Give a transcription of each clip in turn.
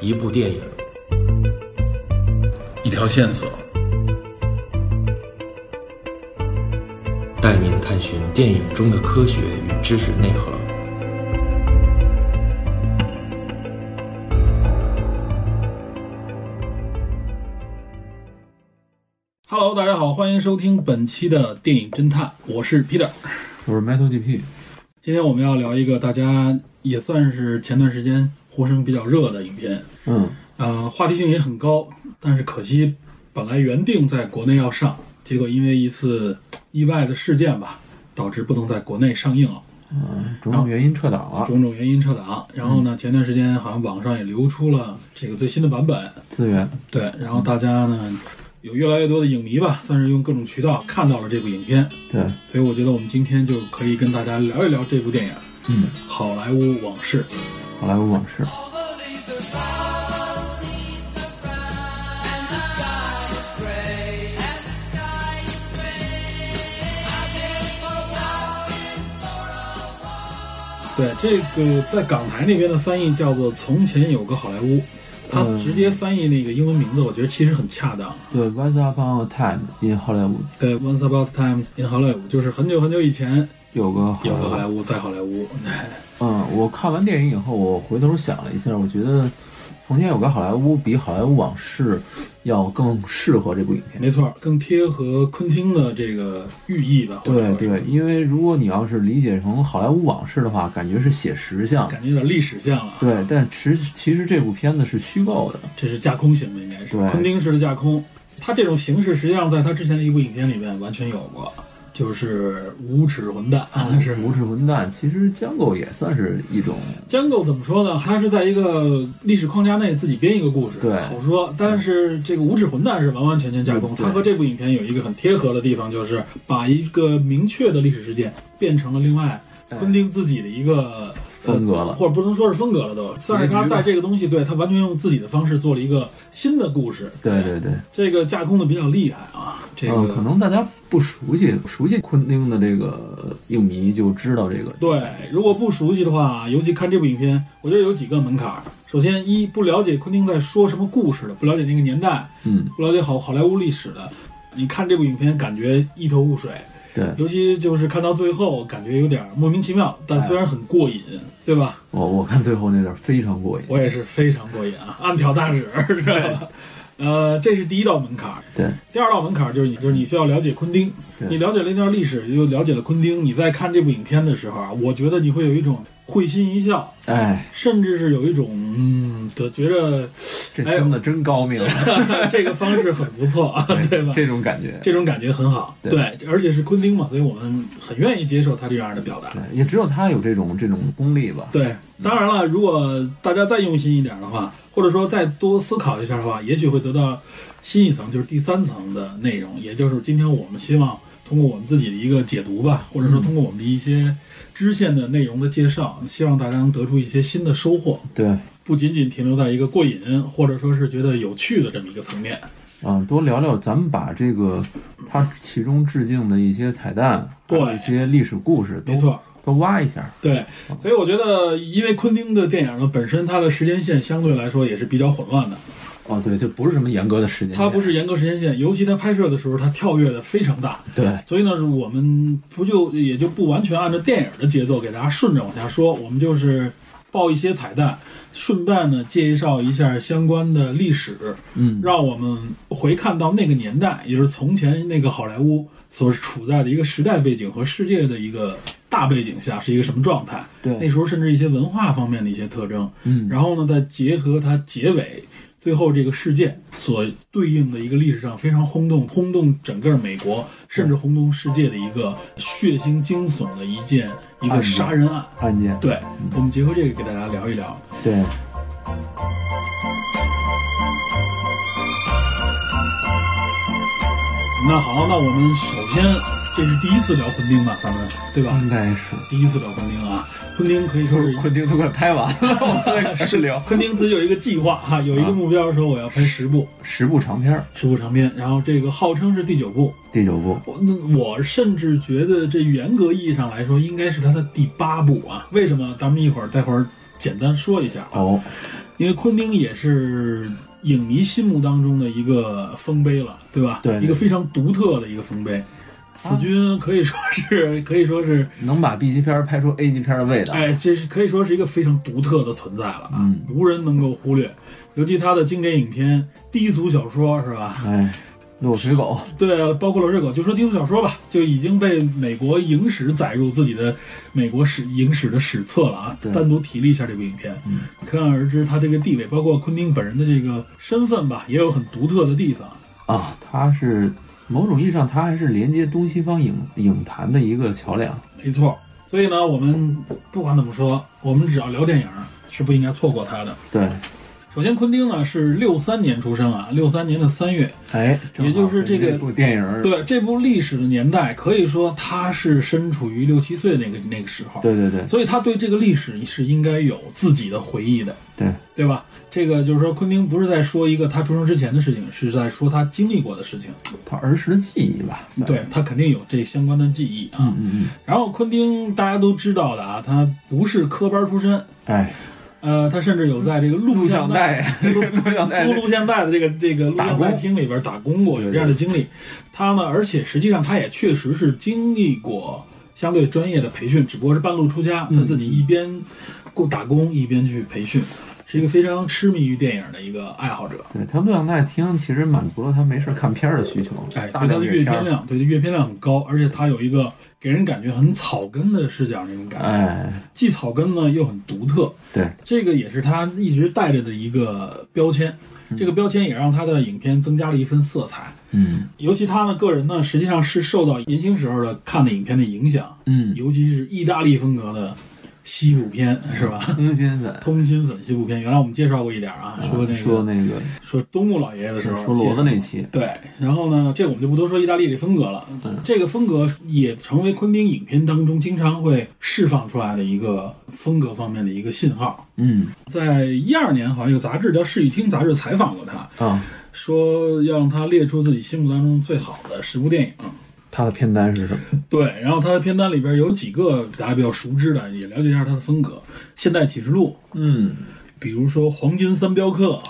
一部电影，一条线索，带您探寻电影中的科学与知识内核。 Hello，大家好，欢迎收听本期的电影侦探，我是 Peter。我是 Metal DP，今天我们要聊一个大家也算是前段时间呼声比较热的影片，嗯，呃，话题性也很高，但是可惜本来原定在国内要上，结果因为一次嘖意外的事件吧，导致不能在国内上映了，种种原因撤档了，种种原因撤档。然后呢，前段时间好像网上也流出了这个最新的版本，资源，对，然后大家呢有越来越多的影迷吧，算是用各种渠道看到了这部影片，对，所以我觉得我们今天就可以跟大家聊一聊这部电影。嗯， 《好莱坞往事》。好莱坞往事，对，这个在港台那边的翻译叫做《从前有个好莱坞》，它嗯直接翻译那个英文名字，我觉得其实很恰当。啊对，Once Upon a Time in 好莱坞对，Once About Time in 好莱坞，就是很久很久以前有个好有个好莱莱坞，坞，在好莱坞。嗯，我看完电影以后，我回头想了一下，我觉得从前有个好莱坞比好莱坞往事要更适合这部影片。 没错，更贴合昆汀的这个寓意吧。或者对说是对，，因为如果你要是理解成好莱坞往事的话，感觉是写实像，感觉有点历史像了。啊对，但其实其实这部片子是虚构的，这是架空型的，应该是对昆汀式的架空。它这种形式实际上在他之前的一部影片里面完全有过，就是无耻混蛋， 是啊无耻混蛋。其实《江狗》也算是一种， Django 怎么说呢？它是在一个历史框架内自己编一个故事，对好说。但是这个《无耻混蛋》是完完全全架空，对它和这部影片有一个很贴合的地方，就是把一个明确的历史事件变成了另外昆汀自己的一个。呃哎风格了或者不能说是风格了都，但是他结局吧在这个东西，对他完全用自己的方式做了一个新的故事。对对对。这个架空的比较厉害啊，这个、嗯，可能大家不熟悉，熟悉昆汀的这个影迷就知道这个。对，如果不熟悉的话，尤其看这部影片，我觉得有几个门槛儿。首先，一不了解昆汀在说什么故事的，不了解那个年代，嗯，不了解好好莱坞历史的，你看这部影片感觉一头雾水，对尤其就是看到最后，感觉有点莫名其妙，但虽然很过瘾，对吧？我我看最后那段非常过瘾。我也是非常过瘾啊，暗挑大指，知道吧？呃，这是第一道门槛儿。对第二道门槛儿就是你，就是你需要了解昆汀，对你了解了一段历史，又了解了昆汀，你在看这部影片的时候啊，我觉得你会有一种会心一笑，哎，甚至是有一种嗯，就觉着这哎孙子真高明， 这个方式很不错， 对吧？这种感觉。这种感觉很好，对而且是昆汀嘛，所以我们很愿意接受他这样的表达。对，也只有他有这种这种功力吧。对，当然了，如果大家再用心一点的话，或者说再多思考一下的话，也许会得到新一层，就是第三层的内容，也就是今天我们希望通过我们自己的一个解读吧，或者说通过我们的一些支线的内容的介绍，希望大家能得出一些新的收获，对，不仅仅停留在一个过瘾或者说是觉得有趣的这么一个层面。嗯，多聊聊，咱们把这个他其中致敬的一些彩蛋，对还有一些历史故事，都没错，都挖一下。对，所以我觉得，因为昆汀的电影呢，本身它的时间线相对来说也是比较混乱的，哦，对，这不是什么严格的时间线，它不是严格时间线，尤其它拍摄的时候，它跳跃的非常大，对，所以呢，我们不就也就不完全按照电影的节奏给大家顺着往下说，我们就是爆一些彩蛋，顺便呢介绍一下相关的历史，嗯，让我们回看到那个年代，也就是从前那个好莱坞所处在的一个时代背景和世界的一个大背景下是一个什么状态。那对，时候甚至一些文化方面的一些特征，嗯，然后呢，再结合它结尾最后这个事件所对应的一个历史上非常轰动、轰动整个美国，甚嗯至轰动世界的一个血腥惊悚的一件一个案件嗯杀人案。案件，对，我们结合这个给大家聊一聊。对，那好，那我们首先这是第一次聊昆汀吧，咱们对吧？应该是。第一次聊昆汀啊，昆汀可以说不是 是嗯昆汀都快拍完 了，我们是聊昆汀自己有一个计划哈、有一个啊目标说我要拍十部十部长片儿，十部长篇，然后这个号称是第九部。第九部，我那我甚至觉得这严格意义上来说，应该是他的第八部啊。为什么？咱们一会儿待会儿简单说一下啊。哦，因为昆汀也是影迷心目当中的一个丰碑了，对吧？对对一个非常独特的一个丰碑。此君可以说是， 可以说是，能把 B 级片儿拍出 A 级片儿的味道。哎，这是可以说是一个非常独特的存在了，啊嗯，无人能够忽略。尤其他的经典影片《低俗小说》是吧？哎，落水狗，对啊，包括《罗氏狗》，就说低俗小说吧，就已经被美国影史载入自己的美国史影史的史册了啊。对单独提了一下这部影片，嗯可想而知他这个地位，包括昆汀本人的这个身份吧，也有很独特的地方。啊，它是某种意义上，它还是连接东西方影影坛的一个桥梁。没错，所以呢，我们不管怎么说，我们只要聊电影，是不应该错过他的。对，首先，昆汀呢是六三年出生啊，六三年的三月，哎，正好也就是这跟这个部电影儿，对这部历史的年代，可以说他是身处于六七岁那个那个时候。对对对所以他对这个历史是应该有自己的回忆的，对，对吧？这个就是说，昆汀不是在说一个他出生之前的事情，是在说他经历过的事情。他儿时的记忆吧。嗯算对，他肯定有这相关的记忆啊。嗯嗯然后昆汀大家都知道的啊，他不是科班出身，嗯，哎，呃，他甚至有在这个录录像带， 录像带租，录像带的这个这个录打像工带厅里边打工过，有这样的经历。他呢，而且实际上他也确实是经历过相对专业的培训，只不过是半路出家，他自己一边过打工一边去培训，是一个非常痴迷于电影的一个爱好者。对他录像带听，其实满足了他没事儿看片儿的需求，哎，所大以他量的阅片片儿。量，对，阅片量很高，而且他有一个给人感觉很草根的视角那种感觉，哎，既草根呢又很独特。对，这个也是他一直带着的一个标签，这个标签也让他的影片增加了一份色彩。嗯尤其他呢个人呢，实际上是受到年轻时候的看的影片的影响，嗯，尤其是意大利风格的西部片，是吧？ 通心粉，通心粉西部片，原来我们介绍过一点啊，说那个、呃说那个说东木老爷爷的时候，说骡子那。期，对，然后呢，这个我们就不多说意大利这风格了。嗯这个风格也成为昆汀影片当中经常会释放出来的一个风格方面的一个信号。嗯在一二年，好像有杂志叫《视与听》杂志采访过他，啊，说要让他列出自己心目当中最好的十部电影。他的片单是什么？对，然后他的片单里边有几个大家比较熟知的，也了解一下他的风格，《现代启示录嗯，》，比如说《黄金三镖客》，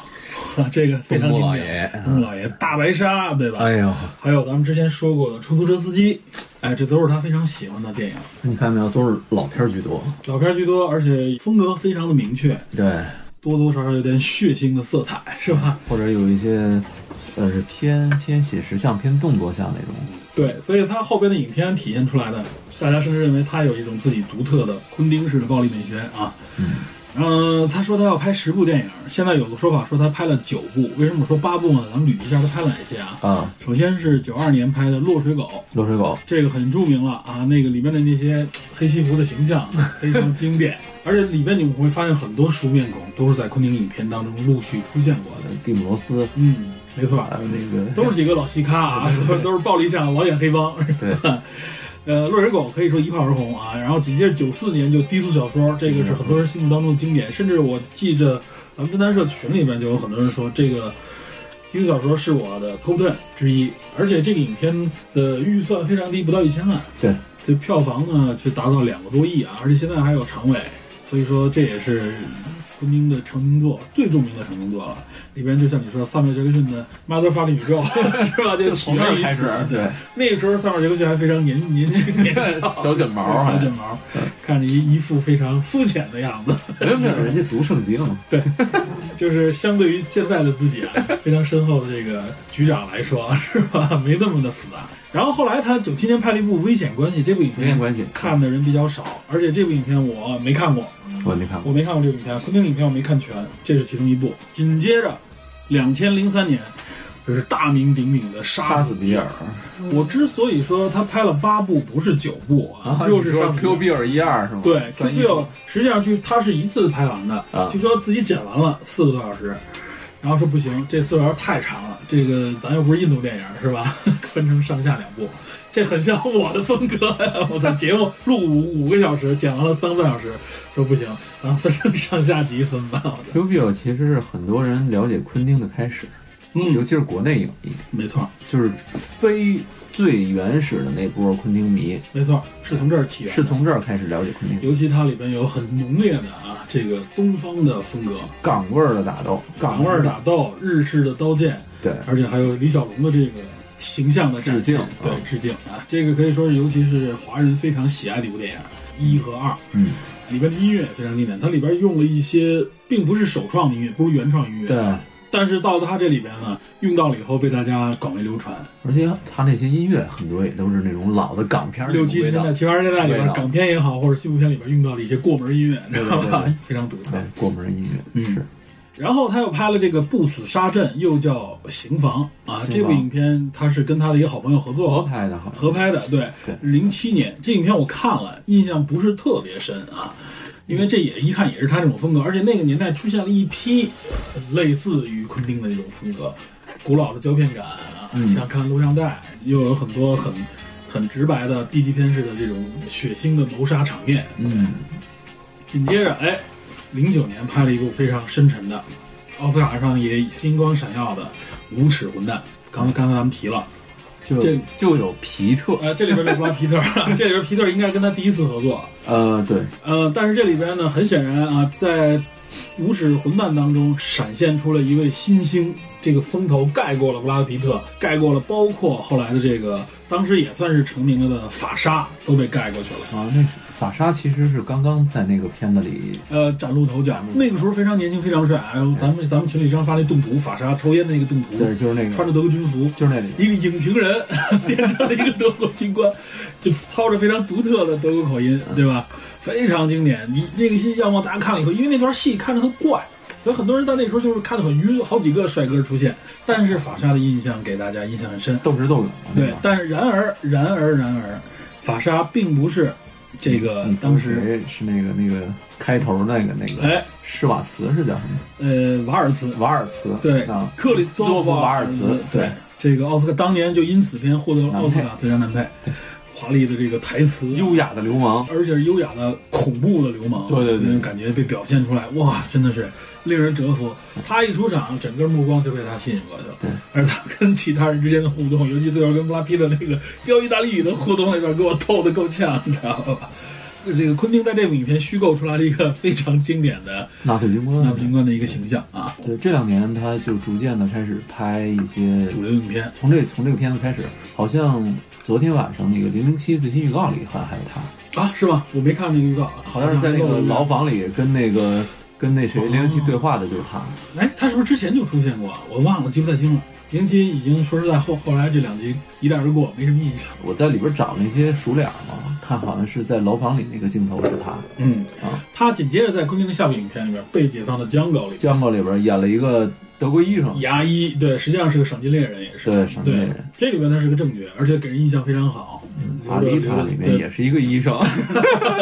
啊，这个非常东经木典。老爷嗯东木老爷，大白鲨，对吧？哎呦，还有咱们之前说过的《出租车司机》，哎，这都是他非常喜欢的电影，你看没有，都是老片儿居多。老片居多，而且风格非常的明确，对，多多少少有点血腥的色彩，是吧？或者有一些，呃，是偏偏写实像、偏动作像那种。对，所以他后边的影片体现出来的，大家甚至认为他有一种自己独特的昆汀式的暴力美学啊。嗯，嗯、他说他要拍十部电影，现在有个说法说他拍了九部，为什么说八部呢？咱们捋一下他拍了哪些啊？啊，首先是九二年拍的《落水狗》，落水狗，这个很著名了啊，那个里面的那些黑西服的形象非常经典，而且里面你们会发现很多熟面孔都是在昆汀影片当中陆续出现过的。呃蒂姆罗斯，嗯，没错，还有那个， 都是几个老西咖啊，都是都是暴力向老演黑帮。对，呃，落水狗可以说一炮而红啊，然后紧接着九四年就低俗小说，这个是很多人心目当中的经典，甚至我记着咱们侦探社群里边就有很多人说这个低俗小说是我的 top ten 之一，而且这个影片的预算非常低，不到一千万，对，这票房呢却达到两个多亿啊，而且现在还有常委，所以说这也是昆汀的成名作，最著名的成名作了。里边就像你说，萨缪尔杰克逊的《Mother 发的宇宙》 是吧？就起源于此 对，那个时候萨缪尔杰克逊还非常年年轻年少，小卷 毛儿小啊还卷毛儿，看着一一副非常肤浅的样子， 没有没有，人家读圣经，就是相对于现在的自己啊，非常深厚的这个局长来说，是吧？没那么的复杂。然后后来他九七年拍了一部《危险关系》，这部影没点片关系，看的人比较少，而且这部影片我没看过，我没看过。我没看过这部影片，昆汀影片我没看全，这是其中一部。紧接着，两千零三年，就是大名鼎鼎的《杀杀死死比尔我之所以说他拍了八部，不是九部啊，就是说上 Q 比尔一二是吗？对算 Q 一 Bill 实际上就是他是一次拍完的，啊据说自己剪完了四个多小时，然后说不行，这四个小时太长了，这个咱又不是印度电影是吧？ 分成上下两部，这很像我的风格 呀！我在节目录五五个小时，剪完了三个半小时，说不行，咱分成上下集分吧。我觉得 Q Bill 其实是很多人了解昆汀的开始，尤嗯，其是国内影迷，没错，就是非最原始的那波昆汀迷，没错，是从这儿起源的，是从这儿开始了解昆汀，尤其它里边有很浓烈的啊，这个东方的风格，港味儿的打斗，港味儿打斗、日式的刀剑，对，而且还有李小龙的这个形象的展现致敬对嗯致敬啊，这个可以说是尤其是华人非常喜爱的一部电影，一和二嗯，里边的音乐也非常经典，它里边用了一些并不是首创的音乐，不是原创音乐，对，，但是到它这里边呢，用到了以后被大家广为流传，而且他那些音乐很多也都是那种老的港片儿那六种七十嗯味年道代、，七八十年代里味边道港片也好，或者西部片里边用到了一些过门音乐，知 道对对吧对？非常独特对。，过门儿音乐，嗯是，然后他又拍了这个《不死沙阵》，又叫《刑房》啊。刑房这部影片他是跟他的一个好朋友合合作拍的好像，合拍的，对对，零七年这影片我看了，印象不是特别深啊，因为这也一看也是他这种风格，而且那个年代出现了一批类似于昆汀的那种风格，古老的胶片感啊，嗯像看录像带，又有很多很很直白的 B 级片式的这种血腥的谋杀场面，嗯，紧接着，哎，零九年拍了一部非常深沉的，奥斯卡上也金光闪耀的《无耻混蛋》。刚才刚才咱们提了，就这就有皮特，呃，这里边就不拉皮特， 这里边皮特应该是跟他第一次合作，呃，对，呃，但是这里边呢，很显然啊，在《无耻混蛋》当中闪现出了一位新星，这个风头盖过了布拉德皮特，盖过了包括后来的这个，当时也算是成名了的法沙都被盖过去了。啊，那是法沙其实是刚刚在那个片子里，呃，崭露头角。那个时候非常年轻，非常帅。哎呦，咱们咱们群里张发那动图，法沙抽烟的那个动图，对，就是那个，穿着德国军服，就是那里，一个影评人 变成了一个德国军官，就操着非常独特的德国口音，对吧？非常经典。你这个戏要么大家看了以后，因为那段戏看着它怪。所以很多人在那时候就是看得很晕，好几个帅哥出现，但是法沙的印象给大家印象很深。斗智斗勇，对吧，但是然而然而然而，法沙并不是这个嗯当时，谁是那个那个开头那个那个哎施瓦茨是叫什么？呃瓦尔茨瓦尔茨对啊，，克里斯托弗·瓦尔茨茨，对，这个奥斯卡当年就因此片获得了奥斯男卡最佳男配，华丽的这个台词，优雅的流氓，而且是优雅的、恐怖的流氓，对对对那种感觉被表现出来，哇，真的是令人折服。他一出场，整个目光就被他吸引过去了。对，而他跟其他人之间的互动，尤其最后跟布拉皮的那个飙意大利语的互动那段，给我逗得够呛，你知道吧？这个昆汀在这部影片虚构出来了一个非常经典的纳粹军官，那平官的一个形象啊，对，这两年他就逐渐的开始拍一些，主流影片。从这从这个片子开始，好像昨天晚上那个零零七最新预告里好像还有他，啊，是吗？我没看那个预告，好好像是啊在那个牢房。房里跟那个跟那谁哦零零七对话的就是他，哎，他是不是之前就出现过啊？我忘了，记不太清了。零七已经说实在后后来这两集一带而过，没什么印象。我在里边找那些熟脸嘛，看好像是在牢房里那个镜头是他，嗯啊，他紧接着在昆汀的下部影片里面《被解放的江狗》里，江哥里边演了一个德国医生，牙医对，实际上是个赏金猎人，也是对赏金猎人嗯对这里面他是个正角，而且给人印象非常好。阿丽塔里面也是一个医生，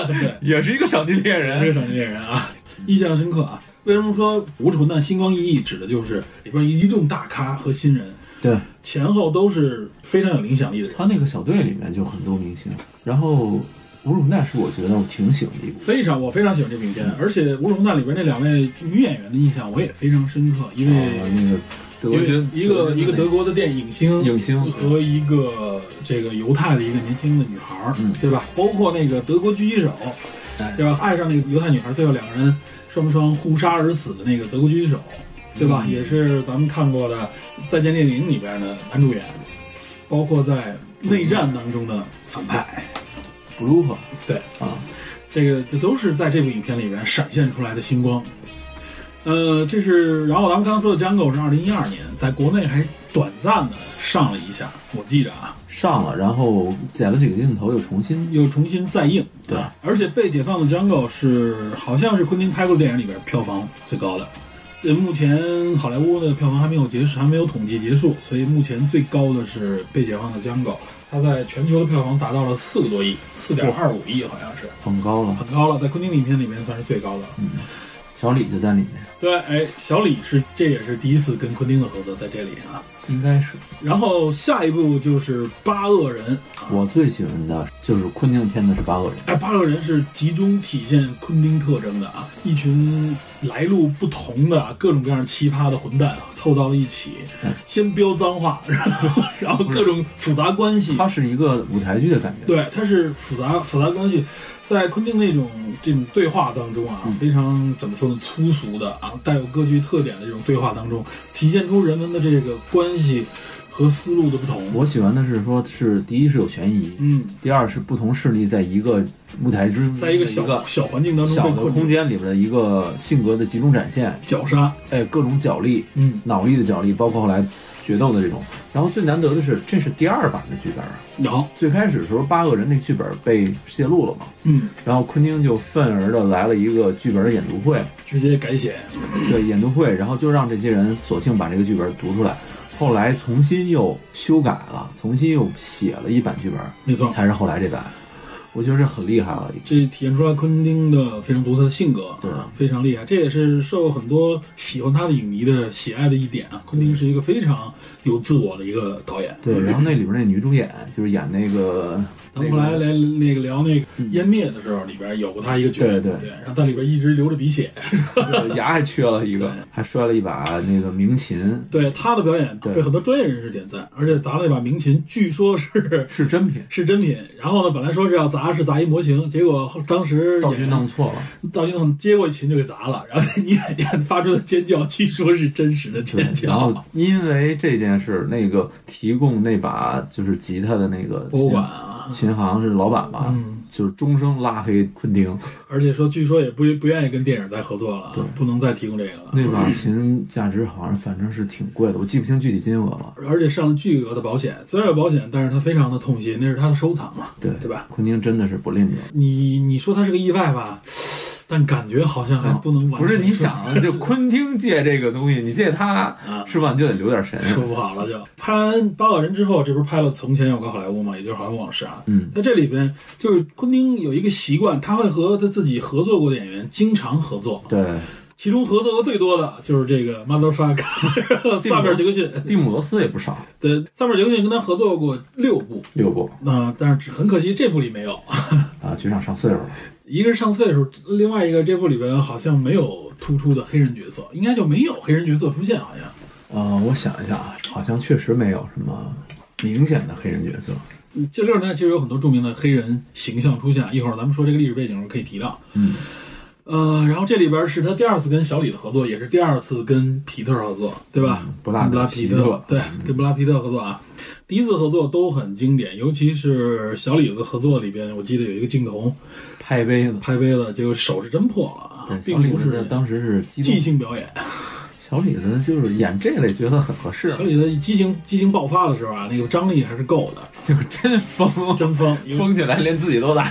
对， 也是一个赏金猎也是个人。赏金猎人啊，嗯印象深刻啊。为什么说《无丑蛋星光熠熠》指的就是里边一众大咖和新人对前后都是非常有影响力的人，他那个小队里面就很多明星，然后吴汝奈是我觉得我挺喜欢的一部，非常，我非常喜欢这部影片，嗯而且《无龙蛋》里边那两位女演员的印象我也非常深刻，因为、呃那个德国军因为一个一个德国国的电影星影星嗯和一个这个犹太的一个年轻的女孩儿，嗯对吧？包括那个德国狙击手，哎对吧？爱上那个犹太女孩，最后两个人双双互杀而死的那个德国狙击手，对吧？嗯也是咱们看过的《再见列宁》里边的男主演，包括在内战当中的反派，布鲁克对。啊，这个这都是在这部影片里面闪现出来的星光。呃，这是然后咱们刚刚说的《Django》是二零一二年，在国内还短暂的上了一下，我记着啊，上了，然后剪了几个镜头又重新又重新再映。对而且被解放的《Django》是好像是昆汀拍过的电影里边票房最高的。呃，目前好莱坞的票房还没有结束，还没有统计结束，所以目前最高的是《被解放的 Django》，它在全球的票房达到了四个多亿，四点二五亿好像是，很高了。很高了，在昆汀影片里面算是最高的了。小李就在里面，对，哎，小李是，这也是第一次跟昆汀的合作，在这里啊，应该是然后下一部就是八恶人，啊我最喜欢的就是昆汀片的是八恶人，哎，八恶人是集中体现昆汀特征的啊，一群来路不同的啊各种各样奇葩的混蛋啊凑到一起嗯，先飙脏话，然后然后各种复杂关系，它是一个舞台剧的感觉。对，它是复杂复杂关系，在昆汀那种这种对话当中嗯啊，非常怎么说呢，粗俗的啊，带有歌剧特点的这种对话当中，体现出人们的这个关系和思路的不同。我喜欢的是说是第一是有悬疑，嗯，第二是不同势力在一个舞台之在一个个小小环境当中小被的困空住，间里边的一个性格的集中展现，绞杀。哎，各种角力，嗯，脑力的角力，包括后来决斗的这种。然后最难得的是，这是第二版的剧本啊。有，最开始的时候，八恶人那剧本被泄露了嘛，嗯，然后昆汀就愤而的来了一个剧本的研读 会，直接改写。对研读会，然后就让这些人索性把这个剧本读出来。后来重新又修改了，重新又写了一版剧本，没错，才是后来这版。我觉得这很厉害啊了，这体现出来昆汀的非常独特的性格，对啊，非常厉害。这也是受很多喜欢他的影迷的喜爱的一点啊。昆汀是一个非常有自我的一个导演。对。然后那里边那女主演就是演那个，咱们后来那个来那个聊那个湮灭的时候，里边有过他一个角色，嗯对对对，然后在里边一直流着鼻血，呃牙还缺了一个，还摔了一把那个鸣琴，对他的表演对被很多专业人士点赞，而且砸了一把鸣琴，据说是，是真品 是真品。然后呢，本来说是要砸是砸一模型，结果后当时道演具员 弄错了。道具弄接过去琴就给砸了，然后那女演员发出的尖叫，据说是真实的尖然叫后。因为这件事，那个提供那把就是吉他的那个博物馆啊，琴行是老板吧，嗯就是终生拉黑昆汀。而且说据说也不不愿意跟电影再合作了啊，不能再提供这个了。那把琴价值好像反正是挺贵的，我记不清具体金额了。而且上了巨额的保险，虽然有保险，但是他非常的痛心，那是他的收藏嘛，对对吧？昆汀真的是不吝啬，你你说他是个意外吧，但感觉好像还不能完全哦不是你想啊，就昆汀借这个东西，你借他啊是吧？你就得留点神。 说不好了就。拍完《八个人》之后，这不是拍了《从前有个好莱坞》嘛，也就是《好莱坞往事》啊。嗯，在这里边，就是昆汀有一个习惯，他会和他自己合作过的演员经常合作， 对，其中合作过最多的就是这个 Motherfucker 萨缪尔·杰克逊。蒂姆·罗斯也不少，对，萨缪尔·杰克逊跟他合作过六部，六部那、但是只很可惜这部里没有。啊，局长上岁数了。一个是上岁数，另外一个这部里边好像没有突出的黑人角色，应该就没有黑人角色出现，好像。呃，我想一下啊，好像确实没有什么明显的黑人角色。嗯这六十年代其实有很多著名的黑人形象出现，一会儿咱们说这个历史背景时候可以提到。嗯，呃，然后这里边是他第二次跟小李的合作，也是第二次跟皮特合作，对吧？嗯布布拉德布拉皮特，特嗯对，跟布拉皮特合作啊。第一次合作都很经典，尤其是小李子合作里边，我记得有一个镜头拍杯子，拍杯子，结果手是真破了啊对，小并李不子是当时是激即动，兴表演。小李子就是演这类角色很合适小，李子激情激情爆发的时候啊，那个张力还是够的，就是真疯， 真疯，疯起来连自己 都打。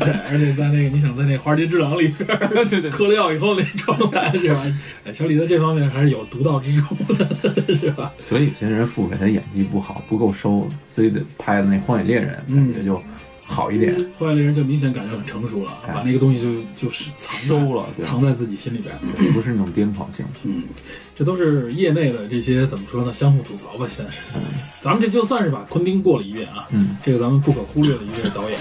对，而且在那个你想在那《华尔街之狼》里边儿对对，嗑了药以后那状态是吧？哎小李子这方面还是有独到之处的，是吧？所以有些人付给他演技不好，不够收，所以得拍的那《荒野猎人》嗯感觉就好一点。后来的人就明显感觉很成熟了，哎把那个东西就就是藏在收了对藏在自己心里边儿。不是那种癫狂型，这都是业内的这些怎么说呢？相互吐槽吧，现在是。咱们这就算是把昆汀过了一遍啊，嗯，这个咱们不可忽略的一位导演。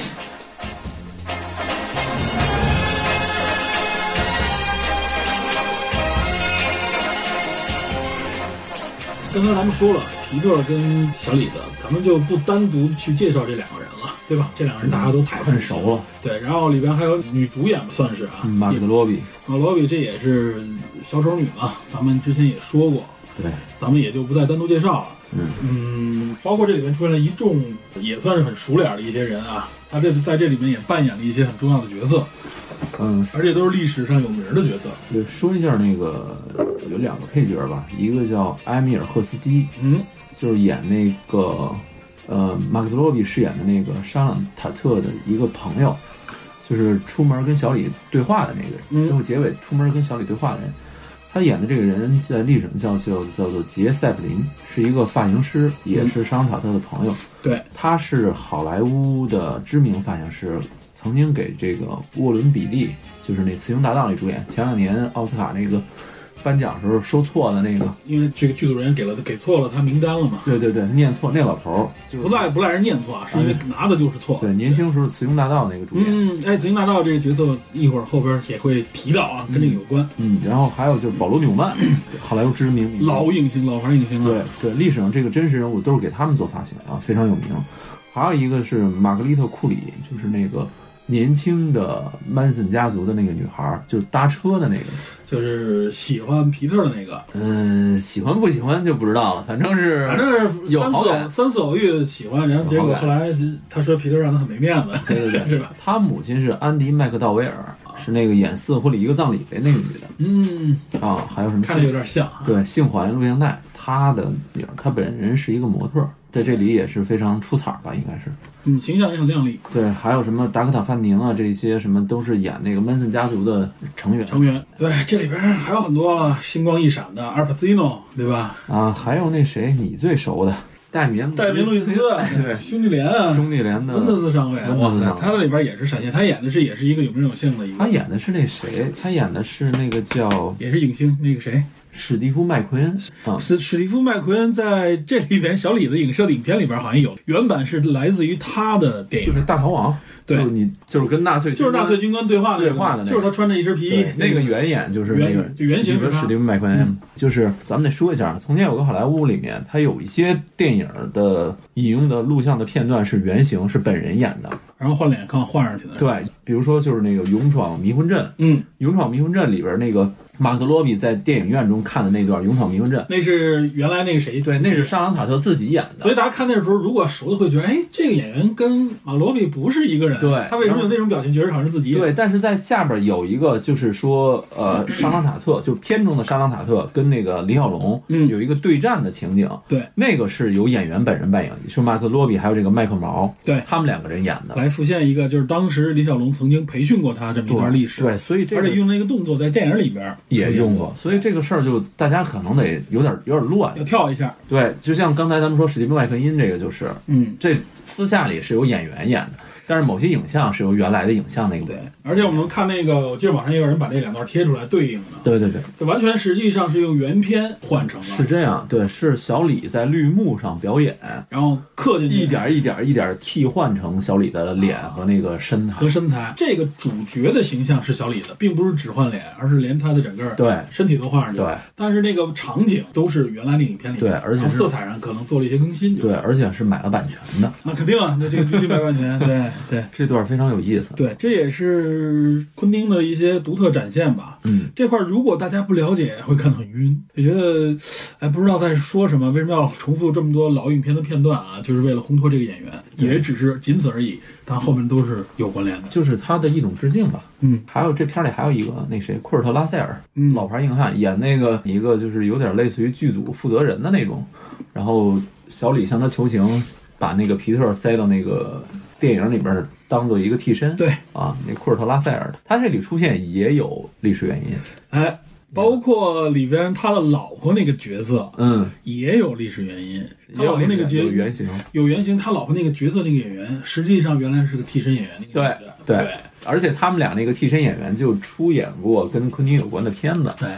刚才咱们说了皮特跟小李子，咱们就不单独去介绍这两个人了，对吧？这两个人大家都太很熟了。对，然后里边还有女主演算是啊，嗯马也克罗比，老罗啊比这也是小丑女嘛，咱们之前也说过，对，咱们也就不再单独介绍了。嗯嗯包括这里面出现了一众也算是很熟脸的一些人啊，他这在这里面也扮演了一些很重要的角色，嗯，而且都是历史上有名的角色。对说一下那个有两个配角吧，一个叫埃米尔·赫斯基，嗯，就是演那个呃马克罗比饰演的那个沙朗塔特的一个朋友，就是出门跟小李对话的那个人，嗯最后结尾出门跟小李对话的人。他演的这个人在历史上叫叫叫做杰塞普林，是一个发型师，也是沙朗塔特的朋友。对，他是好莱坞的知名发型师，曾经给这个沃伦比利，就是那《雌雄搭档》里主演，前两年奥斯卡那个颁奖时候说错的那个，因为这个剧组人员给了给错了他名单了嘛，对对对，念错那老头儿，就是不赖不赖人念错啊，是因为拿的就是错。对年轻时候《雌雄大盗》那个主演，嗯，哎，紫金大道这个角色一会儿后边也会提到啊，跟这个有关，嗯，然后还有就是保罗纽曼，好莱坞知名明星老影星、老牌影星对了。对，历史上这个真实人物都是给他们做发型啊，非常有名。还有一个是玛格丽特·库里，就是那个年轻的曼森家族的那个女孩儿，就是搭车的那个。就是喜欢皮特的那个，嗯，喜欢不喜欢就不知道了，反正是反正是有三好次感三次偶遇喜欢，然后结果有好后感来就他说皮特让他很没面子，对对 对，是吧？？他母亲是安迪·麦克道威尔，是那个演《四婚礼一个葬礼》的那个女的嗯，啊，还有什么看着有姓点像啊。对姓环录像带，她的女儿，她本人是一个模特儿，在这里也是非常出彩儿吧，应该是。嗯，形象也很靓丽，对，还有什么达科塔·范宁啊，这些什么都是演那个 Manson 家族的成员成员。对，这里边还有很多了，星光一闪的阿尔帕西诺，对吧？啊，还有那谁，你最熟的戴明戴维·路易斯，对兄弟连啊，兄弟连的温，特斯上尉，啊温哇特斯上尉塞，他在里边也是闪现，他演的是也是一个有名有姓的一他个，演的是那谁，他演的是那个叫也是影星，那个谁，史蒂夫·麦奎恩啊，史史蒂夫·麦奎恩在这里边小李子影射的影片里边好像有，原版是来自于他的电就是影，大逃亡，对就是你就是跟纳粹就是纳粹军官对话那个对话的那个就是他穿着一身皮衣嗯对，那个原演就是嗯原那个就原型是他史蒂夫麦奎恩，就是咱们得说一下，从前有个好莱坞里面，它有一些电影的引用的录像的片段是原型是本人演的，然后换脸看换上去的，，对，比如说就是那个《勇闯迷魂阵》，《嗯，勇闯迷魂阵》里边那个马格罗比在电影院中看的那段《勇闯迷魂阵》，那是原来那个谁，对，那是沙朗塔特自己演所的。以大家看那时候，如果熟的会觉得，哎，这个演员跟马罗比不是一个人。对他为什么有那种表情，觉得好像是自己演？对，但是在下边有一个，就是说，呃，沙朗塔特，就是片中的沙朗塔特跟那个李小龙，嗯有一个对战的情景，对那个是由演员本人扮演，是马克罗比还有这个麦克毛，对他们两个人演的。来复现一个，就是当时李小龙曾经培训过他这么一段历史，对，所以这而个且用那个动作在电影里边也用过，出所以这个事儿就大家可能得有点有点乱现，要。跳一下，对，就像刚才咱们说史蒂芬麦克因这个，就是嗯，这私下里是有演员演的，但是某些影像是由原来的影像那个对。而且我们看那个，我记得网上也有人把这两段贴出来对应的，对对对，这完全实际上是用原片换成是了，这样，对，是小李在绿幕上表演，然后刻进去一点儿一点儿一点儿替换成小李的脸啊和那个身材和。身材。这个主角的形象是小李子，并不是只换脸，而是连他的整个对身体都换上去。对但是那个场景都是原来那影片里面对而且然后是色彩上可能做了一些更新，就对，而且是买了版权的，那肯定啊，那这个必须买 版权，对对这段非常有意思。对，这也是昆汀的一些独特展现吧。嗯，这块儿如果大家不了解，会看得很晕，也觉得，哎，不知道在说什么，为什么要重复这么多老影片的片段啊？就是为了烘托这个演员，也只是仅此而已，但后面都是有关联的。就是他的一种致敬吧。嗯还有这片儿里还有一个那谁库尔特拉塞尔，嗯，老牌硬汉，演那个一个就是有点类似于剧组负责人的那种，然后小李向他求情，把那个皮特塞到那个电影里边儿当做一个替身。对，啊，那库尔特拉塞尔，他这里出现也有历史原因。哎，包括里边他的老婆那个角色嗯，也有历史原因，他也老婆那个角有原型。有原型，他老婆那个角色那个演员，实际上原来是个替身演员。那对个女的对对而且他们俩那个替身演员就出演过跟昆汀有关的片子。对，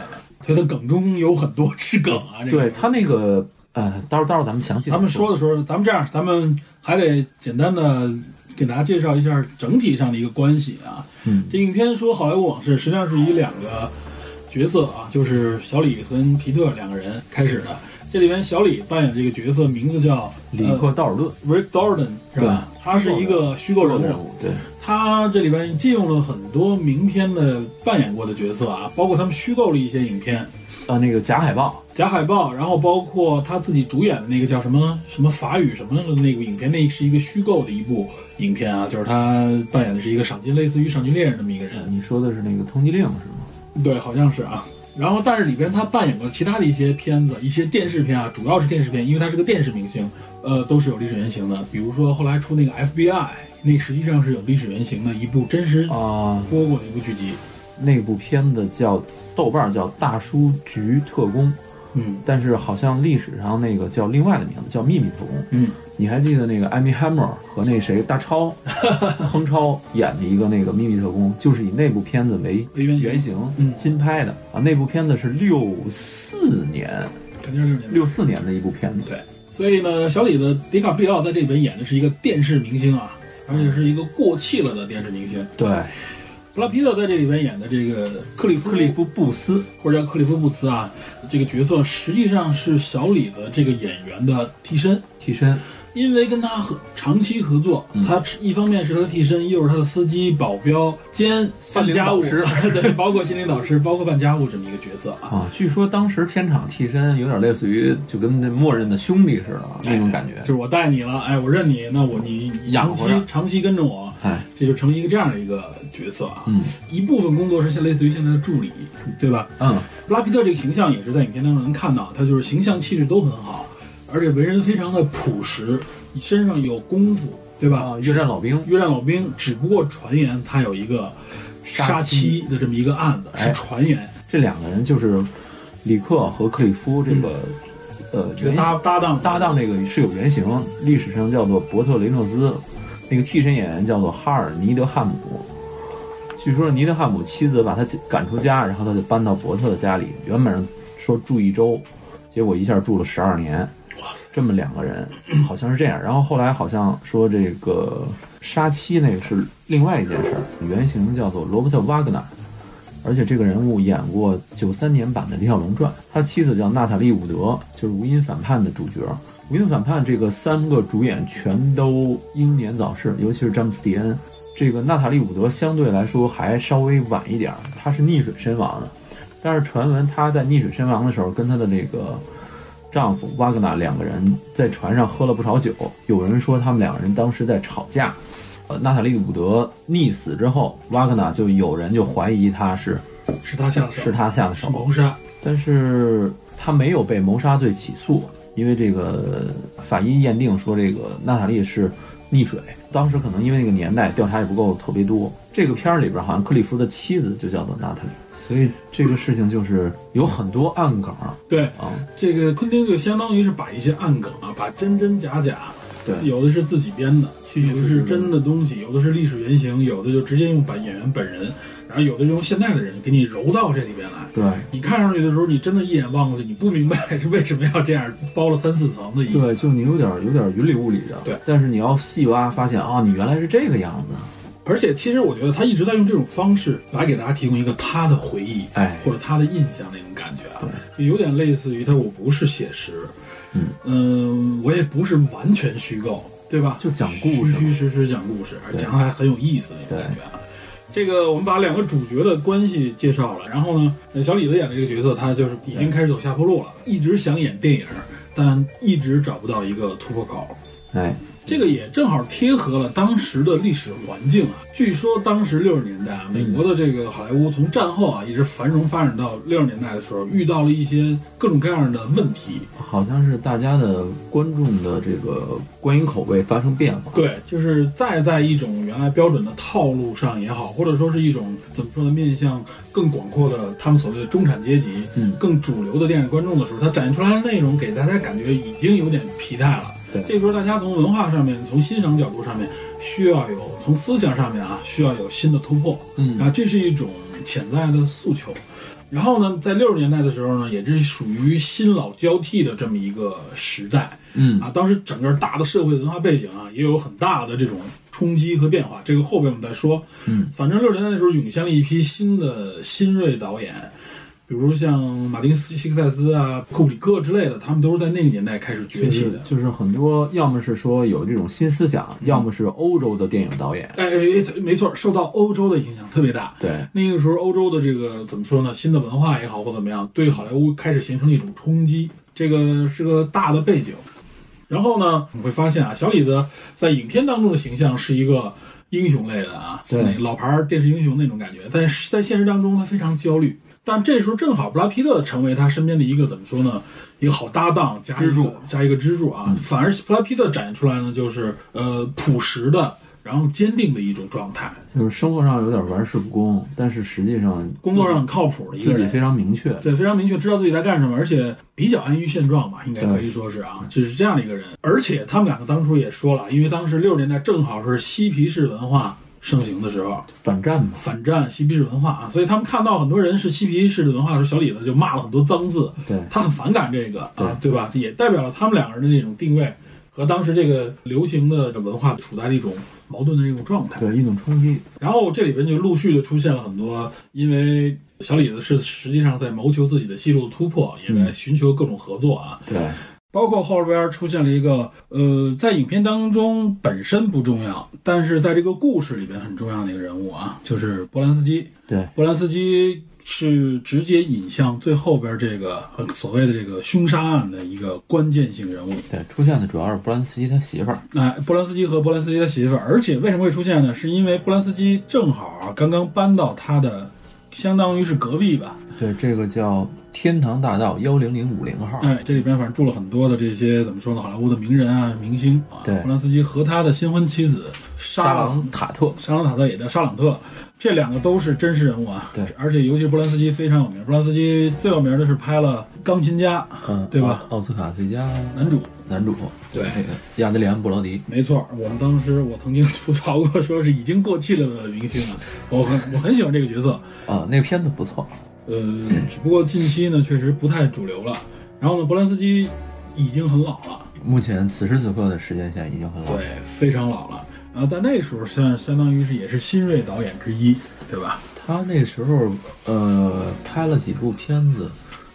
所以他梗中有很多 之梗啊。这个对他那个呃，到时候到时候咱们详细地咱们说说的时候，咱们这样，咱们还得简单的给大家介绍一下整体上的一个关系啊。嗯，这影片说好莱坞往事，实际上是以两个角色啊，就是小李跟皮特两个人开始的。这里边小李扮演这个角色名字叫呃里克道尔顿 Rick Dalton 是吧？他是一个虚构人物，人物，对他这里边借用了很多名片的扮演过的角色啊，包括他们虚构了一些影片、啊，那个假海报。假海报，然后包括他自己主演的那个叫什么什么法语什么的那个影片，那是一个虚构的一部影片啊，就是他扮演的是一个赏金，类似于赏金猎人这么一个人，你说的是那个通缉令是吗？对，好像是啊。然后，但是里边他扮演过其他的一些片子，一些电视片啊，主要是电视片，因为他是个电视明星，呃，都是有历史原型的。比如说后来出那个 FBI，那实际上是有历史原型的一部真实啊、播过的一部剧集，那部片子叫豆瓣儿叫《大叔局特工》，嗯。但是好像历史上那个叫另外的名字叫《秘密特工》。嗯，你还记得那个艾米· m e r 和那谁 大超亨超演的一个那个秘密特工，就是以那部片子为为原型原型嗯新拍的啊。那部片子是六四年肯定是六年代。六四年的一部片子，对，所以呢，小李子迪卡普里奥在这里边演的是一个电视明星啊，而且是一个过气了的电视明星。对，布拉皮特在这里边演的这个克里夫克里夫·布斯，或者叫克里夫布茨啊，这个角色实际上是小李子这个演员的替身，替身，因为跟他合长期合作，他一方面是他的替身，又是他的司机、保镖兼办家务， 心灵对，包括心灵导师，包括办家务这么一个角色啊。啊，据说当时片场替身有点类似于就跟那默认的兄弟似的啊那种感觉就，是我带你了，哎，我认你，那我你你养长活期着长期跟着我，哎，这就成了一个这样的一个角色啊。嗯一部分工作是像类似于现在的助理，对吧？嗯，布拉皮特这个形象也是在影片当中能看到，他就是形象气质都很好，而且为人非常的朴实，身上有功夫，对吧？啊，越战老兵，约战老兵，只不过传言他有一个杀杀妻妻的这么一个案子，哎是传言。这两个人就是里克和克里夫这个、呃这个原型嗯搭搭档搭档那个是有原型，历史上叫做伯特雷诺兹，那个替身演员叫做哈尔尼德汉姆。据说尼德汉姆妻子把他赶出家，然后他就搬到伯特的家里，原本说住一周，结果一下住了十二年。这么两个人好像是这样，然后后来好像说这个杀妻那个是另外一件事儿，原型叫做罗伯特·瓦格纳，而且这个人物演过九三年版的《李小龙传》，他妻子叫娜塔莉·伍德，就是《无因反叛》的主角。《无因反叛》这个三个主演全都英年早逝，尤其是詹姆斯·迪恩。这个娜塔莉·伍德相对来说还稍微晚一点儿，她是溺水身亡的。但是传闻她在溺水身亡的时候，跟她的那个丈夫瓦格纳两个人在船上喝了不少酒，有人说他们两个人当时在吵架。呃，娜塔莉·伍德溺死之后，瓦格纳就有人就怀疑她是是他下的手，是他下的是手，谋杀。但是他没有被谋杀罪起诉，因为这个法医验定说这个娜塔莉是溺水。当时可能因为那个年代调查也不够特别多，这个片儿里边好像克里夫的妻子就叫做娜塔莉，所以这个事情就是有很多暗梗儿对，啊。这个昆汀就相当于是把一些暗梗啊，把真真假假，对有的是自己编的，虚有的实是实真的东西，有的是历史原型，有的就直接用本演员本人，然后有的用现在的人给你揉到这里边来。对你看上去的时候，你真的一眼望过去，你不明白是为什么要这样包了三四层的意思。对，就你有点有点云里雾里的。对，但是你要细挖，发现啊，你原来是这个样子。而且，其实我觉得他一直在用这种方式来给大家提供一个他的回忆，哎或者他的印象那种感觉啊，有点类似于他我不是写实，嗯嗯、我也不是完全虚构，对吧？就讲故事嘛虚虚实实讲故事，而对讲的还很有意思那种感觉啊。这个我们把两个主角的关系介绍了，然后呢，呃小李子演的这个角色，他就是已经开始走下坡路了，一直想演电影，但一直找不到一个突破口。哎，这个也正好贴合了当时的历史环境啊。据说当时六十年代啊，美国的这个好莱坞从战后啊一直繁荣发展到六十年代的时候，遇到了一些各种各样的问题。好像是大家的观众的这个观影口味发生变化。对，就是再在一种原来标准的套路上也好，或者说是一种怎么说呢，面向更广阔的他们所谓的中产阶级，嗯更主流的电影观众的时候，它展现出来的内容给大家感觉已经有点疲态了。对这个时候大家从文化上面、从欣赏角度上面，需要有从思想上面啊，需要有新的突破。嗯啊，这是一种潜在的诉求。然后呢，在六十年代的时候呢，也是属于新老交替的这么一个时代。嗯啊，当时整个大的社会文化背景啊，也有很大的这种冲击和变化。这个后边我们再说。嗯，反正六十年代的时候涌现了一批新的新锐导演，比如像马丁斯西克塞斯啊、库布里克之类的，他们都是在那个年代开始崛就起是的。就是很多，要么是说有这种新思想，要么是欧洲的电影导演。哎，哎没错，受到欧洲的影响特别大。对，那个时候，欧洲的这个怎么说呢？新的文化也好，或怎么样，对好莱坞开始形成了一种冲击，这个是个大的背景。然后呢，你会发现啊，小李子在影片当中的形象是一个英雄类的啊，对那老牌儿电视英雄那种感觉，在在现实当中他非常焦虑。但这时候正好布拉皮特成为他身边的一个怎么说呢，一个好搭档加一个支柱嗯加一个支柱啊。反而布拉皮特展现出来呢，就是呃朴实的，然后坚定的一种状态，就是生活上有点玩世不恭，但是实际上工作上很靠谱的一自个己人。非常明确。对，非常明确，知道自己在干什么，而且比较安于现状吧，应该对可以说是啊，就是这样的一个人。而且他们两个当初也说了，因为当时六十年代正好是嬉皮士文化盛行的时候，反战嘛，反战嬉皮士文化啊，所以他们看到很多人是嬉皮士的文化的时候，小李子就骂了很多脏字，对，他很反感这个对啊，对吧？也代表了他们两个人的这种定位和当时这个流行的文化处在一种矛盾的这种状态。对一种冲击，然后这里边就陆续的出现了很多，因为小李子是实际上在谋求自己的技术突破，也在寻求各种合作啊。对，包括后边出现了一个，呃，在影片当中本身不重要，但是在这个故事里边很重要的一个人物啊，就是波兰斯基。对，波兰斯基是直接引向最后边这个呃所谓的这个凶杀案的一个关键性人物。对，出现的主要是波兰斯基他媳妇儿，哎，波兰斯基和波兰斯基的媳妇儿，而且为什么会出现呢？是因为波兰斯基正好啊，刚刚搬到他的，相当于是隔壁吧。对，这个叫天堂大道幺零零五零号，哎，这里边反正住了很多的这些怎么说呢，好莱坞的名人啊、明星啊。对波兰斯基和他的新婚妻子沙沙朗朗塔特，沙朗塔特也叫沙朗特，这两个都是真实人物啊。对而且尤其波兰斯基非常有名，波兰斯基最有名的是拍了《钢琴家》嗯，对吧？奥奥斯卡最佳男主。男主，对那个亚德里安·布劳迪，没错，我们当时我曾经 吐槽过，说是已经过气了的明星啊，我很我很喜欢这个角色，啊，那个片子不错，呃，只不过近期呢确实不太主流了。然后呢，波兰斯基已经很老了，目前此时此刻的时间线已经很老，对，非常老了。啊，在那时候相相当于是也是新锐导演之一，对吧？他那时候呃拍了几部片子，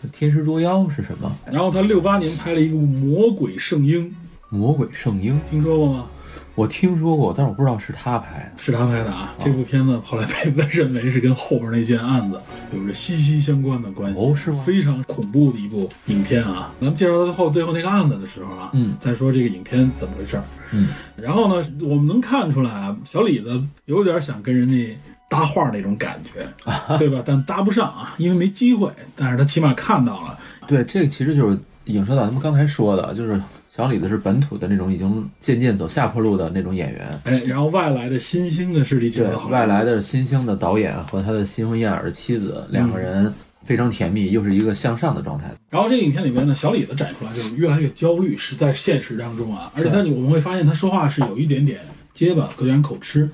《天师捉妖》是什么？然后他六八年拍了一个《魔鬼圣婴》， 《魔鬼圣婴》，听说过吗？我听说过，但是我不知道是他拍的。是他拍的啊。这部片子后来被认为是跟后边那件案子有着息息相关的关系，哦是吗非常恐怖的一部影片啊。咱们介绍到最后最后那个案子的时候啊，嗯再说这个影片怎么回事儿。嗯，然后呢，我们能看出来啊，小李子有点想跟人家。搭话那种感觉，啊对吧？但搭不上啊，因为没机会。但是他起码看到了，对，这个其实就是影射到咱们刚才说的，就是小李子是本土的那种已经渐渐走下坡路的那种演员，哎，然后外来的新兴的势力进对入好莱坞外来的新兴的导演和他的新婚燕尔的妻子两嗯个人非常甜蜜，又是一个向上的状态。然后这个影片里边呢，小李子展出来就是越来越焦虑，是在现实当中啊，而且他我们会发现他说话是有一点点结巴，有点口吃。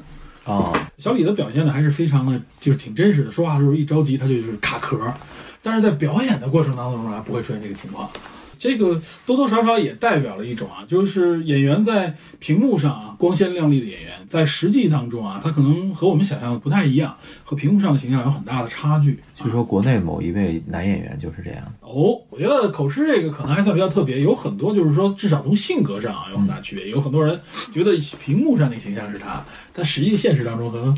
哦，小李子表现的还是非常的，就是挺真实的，说话的时候一着急他就是卡壳，但是在表演的过程当中啊，不会出现这个情况。这个多多少少也代表了一种啊，就是演员在屏幕上啊光鲜亮丽的演员，在实际当中啊，他可能和我们想象的不太一样，和屏幕上的形象有很大的差距。据说国内某一位男演员就是这样。哦，我觉得口吃这个可能还算比较特别，有很多就是说，至少从性格上啊有很嗯大区别。有很多人觉得屏幕上那个形象是他，但实际现实当中和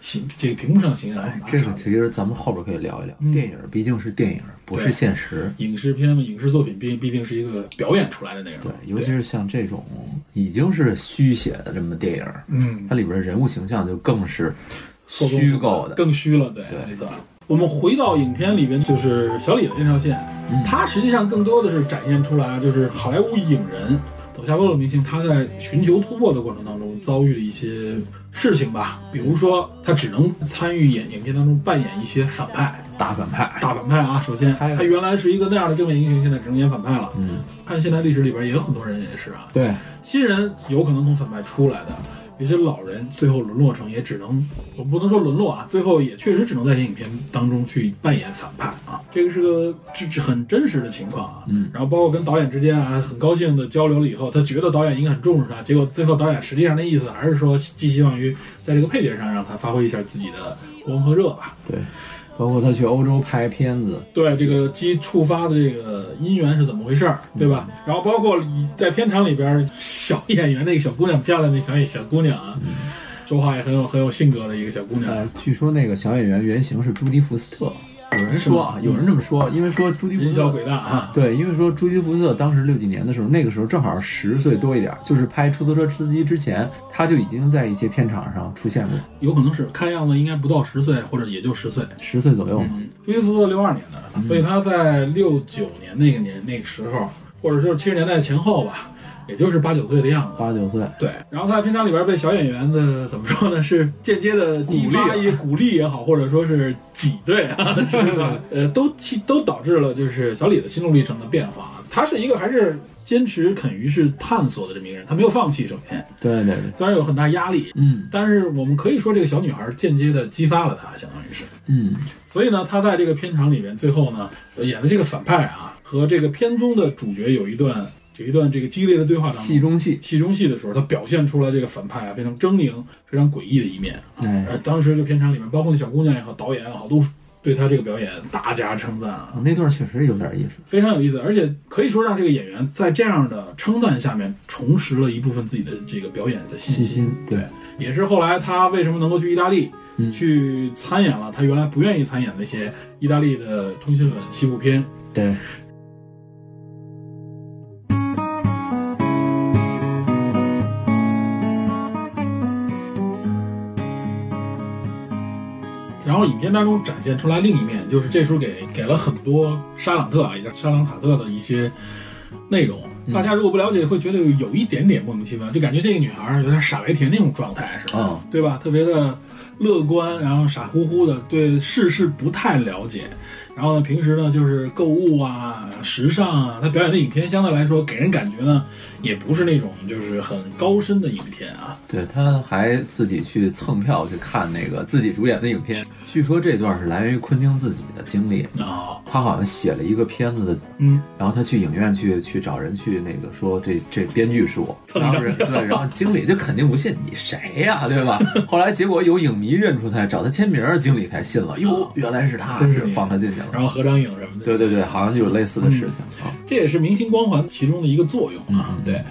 形这个屏幕上的形象有很大哎这差个别。其实咱们后边可以聊一聊。嗯电影毕竟是电影，不是对现实。影视片嘛，影视作品必必定是一个表演出来的内容。对，尤其是像这种已经是虚写的这么电影，嗯，它里边人物形象就更是错综虚复杂构的。更虚了。对，对没错。我们回到影片里边，就是小李的那条线，嗯他实际上更多的是展现出来，就是好莱坞影人走下坡路的明星，他在寻求突破的过程当中遭遇了一些事情吧，比如说他只能参与演影片当中扮演一些反派、大反派。大反派啊。首先，还有他原来是一个那样的正面英雄，现在只能演反派了。嗯，看现代历史里边也有很多人也是啊，对，新人有可能从反派出来的，有些老人最后沦落成也只能，我不能说沦落啊，最后也确实只能在影片当中去扮演反派啊，这个是个这这很真实的情况啊。嗯，然后包括跟导演之间啊，很高兴的交流了以后，他觉得导演应该很重视他，结果最后导演实际上的意思还是说寄希望于在这个配角上让他发挥一下自己的光和热吧。对，包括他去欧洲拍片子，对这个鸡触发的这个因缘是怎么回事儿，对吧？然后包括你在片场里边儿小演员那个小姑娘，漂亮那小野小姑娘啊，说话也很有很有性格的一个小姑娘。呃，据说那个小演员原型是朱迪福斯特，有人说啊，是吗有人这么说，因为说朱迪福人斯小特。鬼大啊，对，因为说朱迪福斯特当时六几年的时候，那个时候正好十岁多一点儿，就是拍《出租车司机》之前，他就已经在一些片场上出现过，有可能是看样子应该不到十岁，或者也就十岁。十岁左右嘛。嗯，追溯到六二年的，所以他在六九年那个年那个时候，或者就是七十年代前后吧，也就是八九岁的样子。八九岁，对，然后他在片场里边被小演员的怎么说呢？是间接的激发也鼓励啊也好，或者说是挤兑 啊，是吧？呃，都其都导致了就是小李的心路历程的变化。他是一个还是坚持肯于是探索的这么一个人，他没有放弃。首先，对对对，虽然有很大压力，嗯但是我们可以说这个小女孩间接的激发了他，相当于是。嗯，所以呢，他在这个片场里面，最后呢呃演的这个反派啊，和这个片中的主角有一段有一段这个激烈的对话当戏中，中戏，戏中戏的时候，他表现出了这个反派啊非常狰狞、非常诡异的一面。哎，呃，当时这片场里面，包括那小姑娘也好，导演也好，都对他这个表演大加称赞啊，那段确实有点意思，非常有意思，而且可以说让这个演员在这样的称赞下面，重拾了一部分自己的这个表演的信细心。心，对，也是后来他为什么能够去意大利，嗯去参演了他原来不愿意参演那些意大利的通缉粉西部片。对，然后影片当中展现出来另一面，就是这时候给给了很多沙朗特啊，也叫沙朗塔特的一些内容。嗯大家如果不了解，会觉得有一点点莫名其妙，就感觉这个女孩儿有点傻白甜那种状态，是吧？嗯对吧？特别的乐观，然后傻乎乎的，对世事不太了解。然后呢，平时呢就是购物啊、时尚啊，他表演的影片相对来说给人感觉呢，也不是那种就是很高深的影片啊。对，他还自己去蹭票去看那个自己主演的影片，据说这段是来源于昆汀自己的经历，啊、他好像写了一个片子的嗯，然后他去影院去去找人去那个说这这编剧是我，蹭然后着人对，然后经理就肯定不信你谁呀、对吧？后来结果有影迷认出他，找他签名，经理才信了，哟，原来是他，啊真是是放他进去了。然后嗯合张影什么的。对对对，好像就有类似的事情啊。这也是明星光环其中的一个作用啊。嗯对，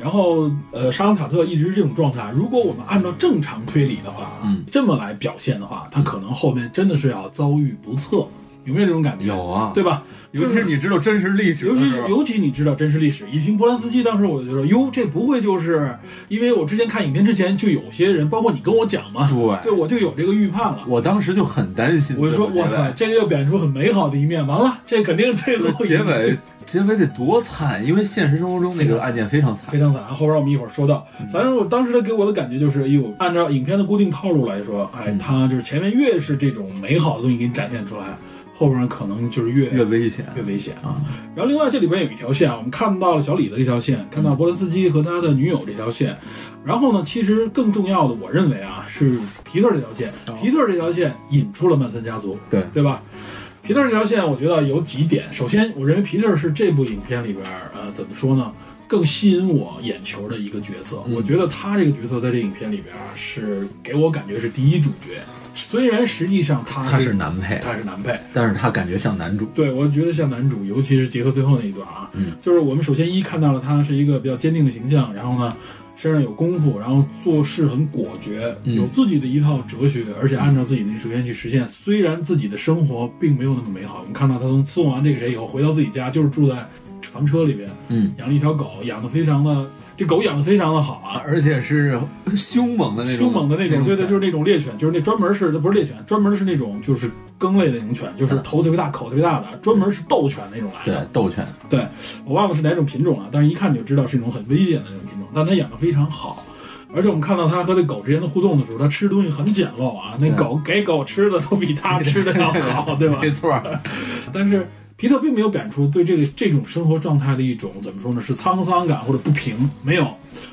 然后呃，沙朗塔特一直是这种状态。如果我们按照正常推理的话，嗯，这么来表现的话，他可能后面真的是要遭遇不测，有没有这种感觉？有啊对吧？尤其就是你知道真实历史尤的其时候，尤其你知道真实历史，一听波兰斯基，当时我就说，哟，这不会就是因为我之前看影片之前就有些人，包括你跟我讲嘛，对对我就有这个预判了。我当时就很担心。我就说，最哇后结尾塞，这个又表现出很美好的一面，完了，这肯定是最后一结面 尾结尾得多惨，因为现实生活中那个案件非常惨嗯非。常惨。后边我们一会儿说到，反正我当时他给我的感觉就是，哎呦，按照影片的固定套路来说，哎，嗯他就是前面越是这种美好的东西给你展现出来，后边可能就是越越危险越危险啊啊。然后另外这里边有一条线啊，我们看到了小李的这条线，看到波伦斯基和他的女友这条线，然后呢，其实更重要的，我认为啊，是皮特这条线哦，皮特这条线引出了曼森家族，对对吧？皮特这条线，我觉得有几点。首先，我认为皮特是这部影片里边儿，呃，怎么说呢，更吸引我眼球的一个角色。嗯我觉得他这个角色在这影片里边儿是给我感觉是第一主角，虽然实际上他他是男配，他是男配，但是他感觉像男主。对，我觉得像男主，尤其是结合最后那一段啊，嗯，就是我们首先一看到了他是一个比较坚定的形象，然后呢，身上有功夫，然后做事很果决，嗯有自己的一套哲学，而且按照自己的哲学去实现。虽然自己的生活并没有那么美好，我们看到他从送完这个谁以后，回到自己家，就是住在房车里边，嗯，养了一条狗，养的非常的，这狗养的非常的好啊，而且是凶猛的那种，凶猛的那种，对对，就是是那种猎犬，就是那专门是，它不是猎犬，专门是那种就是耕类的那种犬，就是头特别大、口特别大的，专门是斗犬那种来的。嗯对斗犬，对，我忘了是哪种品种了，啊但是一看就知道是一种很危险的那种品种，但它养得非常好。而且我们看到它和这狗之间的互动的时候，它吃东西很简陋 啊，那对狗给狗吃的都比它吃的要好， 对吧？没错儿，但是皮特并没有表现出对这个这种生活状态的一种怎么说呢，是沧桑感或者不平，没有。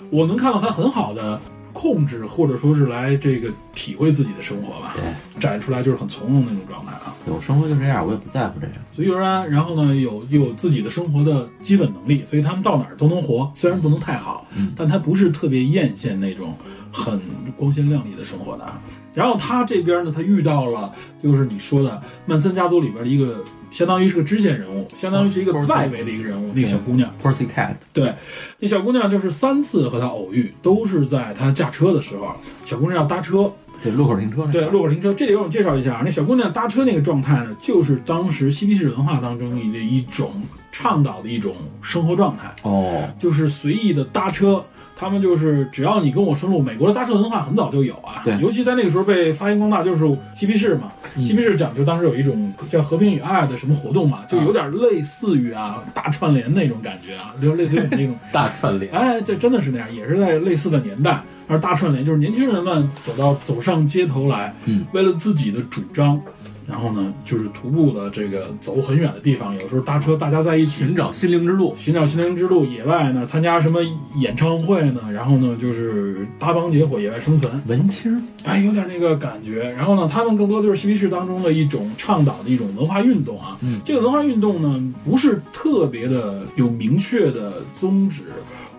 我能看到他很好的控制，或者说是来这个体会自己的生活吧，对展现出来就是很从容的那种状态啊。有生活就这样，我也不在乎这个。随遇而安，啊然后呢，有有自己的生活的基本能力，所以他们到哪儿都能活，虽然不能太好，嗯但他不是特别艳羡那种很光鲜亮丽的生活的啊。然后他这边呢，他遇到了就是你说的曼森家族里边的一个，相当于是个支线人物，相当于是一个哦外围的一个人物，那个小姑娘。 Percy Cat，对，那小姑娘就是三次和他偶遇，都是在他驾车的时候，小姑娘要搭车，对，路口停车那对，个路口停车。这里我们介绍一下啊，那小姑娘搭车那个状态呢，就是当时嬉皮士文化当中的一种倡导的一种生活状态，哦，就是随意的搭车。他们就是只要你跟我顺路，美国的搭车文化很早就有啊，对尤其在那个时候被发扬光大，就是嬉皮士嘛，嬉皮士讲究当时有一种叫和平与爱的什么活动嘛，就有点类似于啊大串联那种感觉啊，就类似于我们那种大串联，哎，这真的是那样，也是在类似的年代。而大串联就是年轻人们走到走上街头来，嗯，为了自己的主张，然后呢，就是徒步的这个走很远的地方，有时候搭车，大家在一起寻找心灵之路。寻找心灵之路，野外呢参加什么演唱会呢，然后呢就是搭帮结伙，野外生存，文青，哎，有点那个感觉。然后呢，他们更多就是嬉皮士当中的一种倡导的一种文化运动啊。嗯这个文化运动呢，不是特别的有明确的宗旨，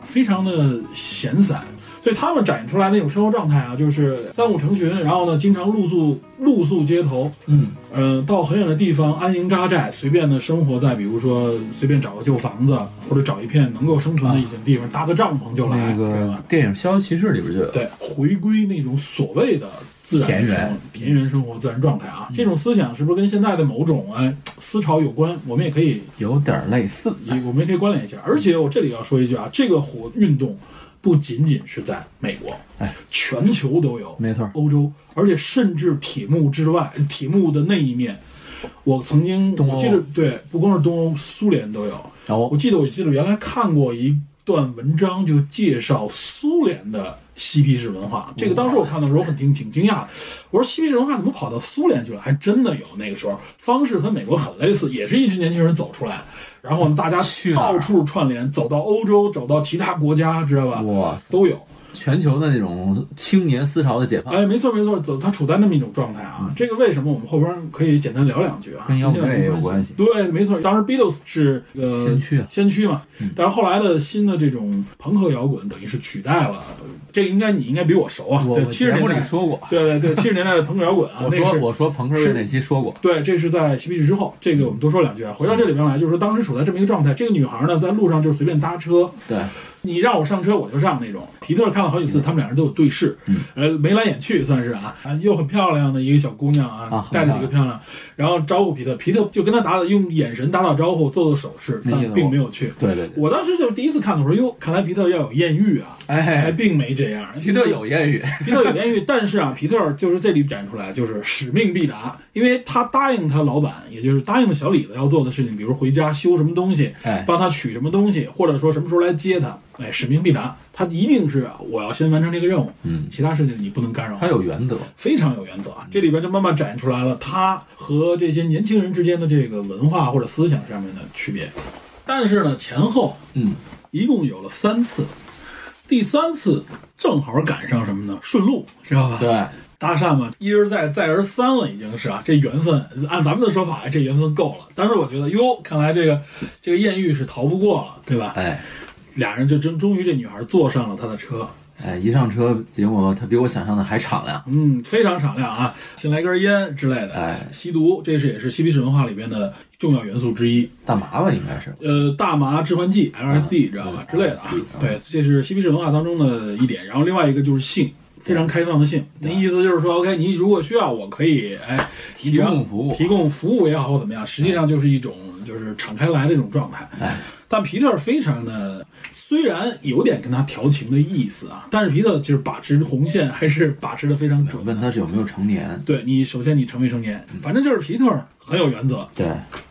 非常的闲散。所以他们展现出来那种生活状态啊，就是三五成群，然后呢，经常露宿露宿街头，嗯，嗯、到很远的地方安营扎寨，随便的生活在，比如说随便找个旧房子，或者找一片能够生存的一些地方，搭个帐篷就来，那对吧个电影《逍遥骑士》里边就有。对，回归那种所谓的自然田生活园、嗯田园生活、自然状态啊，这种思想是不是跟现在的某种哎思潮有关？我们也可以，有点类似，也我们也可以关联一下。而且我这里要说一句啊，这个活运动不仅仅是在美国，哎，全球都有，没错，欧洲，而且甚至铁幕之外，铁幕的那一面。我曾经，东欧我记得对，不光是东欧，苏联都有。然后我记得我记得原来看过一段文章，就介绍苏联的嬉皮士文化。这个当时我看的时候很挺挺惊讶的，我说嬉皮士文化怎么跑到苏联去了？还真的有，那个时候方式和美国很类似，也是一群年轻人走出来，然后大家去哪儿到处串联，走到欧洲，走到其他国家，知道吧？哇，都有。全球的那种青年思潮的解放，哎，没错没错，走，他处在那么一种状态啊。这个为什么我们后边可以简单聊两句啊？嗯跟摇滚乐也有系关系。对，没错，当时 Beatles 是呃先驱啊先驱嘛嗯。但是后来的新的这种朋克摇滚，等于是取代了这个，应该你应该比我熟啊。我对，我七节十目年里代，说过，对对对，七十年代的朋克摇滚啊， 我那个说是我说朋克乐那期说过，对，这是在嬉皮士之后，这个我们多说两句啊。回到这里边来，就是说当时处在这么一个状态，这个女孩呢在路上就是随便搭车，对，你让我上车我就上那种。皮特看了好几次，他们俩人都有对视，嗯呃，眉来眼去算是啊，啊，又很漂亮的一个小姑娘啊，啊很带着几个漂亮，然后招呼皮特，皮特就跟他打用眼神打打招呼，做做手势，那意思但并没有去。对对对，我当时就是第一次看的时候，哟，看来皮特要有艳遇啊，还哎，并没这样，皮特有艳遇，皮特有艳遇，但是啊，皮特就是这里展出来就是使命必达，因为他答应他老板，也就是答应了小李子要做的事情，比如回家修什么东西，哎，帮他取什么东西，或者说什么时候来接他，哎，使命必达，他一定是我要先完成这个任务，嗯，其他事情你不能干扰他我，有原则，非常有原则啊。这里边就慢慢展现出来了他和这些年轻人之间的这个文化或者思想上面的区别，但是呢，前后嗯，一共有了三次，第三次正好赶上什么呢？顺路，知道吧？对，搭讪嘛，一而再，再而三了，已经是啊，这缘分按咱们的说法，这缘分够了。但是我觉得，哟，看来这个这个艳遇是逃不过了，对吧？哎俩人就真终于这女孩坐上了他的车，哎，一上车，结果他比我想象的还敞亮，嗯，非常敞亮啊，先来根烟之类的，哎吸毒，这是也是嬉皮士文化里边的重要元素之一。大麻吧应该是，呃，大麻致幻剂嗯 LSD，、知道吧？之类的啊 LSD，啊对，这是嬉皮士文化当中的一点。然后另外一个就是性，非常开放的性。那意思就是说，OK，你如果需要，我可以哎提供服务提供服务也好或怎么样，实际上就是一种就是敞开来的一种状态。哎，但皮特非常的，虽然有点跟他调情的意思啊，但是皮特就是把持红线还是把持的非常准。问他是有没有成年，对你，首先你成没成年，嗯反正就是皮特很有原则。对，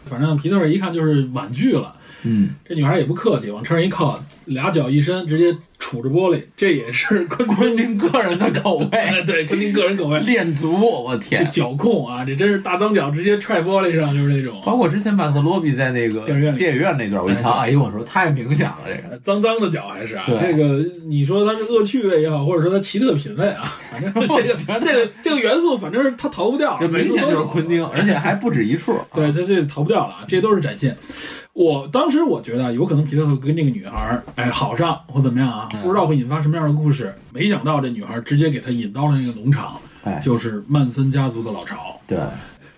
反正皮特一看就是婉拒了。嗯，这女孩也不客气，往车上一靠，俩脚一伸，直接杵着玻璃。这也是昆昆汀个人的口哎味，对昆汀个人口味，恋足，我这天。脚控啊，这真是大裆脚直接踹玻璃上，就是那种包括之前马特罗比在那个电影院里电影院那段，我一瞧，哎呦，我说太明显了，这个呃脏脏的脚，还是啊，对这个你说它是恶趣味也好，或者说它奇特品味啊，反正这 我个觉得这个这个元素，反正是它逃不掉，啊这明显就是 昆汀，而且还不止一处。对，他这逃不掉了啊，这都是展现。我当时我觉得啊有可能皮特会跟这个女孩儿哎好上或怎么样啊，不知道会引发什么样的故事。没想到这女孩儿直接给他引到了那个农场，哎，就是曼森家族的老巢。对，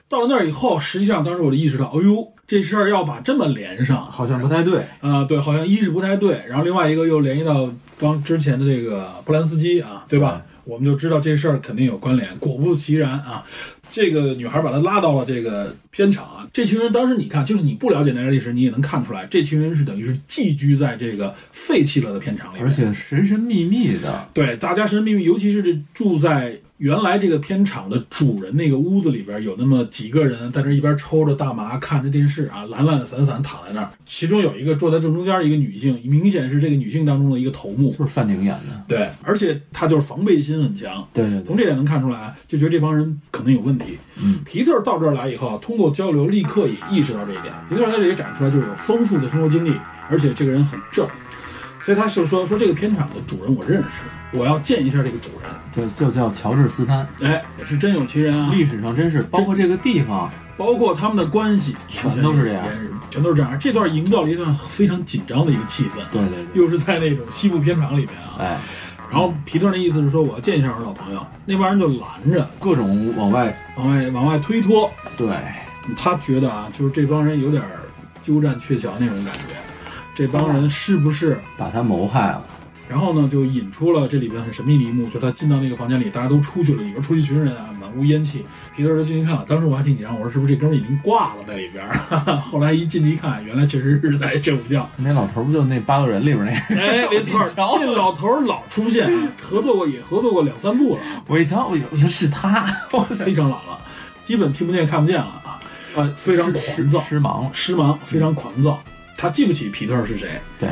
到了那儿以后，实际上当时我就意识到，哎呦，这事儿要把这么连上啊、好像不太对。对，好像一是不太对，然后另外一个又联系到刚之前的这个布兰斯基啊，对吧？我们就知道这事儿肯定有关联。果不其然啊，这个女孩把他拉到了这个片场啊。这群人当时你看，就是你不了解那段历史，你也能看出来，这群人是等于是寄居在这个废弃了的片场里面，而且神神秘秘的，对，大家神神秘秘，尤其是这住在原来这个片场的主人那个屋子里边，有那么几个人在那一边抽着大麻，看着电视啊，懒懒散散躺在那儿。其中有一个坐在正中间一个女性，明显是这个女性当中的一个头目。就是范宁演的。对，而且她就是防备心很强，对对从这点能看出来，啊就觉得这帮人可能有问题。嗯，皮特到这儿来以后，啊通过交流，立刻也意识到这一点。皮特在这里展示出来就是有丰富的生活经历，而且这个人很正，所以他就说说这个片场的主人我认识，我要见一下这个主人。对，就叫乔治斯潘。哎，也是真有其人啊，历史上真是，包括这个地方，包括他们的关系全都是这样，全都是这样。这段营造了一段非常紧张的一个气氛，对对对，又是在那种西部片场里面啊。哎，然后皮特那意思是说我要见一下我老朋友，那帮人就拦着，各种往外，往外往外推脱，对，他觉得啊，就是这帮人有点儿鸠占鹊桥那种感觉，这帮人是不是？把他谋害了。然后呢，就引出了这里边很神秘的一幕，就是他进到那个房间里，大家都出去了，里边出一群人啊，满屋烟气。皮特就进去看了，当时我还挺紧张，我说是不是这哥们儿已经挂了在里边儿？ 哈哈后来一进去一看，原来确实是在睡午觉。那老头儿不就那八路人里边那？哎，没错儿，这老头儿老出现啊，合作过也合作过两三部了啊，我一瞧，我以为哎是他，非常老了，基本听不见看不见了啊，呃，非常失狂躁失盲了。失盲，非常狂躁，他记不起皮特是谁。对，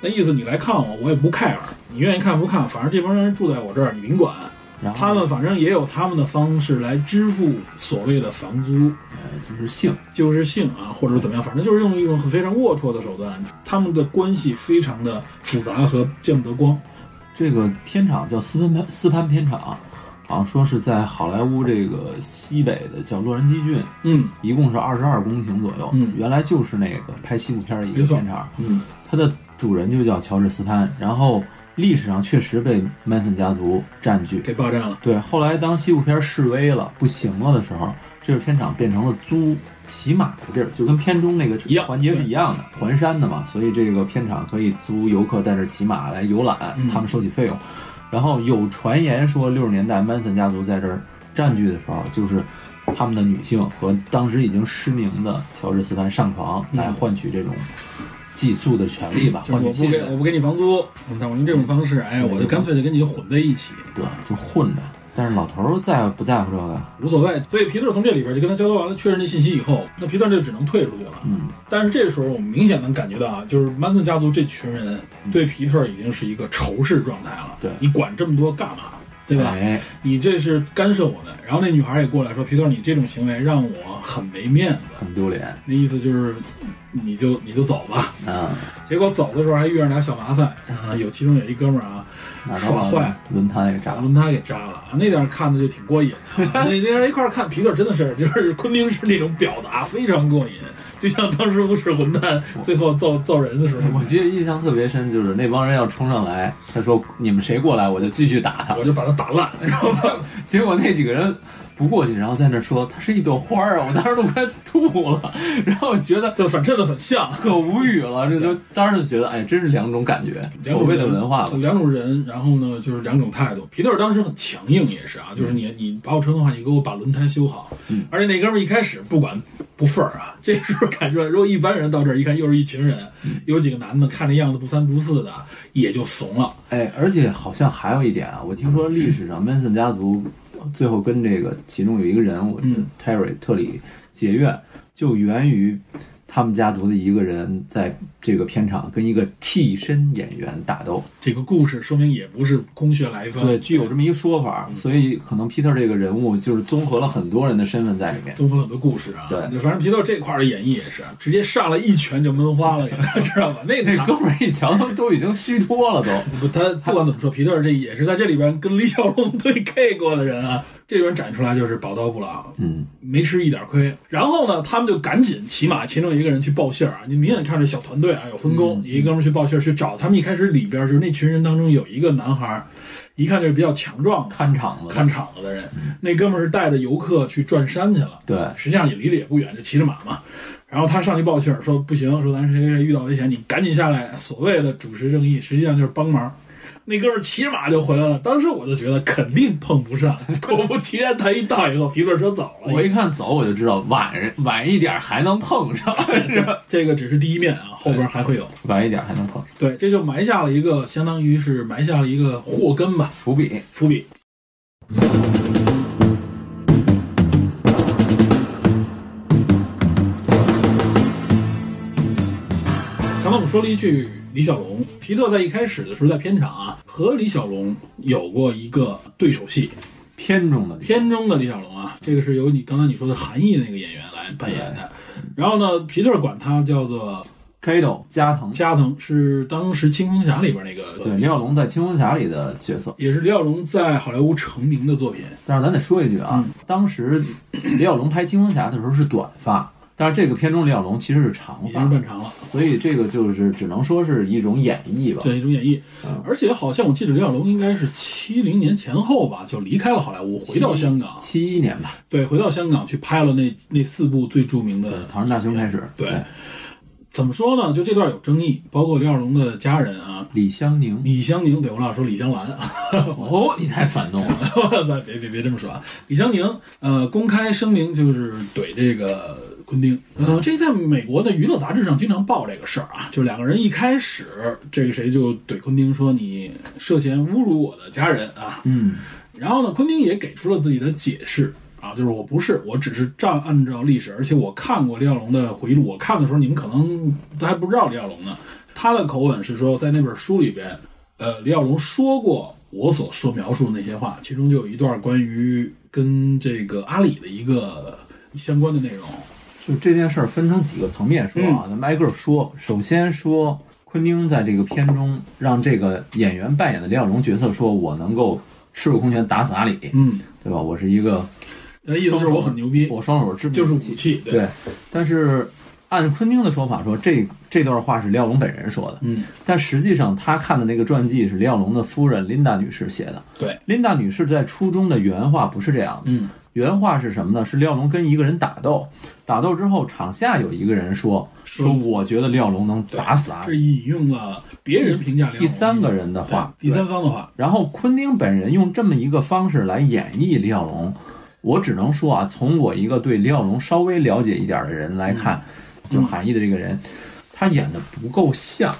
那意思你来看我，我也不 care，你愿意看不看，反正这帮人住在我这儿，你甭管。然后他们反正也有他们的方式来支付所谓的房租，呃就是性，就是性啊，或者是怎么样，反正就是用一种很非常龌龊的手段。他们的关系非常的复杂和见不得光。这个片场叫斯潘斯潘片场，好像说是在好莱坞这个西北的叫洛杉矶郡，嗯一共是二十二公顷左右。嗯原来就是那个拍西部片儿的一没个错片场，嗯，它的主人就叫乔治斯潘，然后历史上确实被曼森家族占据。给霸占了。对，后来当西部片示威了、不行了的时候，这个片场变成了租骑马的地儿，就跟片中那个一样环节是对一样的，环山的嘛，所以这个片场可以租游客带着骑马来游览，嗯他们收取费用。然后有传言说，六十年代曼森家族在这儿占据的时候，就是他们的女性和当时已经失明的乔治斯潘上床嗯来换取这种寄宿的权利吧，就是换我取不哦信给我任，嗯不给你房租，但我用这种方式，哎，我就干脆就跟你混在一起，对，就混着。但是老头儿在不在乎这个？无所谓。所以皮特从这里边就跟他交流完了确认这信息以后，那皮特就只能退出去了。嗯，但是这个时候，我们明显能感觉到啊，就是曼森家族这群人对皮特已经是一个仇视状态了。嗯对你管这么多干嘛？对吧？哎，你这是干涉我的。然后那女孩也过来说：“皮特，你这种行为让我很没面子。很丢脸。”那意思就是，你就你就走吧。啊，结果走的时候还遇上俩小麻烦嗯啊，有其中有一哥们儿啊，拿耍刀坏把轮胎给炸把了。轮胎给扎了啊，那点儿看的就挺过瘾的、 啊。那那边一块儿看皮特真的是就是昆汀式那种表达非常过瘾，就像当时无耻混蛋最后揍揍人的时候。我记得印象特别深，就是那帮人要冲上来，他说你们谁过来，我就继续打他。我就把它打烂，然后再结果那几个人不过去，然后在那说他是一朵花儿啊，我当时都快吐了，然后觉得。就反衬的很像。可无语了，这就当时就觉得，哎，真是两种感觉，所谓的文化吧。两种人，然后呢就是两种态度。皮特当时很强硬，也是啊，就是你你把我撑的话，你给我把轮胎修好。嗯而且那哥们儿一开始不管不忿儿啊，这时候感觉如果一般人到这儿一看，又是一群人，嗯有几个男的看那样子不三不四的，也就怂了。哎，而且好像还有一点啊，我听说历史上 Manson 家族最后跟这个其中有一个人物、嗯 Terry 特里结怨，就源于他们家族的一个人在这个片场跟一个替身演员打斗。这个故事说明也不是空穴来风，对，具嗯有这么一个说法，所以可能 Peter 这个人物就是综合了很多人的身份在里面。综合了很多故事啊。对就反正皮特这块儿的演绎也是，直接上来一拳就闷花 了，你知道吧？那那那哥们儿一瞧，他们都已经虚脱了都。不，他不管怎么说，皮特这也是在这里边跟李小龙对 K 过的人啊。这里边展出来就是宝刀不老，嗯，没吃一点亏。然后呢，他们就赶紧骑马，其中有一个人去报信儿啊。你明显看这小团队啊有分嗯工，有一哥们儿去报信儿去找他们。一开始里边就是那群人当中有一个男孩儿，一看就是比较强壮的看场子的，看场子的人。那哥们儿是带着游客去转山去了，嗯对，实际上也离得也不远，就骑着马嘛。然后他上去报信儿说不行，说咱谁谁谁遇到危险，你赶紧下来。所谓的主持正义，实际上就是帮忙。那哥们儿骑着马就回来了。当时我就觉得肯定碰不上， 果不其然，他一到以后，皮克车走了。我一看走我就知道晚晚一点还能碰 上，是吧？这个只是第一面啊，后边还会有。晚一点还能碰上，对，这就埋下了一个相当于是埋下了一个祸根吧，伏笔。伏笔。刚才我们说了一句李小龙，皮特在一开始的时候在片场啊，和李小龙有过一个对手戏。片中的地方片中的李小龙啊，这个是由你刚才你说的韩毅那个演员来扮演的。然后呢，皮特管他叫做 Kato 加藤，加藤，是当时《青蜂侠》里边那个对李小龙在《青龙侠》里的角色。也是李小龙在好莱坞成名的作品。但是咱得说一句嗯啊，当时李小龙拍《青龙侠》的时候是短发，但是这个片中李小龙其实是长已经是发，半长了，所以这个就是只能说是一种演绎吧。对一种演绎嗯，而且好像我记得李小龙应该是七零年前后吧，就离开了好莱坞，回到香港，七一年吧，对，回到香港去拍了那那四部最著名对，《的。唐人大兄》开始，对，怎么说呢？就这段有争议，包括李小龙的家人啊，李香凝，李香凝，对我老说李香兰啊， 哦，你太反动了，我操 别别别这么说啊，李香凝，呃，公开声明就是怼这个。昆汀，呃，这在美国的娱乐杂志上经常报这个事儿啊，就两个人一开始，这个谁就怼昆汀说你涉嫌侮辱我的家人啊，嗯，然后呢，昆汀也给出了自己的解释啊，就是我不是，我只是照按照历史，而且我看过李小龙的回忆录，我看的时候你们可能都还不知道李小龙呢。他的口吻是说，在那本书里边，呃，李小龙说过我所说描述的那些话，其中就有一段关于跟这个阿里的一个相关的内容。就这件事儿分成几个层面说嗯啊，咱们挨个儿说。首先说昆汀在这个片中让这个演员扮演的李小龙角色说，我能够赤手空拳打死阿里，嗯，对吧？我是一个那意思就是我很牛逼，我双手支就是武武器。对，对，但是按昆汀的说法说，这这段话是李小龙本人说的，嗯，但实际上他看的那个传记是李小龙的夫人琳达女士写的。对，琳达女士在初中的原话不是这样的，嗯，原话是什么呢？是李小龙跟一个人打斗，打斗之后场下有一个人说说说我觉得李小龙能打死啊这，引用了别人评价李小第龙三个人的对话，第三方的话，然后昆汀本人用这么一个方式来演绎李小龙，我只能说啊，从我一个对李小龙稍微了解一点的人来看，就韩毅的这个人，他演的不够像，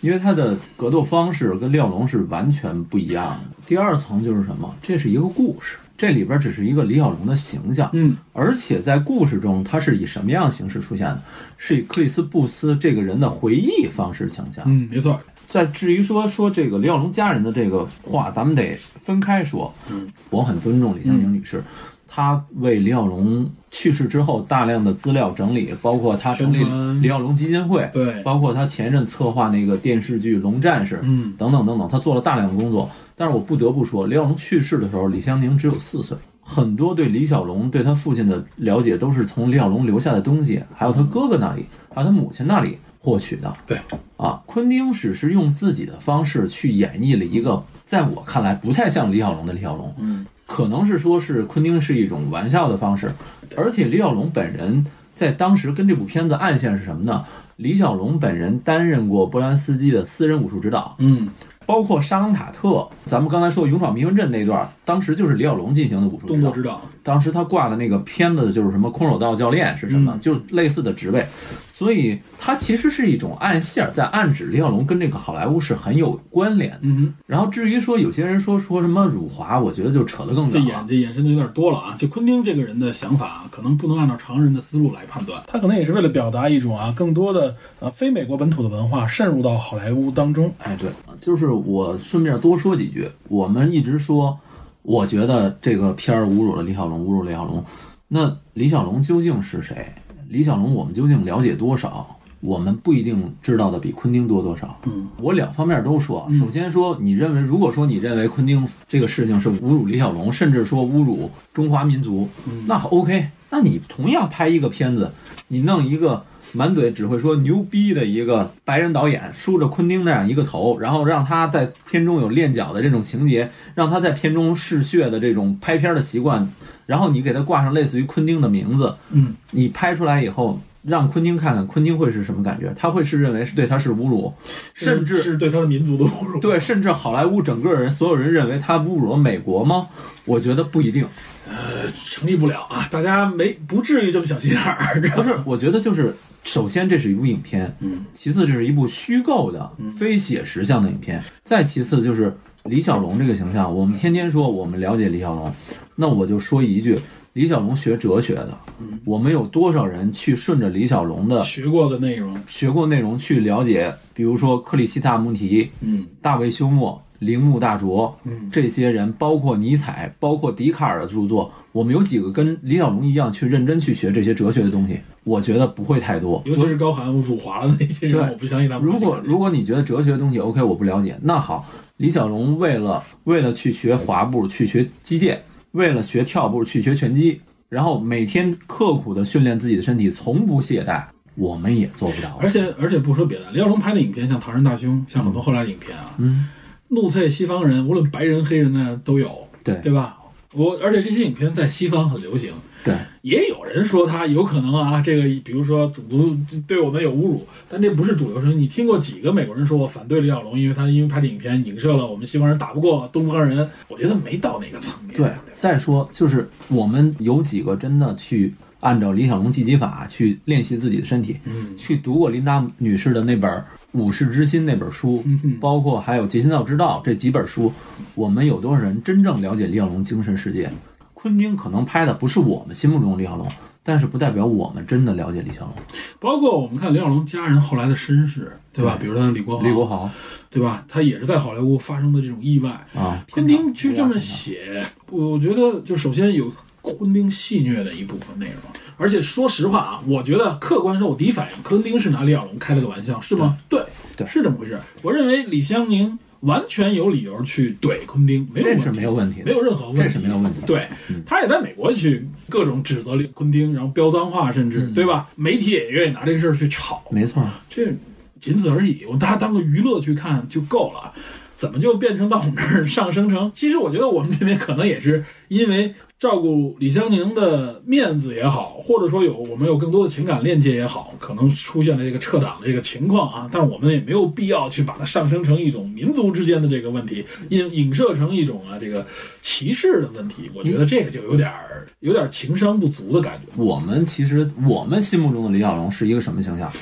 因为他的格斗方式跟李小龙是完全不一样的。第二层就是什么？这是一个故事，这里边只是一个李小龙的形象，嗯，而且在故事中他是以什么样的形式出现的？是以克里斯布斯这个人的回忆方式呈现。嗯，没错，在至于说说这个李小龙家人的这个话，咱们得分开说。嗯，我很尊重李香凝女士，她为李小龙去世之后大量的资料整理，包括她成立宣传李小龙基金会，对，包括她前任策划那个电视剧《龙战士》嗯，等等等等，她做了大量的工作。但是我不得不说，李小龙去世的时候，李香凝只有四岁。很多对李小龙、对他父亲的了解，都是从李小龙留下的东西，还有他哥哥那里，还有他母亲那里获取的。对，啊，昆汀只是用自己的方式去演绎了一个在我看来不太像李小龙的李小龙，嗯，可能是说是昆汀是一种玩笑的方式，而且李小龙本人在当时跟这部片子暗线是什么呢？李小龙本人担任过波兰斯基的私人武术指导，嗯，包括沙朗塔特，咱们刚才说《勇闯迷魂阵》那段，当时就是李小龙进行的武术动指作导。指导，当时他挂的那个片子就是什么空手道教练是什么，嗯就是类似的职位，所以他其实是一种暗线儿在暗指李小龙跟这个好莱坞是很有关联的。嗯然后至于说有些人说说什么辱华，我觉得就扯得更哼，这远演了。这延伸的有点多了啊。就昆汀这个人的想法，可能不能按照常人的思路来判断。他可能也是为了表达一种啊更多的啊非美国本土的文化渗入到好莱坞当中。哎，对，就是我顺便多说几句，我们一直说，我觉得这个片儿侮辱了李小龙，侮辱了李小龙。那李小龙究竟是谁？李小龙我们究竟了解多少？我们不一定知道的比昆汀多多少。嗯，我两方面都说。啊首先说，你认为如果说你认为昆汀这个事情是侮辱李小龙，甚至说侮辱中华民族，那 OK，那你同样拍一个片子，你弄一个满嘴只会说牛逼的一个白人导演，梳着昆汀那样一个头，然后让他在片中有练脚的这种情节，让他在片中嗜血的这种拍片的习惯，然后你给他挂上类似于昆汀的名字，嗯，你拍出来以后，让昆汀看看昆汀会是什么感觉，他会是认为是对他是侮辱，甚至是对他的民族的侮辱。对，甚至好莱坞整个人所有人认为他侮辱了美国吗？我觉得不一定。呃， 成立不了啊，大家没不至于这么小心眼儿。 不是，我觉得就是，首先这是一部影片，嗯，其次这是一部虚构的、非写实像的影片，再其次就是李小龙这个形象，我们天天说我们了解李小龙，那我就说一句，李小龙学哲学的，嗯我们有多少人去顺着李小龙的学过的内容，学过内容去了解，比如说克里希塔穆提、嗯大卫休谟、铃木大拙，嗯，这些人，包括尼采，包括笛卡尔的著作，我们有几个跟李小龙一样去认真去学这些哲学的东西？我觉得不会太多。尤其是高寒辱华的那些人，对我不相信他们会如这果样。如果你觉得哲学的东西 OK，我不了解，那好，李小龙为了为了去学滑步，去学击剑，为了学跳步，去学拳击，然后每天刻苦的训练自己的身体，从不懈怠，我们也做不到。而且而且不说别的，李小龙拍的影片，像《唐人大兄》，像很多后来的影片啊，嗯，怒退西方人，无论白人黑人呢都有，对对吧？我而且这些影片在西方很流行，对，也有人说他有可能啊，这个比如说种族对我们有侮辱，但这不是主流声音。你听过几个美国人说我反对李小龙，因为他因为拍的影片影射了我们西方人打不过东方人？我觉得没到那个层面。对，再说就是我们有几个真的去按照李小龙技击法去练习自己的身体，嗯去读过琳达女士的那本《武士之心》那本书，嗯哼包括还有《截拳道之道》这几本书，我们有多少人真正了解李小龙精神世界？昆汀可能拍的不是我们心目中的李小龙，但是不代表我们真的了解李小龙。包括我们看李小龙家人后来的身世，对吧？对比如他的李国豪，李国豪对吧？他也是在好莱坞发生的这种意外。啊，昆汀去这么写，我觉得就首先有昆汀戏谑的一部分内容，而且说实话啊，我觉得客观上我第一反应，昆汀是拿李小龙开了个玩笑，是吗？对，对是这么回事。我认为李湘宁完全有理由去怼昆汀，没有这问是题，没有问题的，没有任何问题，这是没有问题的。嗯对，他也在美国去各种指责昆汀，然后飙脏话，甚嗯至、对吧？媒体也愿意拿这个事儿去炒，没错，这仅此而已，我大家当个娱乐去看就够了。啊怎么就变成到我们这儿上升成？其实我觉得我们这边可能也是因为照顾李香凝的面子也好，或者说有我们有更多的情感链接也好，可能出现了这个撤档的这个情况啊。但是我们也没有必要去把它上升成一种民族之间的这个问题，影影射成一种啊这个歧视的问题。我觉得这个就有点儿有点儿情商不足的感觉。我们其实我们心目中的李小龙是一个什么形象？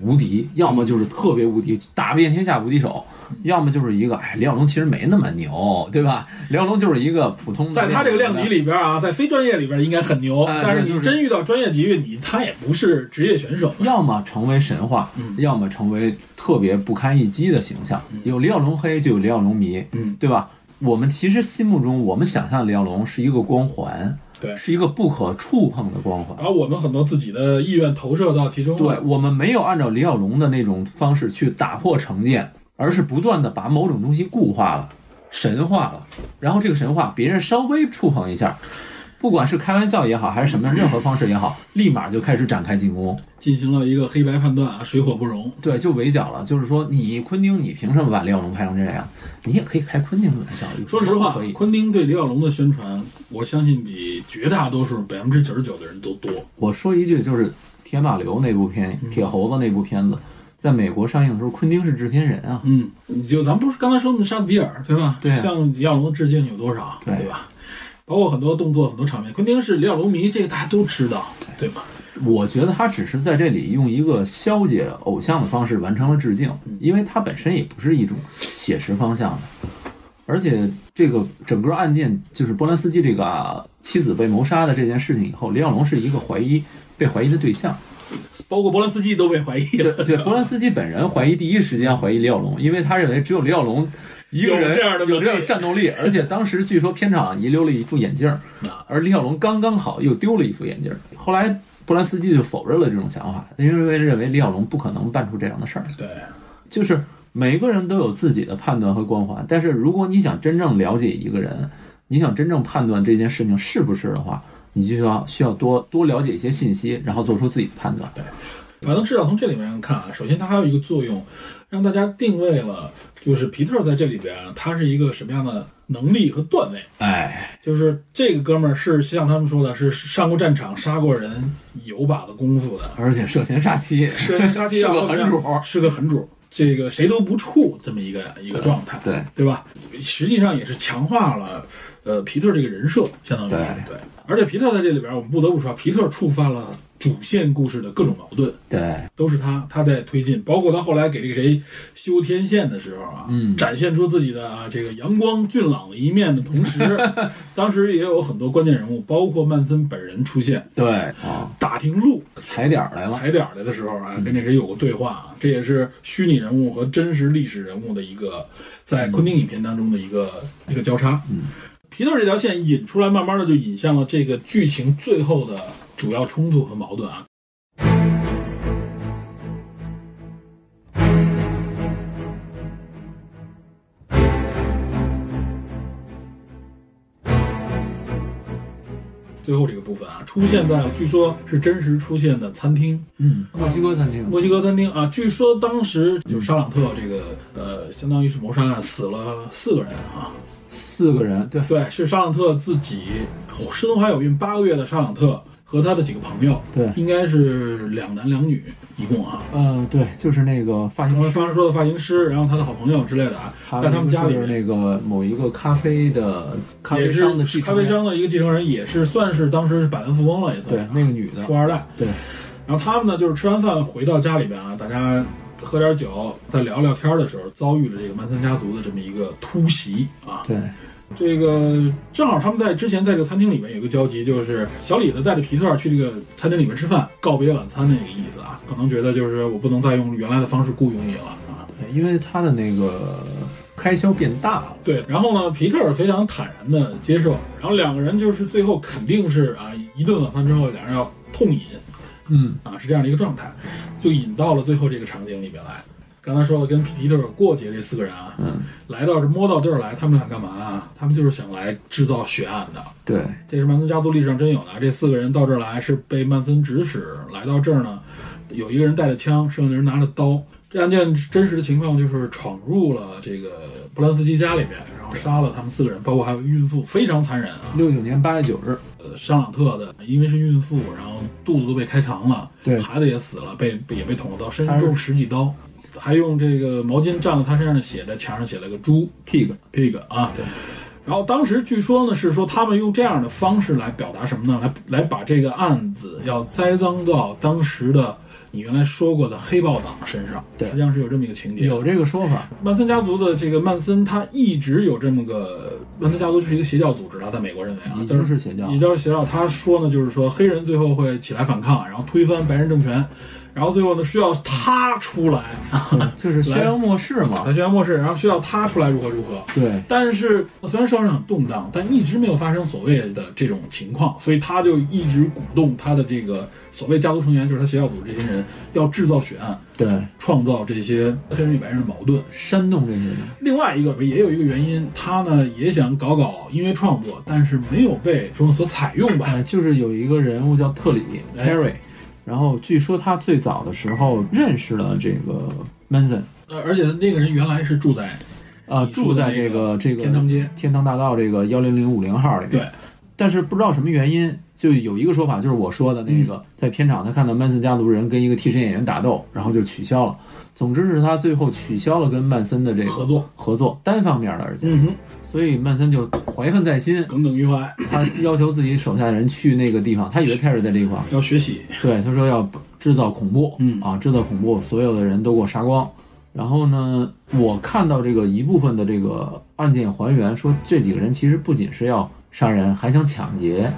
无敌，要么就是特别无敌，打遍天下无敌手，要么就是一个哎，李小龙其实没那么牛，对吧？李小龙就是一个普通的，嗯在他这个量级，里边啊，在非专业里边应该很牛，哎但是就你是真遇到专业级别，你他也不是职业选手。要么成为神话，嗯要么成为特别不堪一击的形象。有李小龙黑，就有李小龙迷，嗯，对吧？我们其实心目中，我们想象李小龙是一个光环，对是一个不可触碰的光环。把我们很多自己的意愿投射到其中对了。我们没有按照李小龙的那种方式去打破成见，而是不断的把某种东西固化了、神化了，然后这个神话别人稍微触碰一下，不管是开玩笑也好，还是什么任何方式也好，立马就开始展开进攻，进行了一个黑白判断啊，水火不容。对，就围剿了。就是说，你昆汀，你凭什么把李小龙拍成这样？你也可以开昆汀的玩笑。说实话可，以，昆汀对李小龙的宣传，我相信比绝大多数百分之九十九的人都多。我说一句，就是《铁马流》那部片，嗯《铁猴子》那部片子，在美国上映的时候，昆汀是制片人啊。嗯，你就咱不是刚才说的杀死比尔对吧？对啊向李小龙致敬有多少对吧？包括很多动作、很多场面，昆汀是李小龙迷，这个大家都知道，对吧？我觉得他只是在这里用一个消解偶像的方式完成了致敬，因为他本身也不是一种写实方向的。而且这个整个案件，就是波兰斯基这个啊妻子被谋杀的这件事情以后，李小龙是一个怀疑被怀疑的对象。包括波兰斯基都被怀疑了，对，波兰斯基本人怀疑第一时间怀疑李小龙，因为他认为只有李小龙一个人有这样的有这样能力战斗力，而且当时据说片场遗留了一副眼镜儿，啊而李小龙刚刚好又丢了一副眼镜儿。后来波兰斯基就否认了这种想法，因为认为李小龙不可能办出这样的事儿。对。就是每个人都有自己的判断和光环，但是如果你想真正了解一个人，你想真正判断这件事情是不是的话，你就要需要多多了解一些信息，然后做出自己的判断。反正至少从这里面看啊，首先它还有一个作用，让大家定位了，就是皮特在这里边他是一个什么样的能力和段位。哎，就是这个哥们儿是像他们说的，是上过战场、杀过人，有把子功夫的，而且涉嫌杀妻，是杀鸡 是个要狠要主是个狠主，这个谁都不怵这么一个一个状态，对对吧？实际上也是强化了呃皮特这个人设，相当于是对。而且皮特在这里边，我们不得不说，皮特触发了主线故事的各种矛盾，对，都是他他在推进，包括他后来给这个谁修天线的时候啊，嗯展现出自己的啊这个阳光俊朗的一面的同时，当时也有很多关键人物，包括曼森本人出现，对啊，打听路踩点儿来了，踩点儿来的时候啊，跟这谁有过对话啊，这也是虚拟人物和真实历史人物的一个在昆汀影片当中的一个一个交叉。嗯，皮特这条线引出来，慢慢的就引向了这个剧情最后的主要冲突和矛盾啊。最后这个部分啊，出现在据说是真实出现的餐厅，嗯，墨西哥餐厅，墨西哥餐厅啊，据说当时就是沙朗特这个呃，相当于是谋杀案，死了四个人啊。四个人，对，对，是沙朗特自己失踪还有孕八个月的沙朗特和他的几个朋友，对应该是两男两女，一共啊。呃，对，就是那个发型刚才师，方说的发型师，然后他的好朋友之类的啊，在他们家里还有一个面是那个某一个咖啡的咖啡也是商的继承咖啡人，商的一个继承人，也是算是当时是百万富翁了，也算对是，啊那个女的富，二代。对，然后他们呢，就是吃完饭回到家里边啊，大家喝点酒，在聊聊天的时候，遭遇了这个曼森家族的这么一个突袭啊。对，这个正好他们在之前在这个餐厅里面有一个交集，就是小李子带着皮特去这个餐厅里面吃饭，告别晚餐那个意思啊。可能觉得就是我不能再用原来的方式雇佣你了啊。对因为他的那个开销变大了，对，然后呢，皮特非常坦然的接受，然后两个人就是最后肯定是啊，一顿晚饭之后，两人要痛饮，嗯，啊，是这样的一个状态，就引到了最后这个场景里边来。刚才说了，跟皮特过节这四个人啊，嗯，来到这摸到地儿来，他们想干嘛啊？他们就是想来制造血案的。对，这是曼森家族历史上真有的啊，这四个人到这儿来是被曼森指使来到这儿呢，有一个人带着枪，剩下的人拿着刀。这案件真实的情况就是闯入了这个布兰斯基家里边，然后杀了他们四个人，包括还有孕妇，非常残忍啊。六九年八月九日，呃，沙朗特的，因为是孕妇，然后肚子都被开肠了，对孩子也死了，被被也被捅了刀，身还上是中十几刀，还用这个毛巾蘸了他身上的血，在墙上写了个猪 pig， pig 啊。然后当时据说呢，是说他们用这样的方式来表达什么呢？来来把这个案子要栽赃到当时的你原来说过的黑豹党身上，对实际上是有这么一个情节。有这个说法，曼森家族的这个曼森，他一直有这么个曼森家族是一个邪教组织，他在美国认为啊，已就是经是邪教也，就是邪教，他说呢，就是说黑人最后会起来反抗，然后推翻白人政权，然后最后呢需要他出来，嗯 就是宣扬末世嘛才，宣扬末世，然后需要他出来如何如何。对，但是虽然社会上很动荡，但一直没有发生所谓的这种情况，所以他就一直鼓动他的这个所谓家族成员，就是他邪教组织这些人，要制造血案，对，创造这些黑人与白人的矛盾。煽动这些人，另外一个也有一个原因，他呢也想搞搞音乐创作，但是没有被中国所采用吧？哎，就是有一个人物叫特里哎 Terry，然后据说他最早的时候认识了这个 Manson，呃，而且那个人原来是住在啊，你说住的在那这个个这个天堂街天堂大道这个幺零零五零号里面。对，但是不知道什么原因，就有一个说法，就是我说的那嗯个，在片场他看到曼森家族人跟一个替身演员打斗，然后就取消了。总之是他最后取消了跟曼森的这个合作合作，单方面的，而且，嗯哼，所以曼森就怀恨在心，耿耿于怀，他要求自己手下的人去那个地方，他以为泰瑞在这一块儿，要学习。对，他说要制造恐怖，嗯啊，制造恐怖，所有的人都给我杀光。然后呢，我看到这个一部分的这个案件还原，说这几个人其实不仅是要杀人，还想抢劫。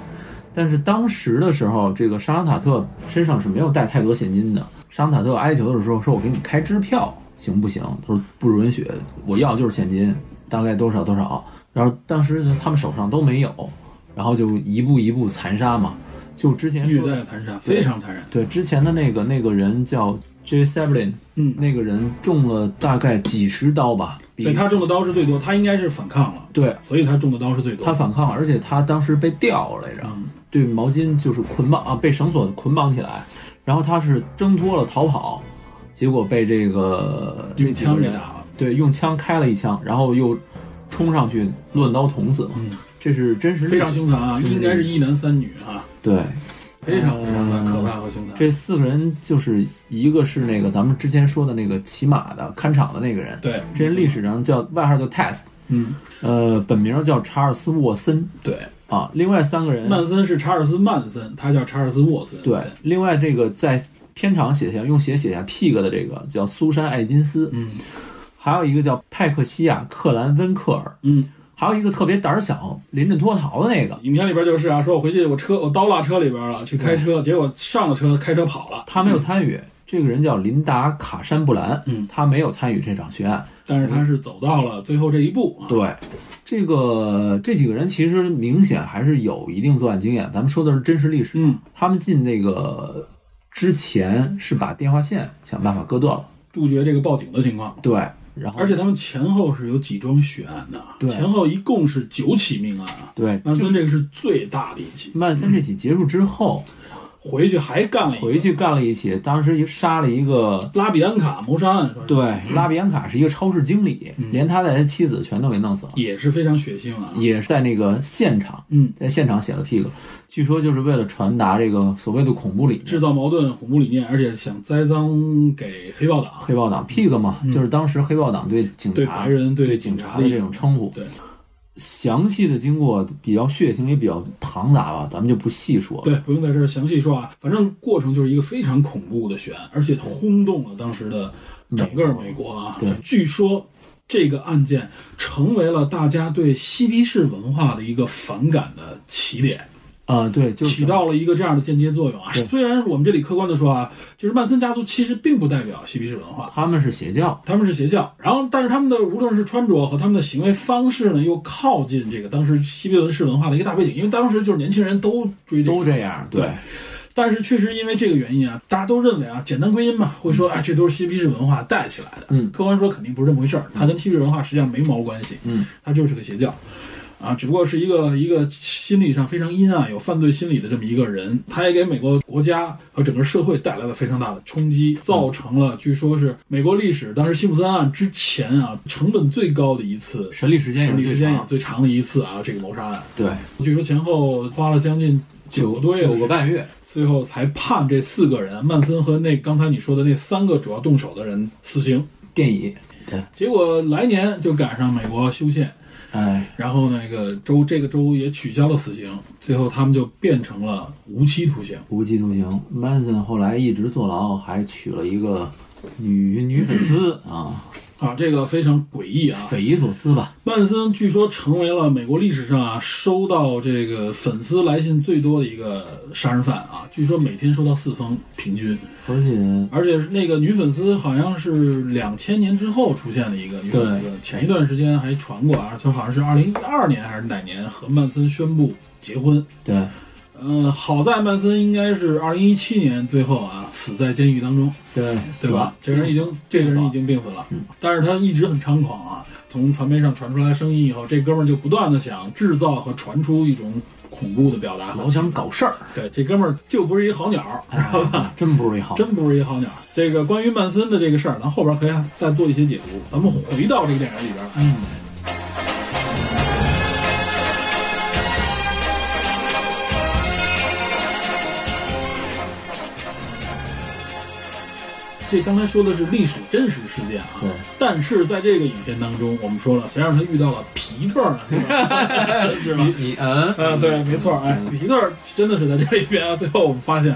但是当时的时候，这个沙朗塔特身上是没有带太多现金的。沙朗塔特哀求的时候说：“我给你开支票，行不行？”他说：“不允许，我要就是现金，大概多少多少。”然后当时他们手上都没有，然后就一步一步残杀嘛。就之前虐说的待残杀，非常残忍。对，之前的那个那个人叫 J. Seblin，嗯那个人中了大概几十刀吧，对比他中的刀是最多，他应该是反抗了，对所以他中的刀是最多。他反抗，而且他当时被吊来着，嗯对毛巾就是捆绑啊，被绳索捆绑起来，然后他是挣脱了逃跑，结果被这个用这几个枪给人打了，对用枪开了一枪，然后又冲上去乱刀捅死嘛，嗯这是真实非常凶残啊，应该是一男三女啊，对。非常非常的可怕和凶残。嗯这四个人就是一个是那个咱们之前说的那个骑马的看场的那个人，对，这人历史上叫外号叫 Test，嗯，呃，本名叫查尔斯沃森对，啊。另外三个人，曼森是查尔斯曼森，他叫查尔斯沃森。对，另外这个在片场写下用血写下 pig 的这个叫苏珊艾金斯，嗯还有一个叫派克西亚克兰温克尔，嗯，还有一个特别胆儿小临阵脱逃的那个。影片里边就是啊，说我回去我车我刀落车里边了，去开车，结果上了车开车跑了，他没有参与。这个人叫琳达·卡山布兰，嗯他没有参与这场血案。但是他是走到了最后这一步啊。对，这个这几个人其实明显还是有一定作案经验。咱们说的是真实历史，嗯，他们进那个之前是把电话线想办法割断了。杜绝这个报警的情况。对，然后而且他们前后是有几桩血案的啊，对前后一共是九起命案啊。对曼就是森这个是最大的一起，曼森这起结束之后，回去还干了一个回去干了一起，当时杀了一个。拉比安卡谋杀案，说是对，拉比安卡是一个超市经理，嗯连他带他妻子全都给弄死了，也是非常血腥啊。也是在那个现场嗯，在现场写了 pig，据说就是为了传达这个所谓的恐怖理制念。造矛盾、恐怖理念，而且想栽赃给黑豹党。黑豹党 pig 嘛，就是当时黑豹党对警嗯察、对白人对对警警察察的的一这种称呼。对，详细的经过比较血腥，也比较庞杂吧，咱们就不细说。对，不用在这儿详细说啊，反正过程就是一个非常恐怖的悬案，而且轰动了当时的整个美国啊。对据说这个案件成为了大家对嬉皮士文化的一个反感的起点，啊、对，就是起到了一个这样的间接作用啊。对虽然我们这里客观的说啊，就是曼森家族其实并不代表嬉皮士文化，他们是邪教，他们是邪教，然后但是他们的无论是穿着和他们的行为方式呢，又靠近这个当时西比伦式文化的一个大背景，因为当时就是年轻人都追这都个，这样。对但是确实因为这个原因啊，大家都认为啊，简单归因嘛，会说哎，这都是嬉皮士文化带起来的。嗯客观说肯定不是这么回事儿，它跟嬉皮士文化实际上没毛关系，嗯，它就是个邪教。啊，只不过是一个一个心理上非常阴暗、有犯罪心理的这么一个人，他也给美国国家和整个社会带来了非常大的冲击，嗯造成了据说是美国历史当时辛普森案之前啊成本最高的一次审理时间也审是理时最间也长。最长的一次啊这个谋杀案，对，据说前后花了将近九个多月的九时个间半月。最后才判这四个人，曼森和那刚才你说的那三个主要动手的人死刑。电椅，对，结果来年就赶上美国修宪，哎，然后那个州这个州也取消了死刑，最后他们就变成了无期徒刑。无期徒刑。Manson 后来一直坐牢，还娶了一个女女粉 丝啊，啊，这个非常诡异 啊！匪夷所思吧？曼森据说成为了美国历史上啊收到这个粉丝来信最多的一个杀人犯啊，据说每天收到四封平均，而且而且那个女粉丝好像是两千年之后出现的一个女粉丝，前一段时间还传过啊，就好像是二零一二年还是哪年和曼森宣布结婚。对呃，好在曼森应该是二零一七年最后啊死在监狱当中，对对吧？这个人已经这个人已经病死了，嗯但是他一直很猖狂啊。从传媒上传出来声音以后，这哥们儿就不断的想制造和传出一种恐怖的表达和老情想绪搞事儿，对，这哥们儿就不是一好鸟儿，知道吧？ 啊真不是一好。真不是一好鸟。这个关于曼森的这个事儿，咱后边可以再做一些解读。咱们回到这个电影里边来。嗯这刚才说的是历史真实事件啊，对。但是在这个影片当中，我们说了，谁让他遇到了皮特呢？是 吧是吧？你嗯啊，对，没错，哎，皮特真的是在这里边啊。最后我们发现，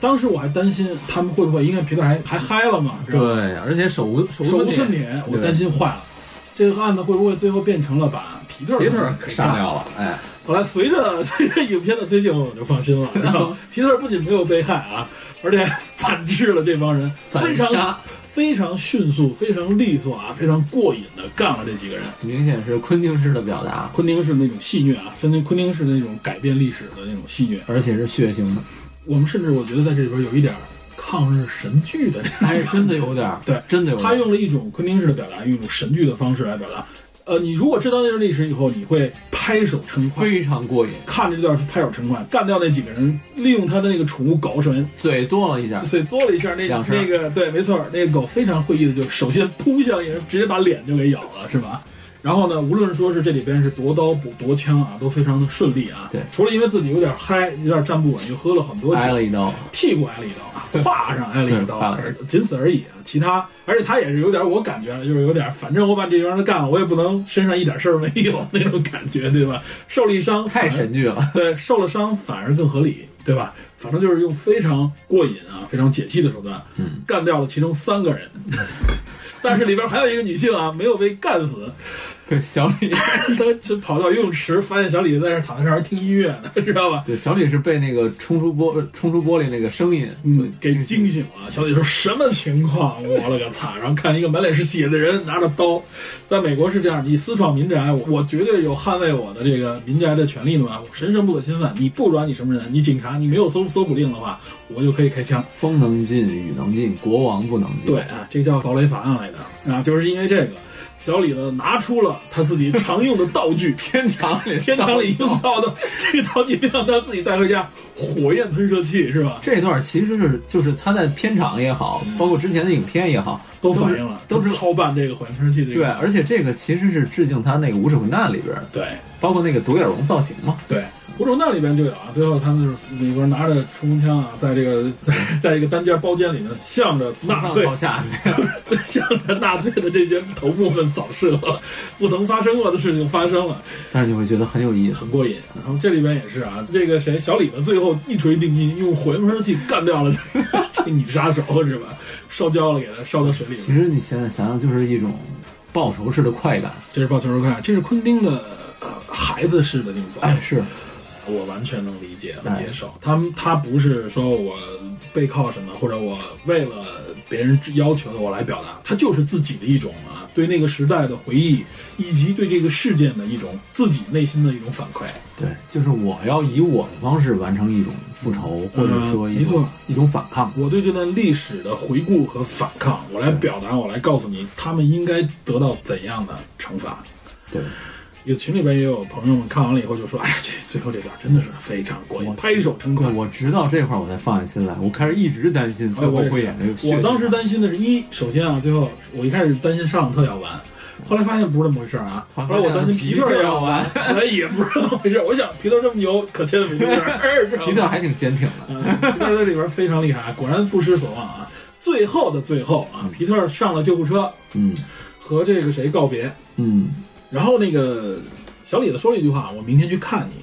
当时我还担心他们会不会，因为皮特还还嗨了嘛，是吧？对，而且手无手手无无寸寸铁，铁，我担心坏了，这个案子会不会最后变成了把皮特别特儿给杀干掉了，哎，后来随着这个影片的推进，我就放 心了。然后皮特不仅没有被害啊，而且反制了这帮人，非反常杀非常迅速、非常利索啊，非常过瘾的干了这几个人。明显是昆汀式的表达，昆汀式那种戏谑啊，分昆汀式那种改变历史的那种戏谑。而且是血 腥的，我们甚至我觉得在这里边有一点抗日神剧的这种哎，真的有点儿， 对真的有点儿。他用了一种昆汀式的表达，用一种神剧的方式来表达。呃，你如果知道这段历史以后，你会拍手称快。非常过瘾，看着这段拍手称快，干掉那几个人，利用他的那个宠物狗，首先嘴剁了一下，所以嘬了一下，那两声那个对，没错，那个狗非常会意的，就首先扑向一人，直接把脸就给咬了，是吧？然后呢，无论说是这里边是夺刀补夺枪啊，都非常的顺利啊。对哎除了因为自己有点嗨，有点站不稳，又喝了很多酒，挨了一刀，屁股挨了一刀 啊，胯上挨了一刀，对胯上而仅此而已啊。其他，而且他也是有点，我感觉就是有点，反正我把这帮人干了，我也不能身上一点事儿没有那种感觉，对 吧？受了一伤，太反而神剧了。 对，受了伤反而更合理，对吧？反正就是用非常过瘾啊、非常解气的手段，嗯，干掉了其中三 个人，但是里边还有一个女性啊，没有被干死， 对，小李，她就跑到游泳池，发现小李在那躺在那儿听音乐呢，知道吧？对，小李是被那个冲出玻冲出玻璃那个声音所以嗯给惊惊醒了。小李说什么情况？我了个擦！然后看一个满脸是血的人拿着刀，在美国是这样，你私闯民宅，我我绝对有捍卫我的这个民宅的权利的嘛，我神圣不可侵犯。你不管你什么人，你警察你没有搜搜捕令的话，我就可以开枪。风能进，雨能进，国王不能进。对，啊，这个叫劳雷法案来的啊，就是因为这个，小李呢拿出了他自己常用的道 具天堂里，天堂里用到的这个道具，让他自己带回家，火焰喷射器是吧？这段其实是就是他在片场也好，包括之前的影片也好，嗯都反映了，都是操办这个火焰喷射器这对，个。而且这个其实是致敬他那个《无耻混蛋》里边，对包括那个独眼龙造型嘛。对对，古种那里边就有啊。最后他们就是里边拿着冲锋枪啊，在这个在在一个单间包间里面，向着纳上粹朝下，向着纳粹的这些头目们扫射，不曾发生过的事情发生了。但是你会觉得很有意思。很过瘾。然后这里边也是啊，这个谁小李子最后一锤定音，用火焰喷射器干掉了这个 这个女杀手是吧？烧焦了，给她烧到水里了。其实你现在想想，就是一种报仇式的快感。这是《报仇之快》，这是昆汀的、呃、孩子式的那种作品哎，，是我完全能理解和哎接受。他们他不是说我背靠什么，或者我为了别人要求的我来表达，他就是自己的一种啊，对那个时代的回忆，以及对这个事件的一种自己内心的一种反馈。对，就是我要以我的方式完成一种复仇，或者说一嗯没错种一种反抗。我对这段历史的回顾和反抗，我来表达，我来告诉你，他们应该得到怎样的惩罚。对，有群里边也有朋友们看完了以后就说：“哎呀，这最后这段真的是非常过瘾，拍手称对，快。我直到这块儿我才放下心来，我开始一直担心哎最后我也是”会演这个血腥。啊我当时担心的是一，首先啊，最后我一开始担心上特效完，后来发现不是那么回事儿啊。后来我担心皮特要完，后来也不是那么回事儿。我想皮特这么牛，可千万别这样。 皮特还挺坚挺的。嗯皮特在里边非常厉害，啊果然不失所望啊。最后的最后啊，皮特上了救护车，嗯和这个谁告别，嗯，然后那个小李子说了一句话：“我明天去看你。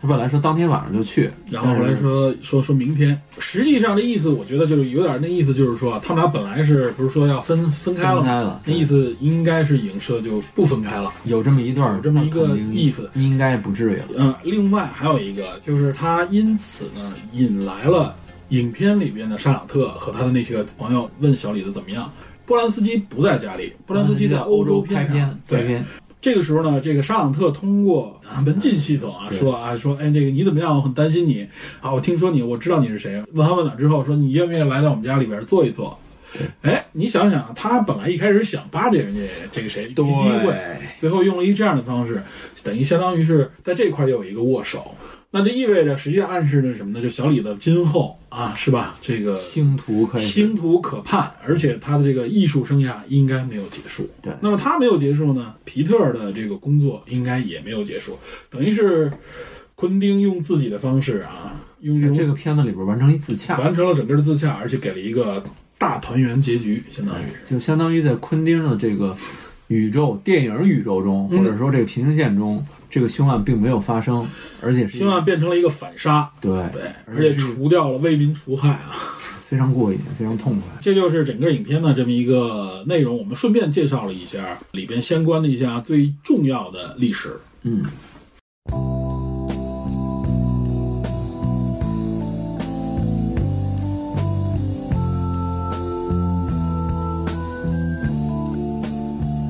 他本来说当天晚上就去，”然后后来说说说明天，实际上这意思，我觉得就是有点那意思，就是说他们俩本来是不是说要分分开但是了分吗？开了，那意思思应该是影射就不分开了。有这么一段儿，有这么一个那肯定意思应该不至于了。呃，另外还有一个就是他因此呢引来了影片里边的沙朗特和他的那些个朋友问小李子怎么样。波兰斯基不在家里，波兰斯啊基在欧洲拍片片场拍对，片，这个时候呢，这个沙朗特通过啊门禁系统啊对说啊说，哎，这个你怎么样？我很担心你啊，我听说你，我知道你是谁。问他问哪之后，说你愿不愿意来到我们家里边坐一坐？哎，你想想，他本来一开始想巴结人家这个谁，没机会，最后用了一这样的方式，等于相当于是在这块儿有一个握手，那就意味着实际上暗示着什么呢？就小李子今后啊，是吧？这个星途可以星途可盼，而且他的这个艺术生涯应该没有结束。对那么他没有结束呢，皮特的这个工作应该也没有结束，等于是昆汀用自己的方式啊，用是这种个片子里边完成一自洽，完成了整个的自洽，而且给了一个大团圆结局，相当于是。就相当于在昆汀的这个宇宙、电影宇宙中，嗯或者说这个平行线中，这个凶案并没有发生，而且是一凶案变成了一个反杀，对对，而而且且是除掉了为民除害啊。非常过瘾，非常痛快。这就是整个影片的这么一个内容。我们顺便介绍了一下里边相关的一下最重要的历史。嗯，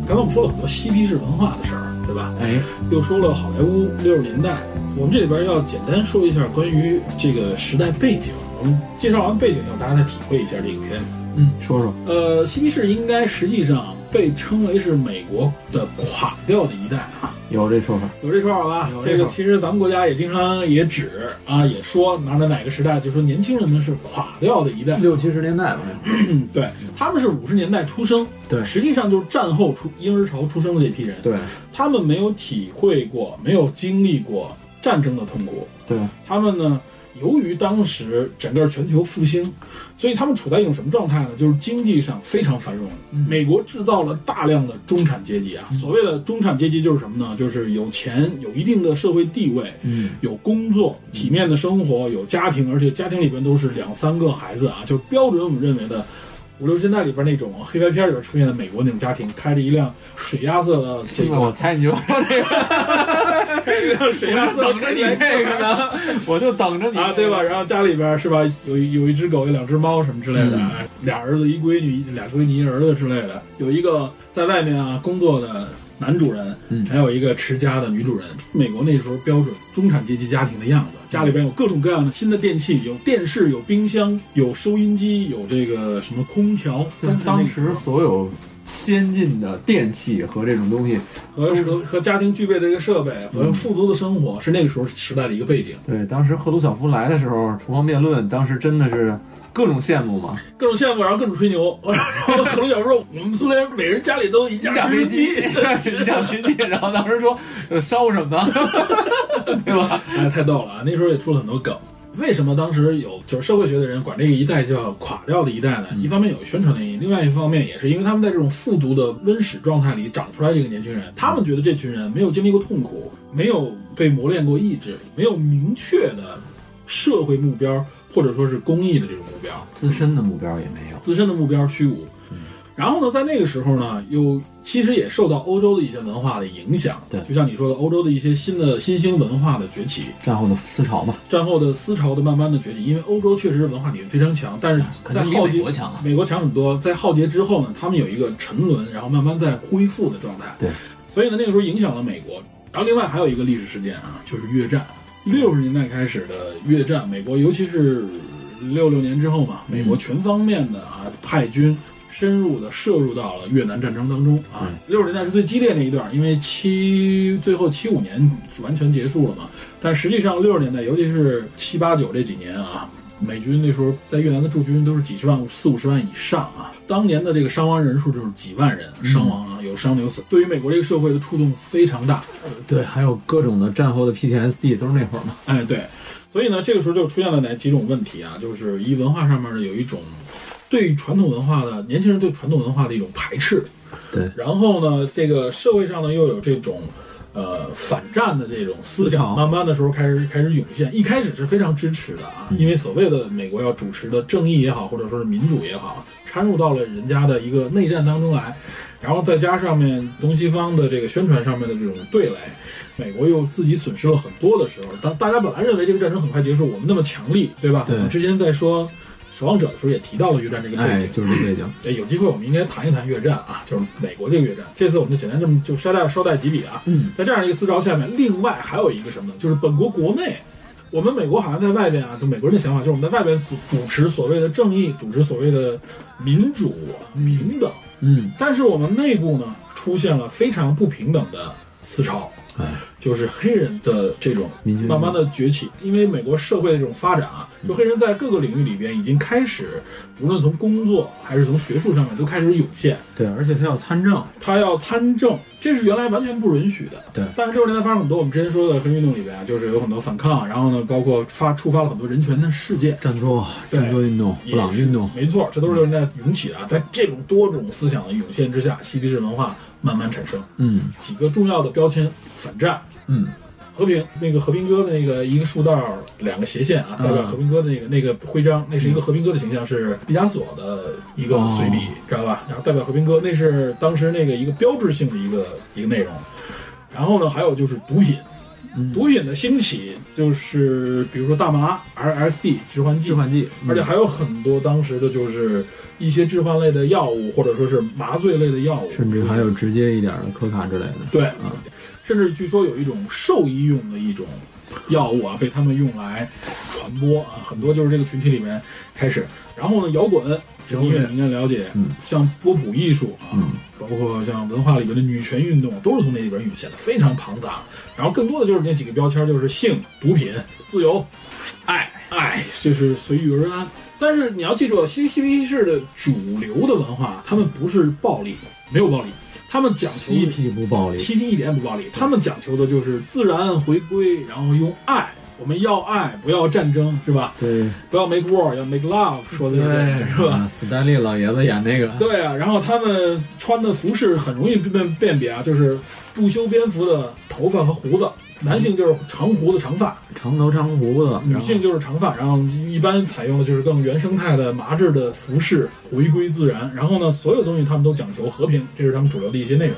刚才我们说了很多嬉皮士文化的事儿，对吧？哎，又说了好莱坞六十年代，我们这里边要简单说一下关于这个时代背景。我们介绍完背景以后，大家再体会一下这个影片。嗯，说说呃，嬉皮士应该实际上被称为是美国的垮掉的一代啊。有这说法。有这说法吧？有这这个说法其实咱们国家也经常也指啊，也说拿着哪个时代，就说年轻人们是垮掉的一代。六七十年代吧，嗯，对，他们是五十年代出生，对实际上就是战后出婴儿潮出生的这批人，对他们没有体会过，没有经历过战争的痛苦，对，他们呢，由于当时整个全球复兴，所以他们处在一种什么状态呢？就是经济上非常繁荣。嗯美国制造了大量的中产阶级啊，所谓的中产阶级就是什么呢？就是有钱，有一定的社会地位，嗯，有工作，体面的生活，有家庭，而且家庭里边都是两三个孩子啊，就是标准我们认为的。五六十年代里边那种黑白片里边出现的美国那种家庭，开着一辆水鸭色 的这我个，猜 你就说这个，开着一辆水鸭色 的等着你这个呢，我就等着 你啊， 对吧？？然后家里边儿是吧，有有一只狗，有两只猫什么之类的，嗯哎俩儿子一闺女，俩闺女一儿子之类的。有一个在外面啊工作的男主人，嗯还有一个持家的女主人。美国那时候标准中产阶级家庭的样嗯子，家里边有各种各样的新的电器，有电视，有冰箱，有收音机，有这个什么空调。就是当那时个所有先进的电器和这种东西，和和和家庭具备的这个设备和嗯富足的生活，是那个时候时代的一个背景。对，当时赫鲁晓夫来的时候，厨房辩论，当时真的是各种羡慕嘛，各种羡慕，然后各种吹牛，然后可能想说我们苏联每人家里都有一一架架直飞升机，机， 一架飞机，然后当时说呃烧什么呢？ 对吧？哎，太逗了啊！那时候也出了很多梗。为什么当时有就是社会学的人管这个一代叫垮掉的一代呢？一方面有宣传的原因，另外一方面也是因为他们在这种富足的温室状态里长出来这个年轻人，他们觉得这群人没有经历过痛苦，没有被磨练过意志，没有明确的社会目标或者说是公益的这种目标，自身的目标也没有，自身的目标虚无。嗯然后呢，在那个时候呢，又其实也受到欧洲的一些文化的影响，对就像你说的，欧洲的一些新的新兴文化的崛起，战后的思潮嘛，战后的思潮的慢慢的崛起，因为欧洲确实是文化底蕴非常强，但是肯在定浩比美劫国强啊。美国强很多，在浩劫之后呢，他们有一个沉沦，然后慢慢在恢复的状态。对，所以呢，那个时候影响了美国。然后另外还有一个历史事件啊，就是越战。六十年代开始的越战，美国尤其是六六年之后嘛，美国全方面的啊派军深入的摄入到了越南战争当中啊。六十年代是最激烈那一段，因为七最后七五年完全结束了嘛。但实际上六十年代，尤其是七八九这几年啊，美军那时候在越南的驻军都是几十万、四五十万以上啊。当年的这个伤亡人数就是几万人伤亡啊，有伤有死，对于美国这个社会的触动非常大。对，还有各种的战后的 PTSD 都是那会儿嘛。哎，对，所以呢，这个时候就出现了哪几种问题啊？就是一文化上面呢有一种对传统文化的年轻人对传统文化的一种排斥，对然后呢，这个社会上呢又有这种。呃，反战的这种思思想，潮慢慢的时候开始开始涌现。一开始是非常支持的啊，因为所谓的美国要主持的正义也好，或者说是民主也好，掺入到了人家的一个内战当中来，然后再加上面东西方的这个宣传上面的这种对垒，美国又自己损失了很多的时候，当大家本来认为这个战争很快结束，我们那么强力，对吧？对我们之前在说《守望者》的时候也提到了越战这个背景。就是这背景。哎有机会我们应该谈一谈越战啊，就是美国这个越战。这次我们就简单这么就捎带捎带几笔啊。嗯，在这样一个思潮下面，另外还有一个什么呢？就是本国国内，我们美国好像在外边啊，就美国人的想法就是我们在外边主主持所谓的正义，主持所谓的民主、平等，嗯，但是我们内部呢出现了非常不平等的思潮，哎，就是黑人的这种民嗯权运动慢慢的崛起，因为美国社会的这种发展啊，就黑人在各个领域里边已经开始，无论从工作还是从学术上面都开始涌现，对，而且他要参政，他要参政，这是原来完全不允许的。对但是六十年代发生很多我们之前说的黑人运动里边啊，就是有很多反抗，然后呢，包括发触发了很多人权的事件。战斗、对战斗运动、也布 朗运动，是没错，这都是六十年代涌起的啊。在这种多种思想的涌现之下，嬉皮士文化慢慢产生。嗯几个重要的标签：反战、嗯，和平。那个和平鸽的那个一个竖道儿，两个斜线啊，代表嗯和平鸽的那个那个徽章，那是一个和平鸽的形象，是毕加索的一个哦随笔，知道吧？然后代表和平鸽，那是当时那个一个标志性的一个一个内容。然后呢，还有就是毒品。嗯毒品的兴起，就是比如说大麻、RSD 致幻剂致，幻剂，嗯而且还有很多当时的就是一些致幻类的药物，或者说是麻醉类的药物，甚至还有嗯直接一点的可卡之类的。对，甚至据说有一种兽医用的一种药物啊，被他们用来传播啊，很多就是这个群体里面开始。然后呢，摇滚这个音乐你应该了解，嗯像波普艺术啊，嗯包括像文化里边的女权运动，都是从那里边涌现的，非常庞大。然后更多的就是那几个标签，就是性、毒品、自由、爱爱，就是随遇而安。但是你要记住，啊嬉嬉皮士的主流的文化，他们不是暴力，没有暴力，他们讲求嬉皮不暴力，嬉皮一点也不暴力，他们讲求的就是自然回归，然后用爱。我们要爱，不要战争，是吧？对不要 make war，要 make love，说的是这个，是吧？嗯啊斯丹利老爷子演那个，对啊，然后他们穿的服饰很容易辨辨别啊，就是不修边幅的头发和胡子，男性就是长胡子长发，长头长胡子，女性就是长发，然后一般采用的就是更原生态的麻质的服饰，回归自然。然后呢，所有东西他们都讲求和平，这是他们主流的一些内容。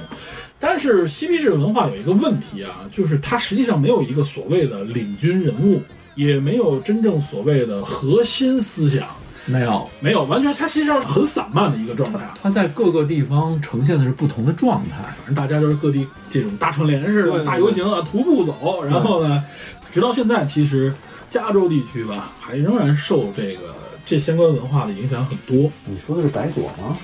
但是嬉皮士文化有一个问题啊，就是它实际上没有一个所谓的领军人物，也没有真正所谓的核心思想，没有，没有，完全它实际上是很散漫的一个状态。啊它在各个地方呈现的是不同的状态。反正大家就是各地这种大串联似的大游行啊，徒步走，然后呢，直到现在，其实加州地区吧，还仍然受这个这相关文化的影响很多。你说的是白左吗？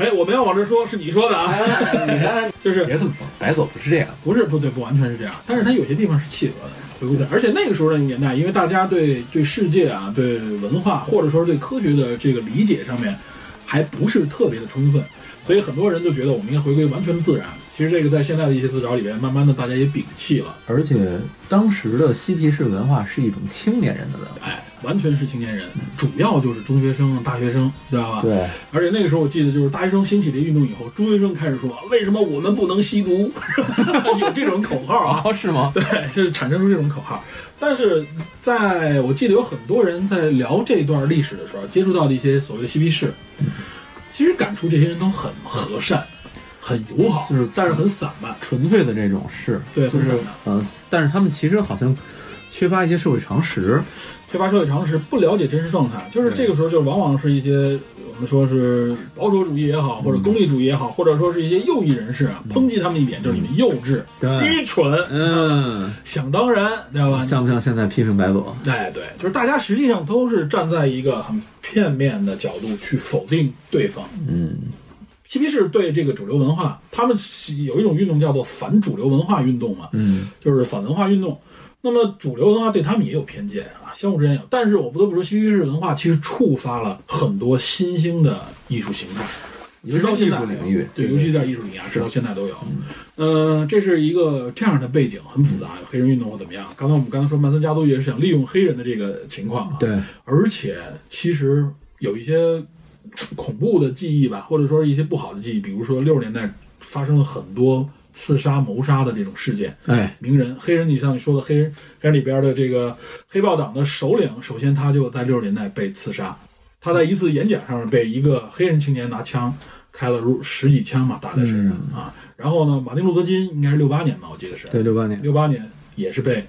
哎，我没有往这说，是你说的啊，哎你看， 就是别这么说，白左不是这样。不是不对，不完全是这样，但是它有些地方是契合的。回归自然而且那个时候的年代，因为大家对对世界啊、对文化或者说是对科学的这个理解上面，还不是特别的充分，所以很多人就觉得我们应该回归完全的自然。其实这个在现在的一些思潮里边，慢慢的大家也摒弃了。而且当时的嬉皮士文化是一种青年人的文化。哎，完全是青年人，主要就是中学生、大学生，知道吧？。对，而且那个时候我记得，就是大学生兴起这运动以后，中学生开始说为什么我们不能吸毒， 有这种口号啊。哦，是吗？对，就是产生出这种口号。但是在我记得有很多人在聊这段历史的时候，接触到的一些所谓的嬉皮士，其实感触这些人都很和善、很友好，就是但是很散漫。纯粹的这种是，对就很是散漫呃，但是他们其实好像缺乏一些社会常识。缺乏社会常识，不了解真实状态，就是这个时候就往往是一些我们说是保守主义也好，或嗯者功利主义也好，或者说是一些右翼人士啊，抨击他们一点就是你们幼稚、嗯对，愚蠢、嗯，想当然，知道吧？像不像现在批评白左？哎，对，就是大家实际上都是站在一个很片面的角度去否定对方。嗯，嬉皮士对这个主流文化，他们有一种运动叫做反主流文化运动嘛，嗯，就是反文化运动。那么主流文化对他们也有偏见啊，相互之间有。但是我不得不说，嬉皮士文化其实触发了很多新兴的艺术形态，直到现艺在术领域，对，尤其在艺术领域啊，直到现在都有。呃，这是一个这样的背景，很复杂，有黑人运动或怎么样。刚才我们刚才说曼森家族也是想利用黑人的这个情况啊，对，而且其实有一些嘖恐怖的记忆吧，或者说是一些不好的记忆，比如说六十年代发生了很多刺杀、谋杀的这种事件。哎，名人黑人，你像你说的黑人这里边的这个黑豹党的首领，首先他就在六十年代被刺杀，他在一次演讲上面被一个黑人青年拿枪开了如十几枪嘛，打在身上、啊。然后呢，马丁路德金应该是六八年吧，我记得是嗯对，六八年六八年也是被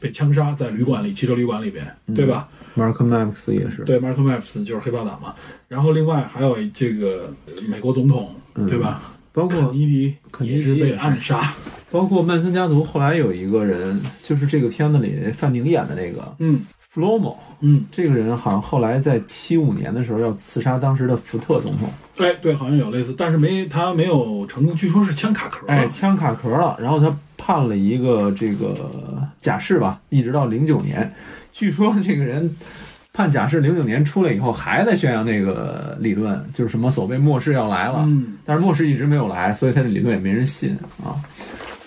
被枪杀在旅馆里，汽车旅馆里边，嗯对吧？ ，Mark Max 也是，对，Mark Maps 就是黑豹党嘛。然后另外还有这个呃美国总统，嗯对吧？包肯 括尼迪肯尼也迪是也被是暗杀。包括曼森家族后来有一个人，就是这个片子里范宁演的那个嗯 Flomo，嗯，这个人好像后来在七五年的时候要刺杀当时的福特总统，哎，对，好像有类似，但是没他没有成功，据说是枪卡壳。哎，，枪卡壳了，然后他判了一个这个假释吧，一直到零九年。据说这个人判假释零九年出来以后，还在宣扬那个理论，就是什么所谓末世要来了，嗯，但是末世一直没有来，所以他的理论也没人信啊，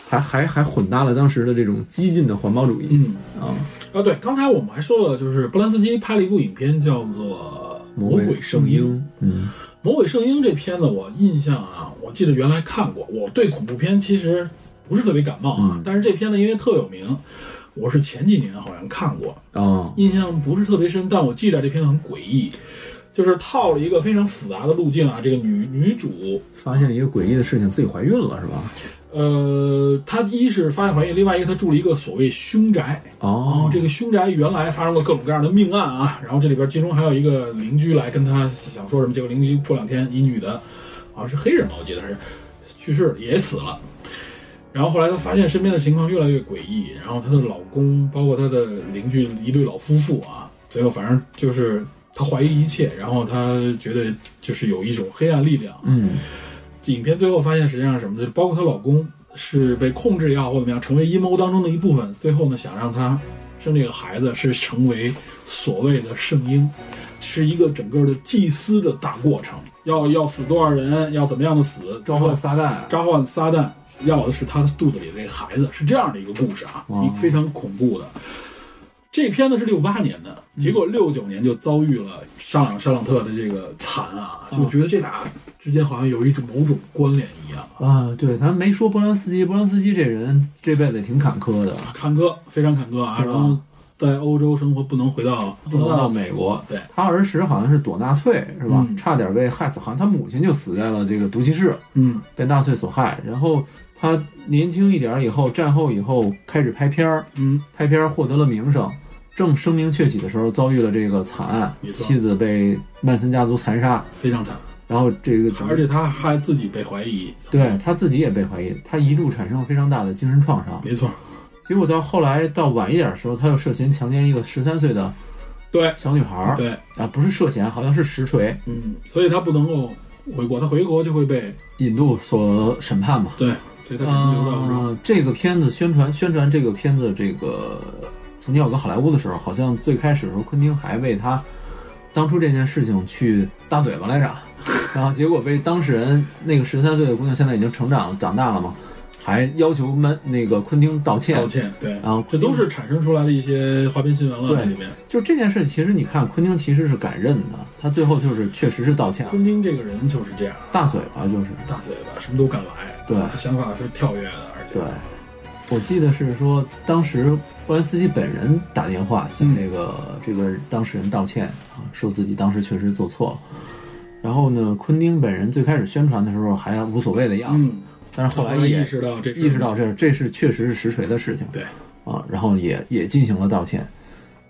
还还还混搭了当时的这种激进的环保主义嗯，啊，，啊，对，刚才我们还说了，就是波兰斯基拍了一部影片，叫做《魔鬼圣婴》。《嗯，魔鬼圣婴》这片子，我印象啊，我记得原来看过。我对恐怖片其实不是特别感冒啊，嗯但是这片子因为特有名，我是前几年好像看过，哦，印象不是特别深，但我记得这片子很诡异，就是套了一个非常复杂的路径啊。这个女女主，发现一个诡异的事情，自己怀孕了是吧？呃，她一是发现怀孕，另外一个她住了一个所谓凶宅。然后哦，这个凶宅原来发生过各种各样的命案啊，然后这里边其中还有一个邻居来跟她想说什么，结果邻啊居过两天一女的，好像是黑人吧，我记得是去世了也死了。然后后来她发现身边的情况越来越诡异，然后她的老公，包括她的邻居一对老夫妇啊，最后反正就是她怀疑一切，然后她觉得就是有一种黑暗力量。嗯，影片最后发现实际上是什么，就是包括她老公是被控制也好或怎么样，成为阴谋当中的一部分，最后呢想让她生这个孩子是成为所谓的圣婴。是一个整个的祭司的大过程，要要死多少人，要怎么样的死，召唤撒旦，召唤撒旦要的是他肚子里的这个孩子，是这样的一个故事哦啊，一个非常恐怖的。这片子是六八年的，嗯结果六九年就遭遇了上朗沙朗特的这个惨啊，哦就觉得这俩之间好像有一种某种关联一样。啊，对，咱没说波兰斯基，波兰斯基这人这辈子也挺坎坷的，坎坷，非常坎坷啊，是吧然后在欧洲生活不能回到哦不能到美国。对，他儿时好像是躲纳粹，是吧？嗯差点被害死，好像他母亲就死在了这个毒气室，嗯被纳粹所害。然后他年轻一点儿以后，战后以后开始拍片儿，嗯，拍片儿获得了名声。正声名鹊起的时候，遭遇了这个惨案，没错妻子被曼森家族残杀，非常惨，然后这个而且他还自己被怀疑。对，他自己也被怀疑，他一度产生了非常大的精神创伤。没错，结果到后来到晚一点的时候，他又涉嫌强奸一个十三岁的对小女孩儿，对，啊，不是涉嫌，好像是实锤，嗯，所以他不能够回国，他回国就会被引渡所审判嘛。对，所以他只能留在欧洲。嗯、这个片子宣传宣传这个片子，这个曾经有个好莱坞的时候，好像最开始的时候，昆汀还为他当初这件事情去大嘴巴来着， 然后结果被当事人那个十三岁的姑娘，现在已经成长长大了嘛，还要求们那个昆汀道歉。道歉，对，然后这都是产生出来的一些花边新闻了。对这里面，就这件事，其实你看，昆汀其实是敢认的，他最后就是确实是道歉，昆汀这个人就是这样，大嘴巴就是大嘴巴，什么都敢来，对他想法是跳跃的，而且对。我记得是说，当时波兰斯基本人打电话向嗯这个、这个当事人道歉啊，说自己当时确实做错了。然后呢，昆汀本人最开始宣传的时候还无所谓的样子，嗯，但是后来后来也意识到这是意识到这这是确实是实锤的事情，对啊，然后也也进行了道歉。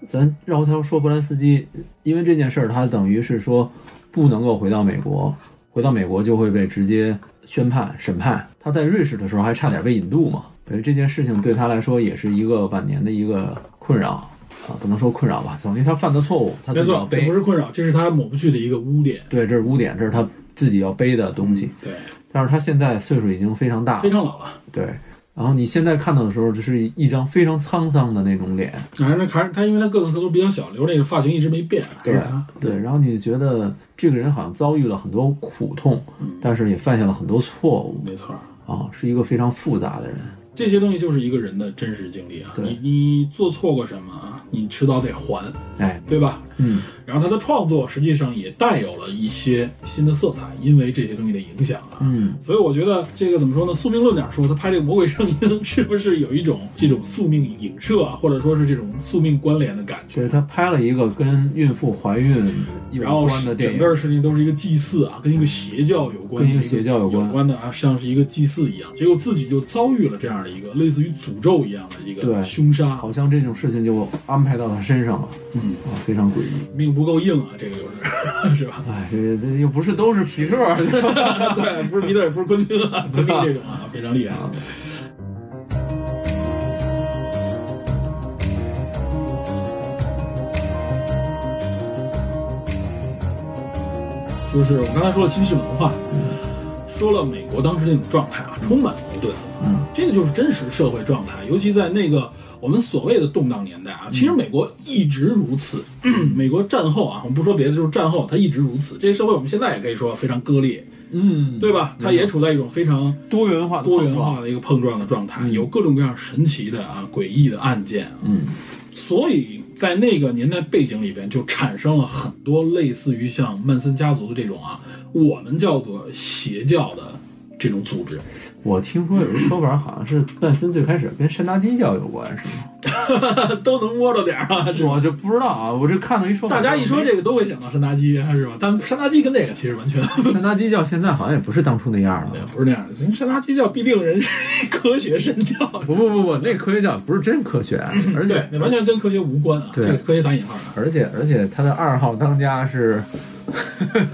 咱绕回头说波兰斯基，因为这件事儿，他等于是说不能够回到美国，回到美国就会被直接宣判审判。他在瑞士的时候还差点被引渡嘛，所以这件事情对他来说也是一个晚年的一个困扰啊，不能说困扰吧，等于他犯的错误，他没自己要错，这背不。是困扰，这是他抹不去的一个污点。对，这是污点，这是他自己要背的东西。对，但是他现在岁数已经非常大了嗯非，常老了，对，然后你现在看到的时候，就是一张非常沧桑的那种脸，反正还是他，因为他个子可能比较小，留那个发型一直没变，还是他。对，啊然后你觉得这个人好像遭遇了很多苦痛，嗯但是也犯下了很多错误没错，啊，是一个非常复杂的人。这些东西就是一个人的真实经历啊。对你你做错过什么啊？你迟早得还，哎，对吧？嗯，然后他的创作实际上也带有了一些新的色彩，因为这些东西的影响啊。嗯，所以我觉得这个怎么说呢？宿命论点说，他拍这个《魔鬼声音》是不是有一种这种宿命影射啊，或者说是这种宿命关联的感觉？对他拍了一个跟孕妇怀孕有然后关的电整影，个事情都是一个祭祀啊，跟一个邪教有关，跟一个邪教有有关的啊，像是一个祭祀一样。结果自己就遭遇了这样的一个类似于诅咒一样的一个对凶杀，好像这种事情就安排到他身上了嗯，啊，非常诡异。命不够硬啊，这个就是， 是吧？哎，这这又不是都是皮特儿， 对，不是皮特，也不是昆汀啊，昆汀这种啊，非常厉害。就是我刚才说了嬉皮士文化，说了美国当时那种状态啊，充满矛盾。嗯，这个就是真实社会状态，尤其在那个我们所谓的动荡年代啊，其实美国一直如此。 美国战后啊，我们不说别的，就是战后它一直如此。这社会我们现在也可以说非常割裂，嗯，对吧？它也处在一种非常多元化的多元碰撞化的一个碰撞的状态，有各种各样神奇的啊、诡异的案件啊。嗯，所以在那个年代背景里边，就产生了很多类似于像曼森家族的这种啊，我们叫做邪教的这种组织。 我听说有一说法，好像是曼森最开始跟山达基教有关，是吗？都能摸着点儿啊，是吧？我就不知道啊，我这看到一说法，大家一说这个都会想到山达基，啊是吧？但山达基跟这个其实完全 个山达基教，现在好像也不是当初那样了。不是那样的。山达基教必定人 是一科学神教，不不不不，那科学教不是真 科学，而对且，那完全跟科学无关啊。对这个科学打引号啊。而且而且他的二号当家是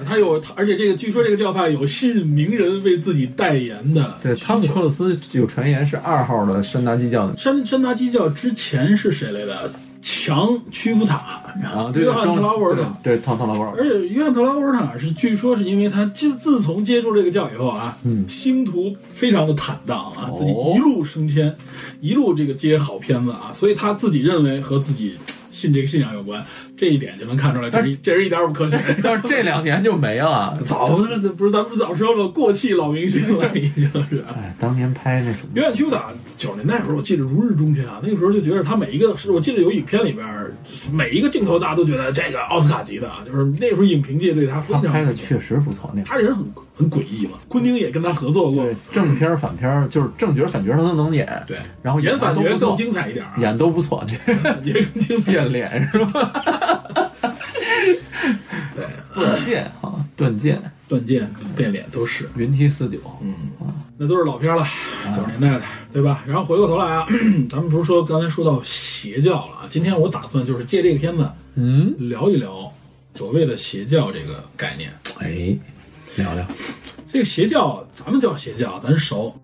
他有，他而且这个据说这个教派有吸引名人为自己代言的需求。对，汤姆·克鲁斯有传言是二号的山达基教的山山达基教之前是谁来的？强屈服塔，你知道吗啊，对约对，翰特拉沃尔对塔。对，汤汤拉沃尔而且约翰特拉沃尔塔是，据说是因为他自自从接触这个教以后啊，嗯星途非常的坦荡啊，哦自己一路升迁，一路这个接好片子啊，所以他自己认为和自己信这个信仰有关，这一点就能看出来，这是一这人一点儿也不科 学。但是这两年就没了。 早不是这不是咱不是早说了，过气老明星了已经是。哎，当年拍那什么，约翰·丘塔九十年代时候，我记得如日中天啊。那个时候就觉得他每一个，我记得有影片里边儿每一个镜头，大家都觉得这个奥斯卡级的，啊，就是那时候影评界对他非他常拍的确实不错。那个他人很很诡异嘛。昆汀也跟他合作过，对正片儿反片儿就是正角儿反角儿他都能演，对，然后演得反都角不更错，精彩一点啊，演都不错，这也更精彩。变脸是吧？对，断剑啊，断剑，断剑、变脸都是，云梯四九，那都是老片儿了，九十年代的，对吧？然后回过头来啊，咳咳咱们不是说刚才说到邪教了啊？今天我打算就是借这个片子嗯，聊一聊所谓的邪教这个概念。哎，聊聊，这个邪教，咱们叫邪教，啊咱熟。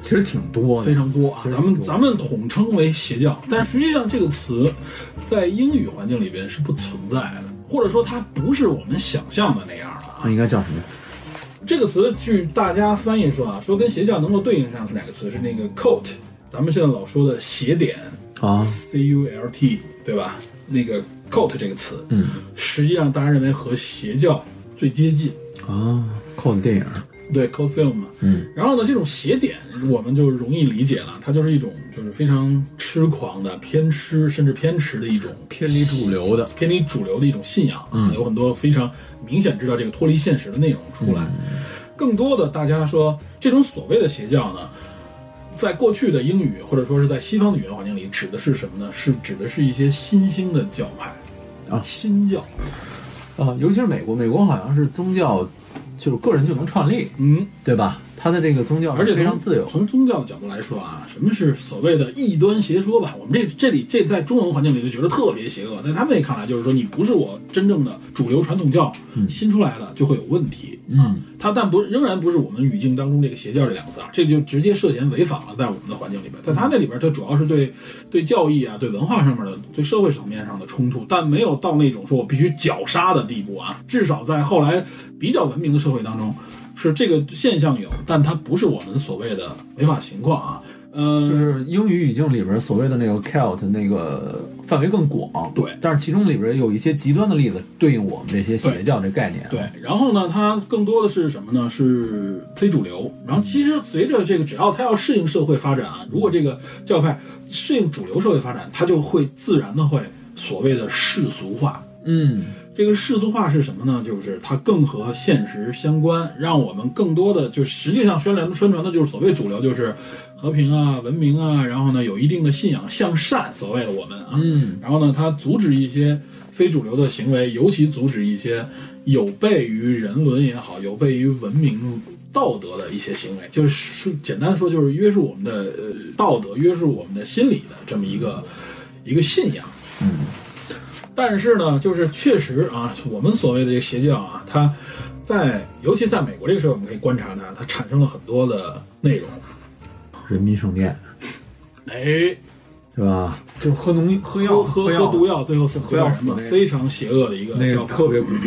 其实挺多非的，常多啊，非常咱们多咱们统称为邪教，但实际上这个词在英语环境里边是不存在的，或者说它不是我们想象的那样的啊那。应该叫什么？这个词据大家翻译说啊，说跟邪教能够对应上是哪个词？是那个 cult，咱们现在老说的邪典啊， C U L T，对吧？那个 cult 这个词，嗯实际上大家认为和邪教最接近，啊，扣的电影，对 cult film 嘛。嗯，然后呢，这种邪典我们就容易理解了，它就是一种就是非常痴狂的、偏痴甚至偏执的一种偏离主流的，嗯偏离主流的一种信仰啊，有很多非常明显知道这个脱离现实的内容出来。嗯更多的大家说，这种所谓的邪教呢，在过去的英语或者说是在西方的语言环境里，指的是什么呢？是指的是一些新兴的教派啊新教。啊，尤其是美国，美国好像是宗教，就是个人就能创立，嗯，对吧？他的这个宗教而且是从非常自由，从宗教的角度来说啊，什么是所谓的异端邪说吧？我们这这里这在中文环境里就觉得特别邪恶，在他们那看来就是说你不是我真正的主流传统教、新出来的就会有问题。嗯，它但不仍然不是我们语境当中这个邪教这两个字啊，这就直接涉嫌违法了，在我们的环境里边，在他那里边，它主要是对对教义啊、对文化上面的、对社会层面上的冲突，但没有到那种说我必须绞杀的地步啊。至少在后来比较文明的社会当中，是这个现象有，但它不是我们所谓的违法情况啊。就嗯、是英语语境里边所谓的那个 cult 那个范围更广，对但是其中里边有一些极端的例子对应我们这些邪教这概念。对，然后呢，它更多的是什么呢？是非主流。然后其实随着这个，只要它要适应社会发展啊，如果这个教派适应主流社会发展，它就会自然的会所谓的世俗化。嗯，这个世俗化是什么呢？就是它更和现实相关，让我们更多的就实际上宣传宣传的就是所谓主流，就是和平啊、文明啊，然后呢有一定的信仰向善，所谓的我们啊，嗯，然后呢它阻止一些非主流的行为，尤其阻止一些有悖于人伦也好，有悖于文明。道德的一些行为，就是说简单说，就是约束我们的呃道德，约束我们的心理的这么一个一个信仰。但是呢，就是确实啊，我们所谓的这个邪教啊，它在尤其在美国这个时候，我们可以观察它，它产生了很多的内容。人民圣殿，哎，对吧？就喝农喝药喝药喝毒药，最后死喝药死的那个非常邪恶的一个那教个派。特别恐怖。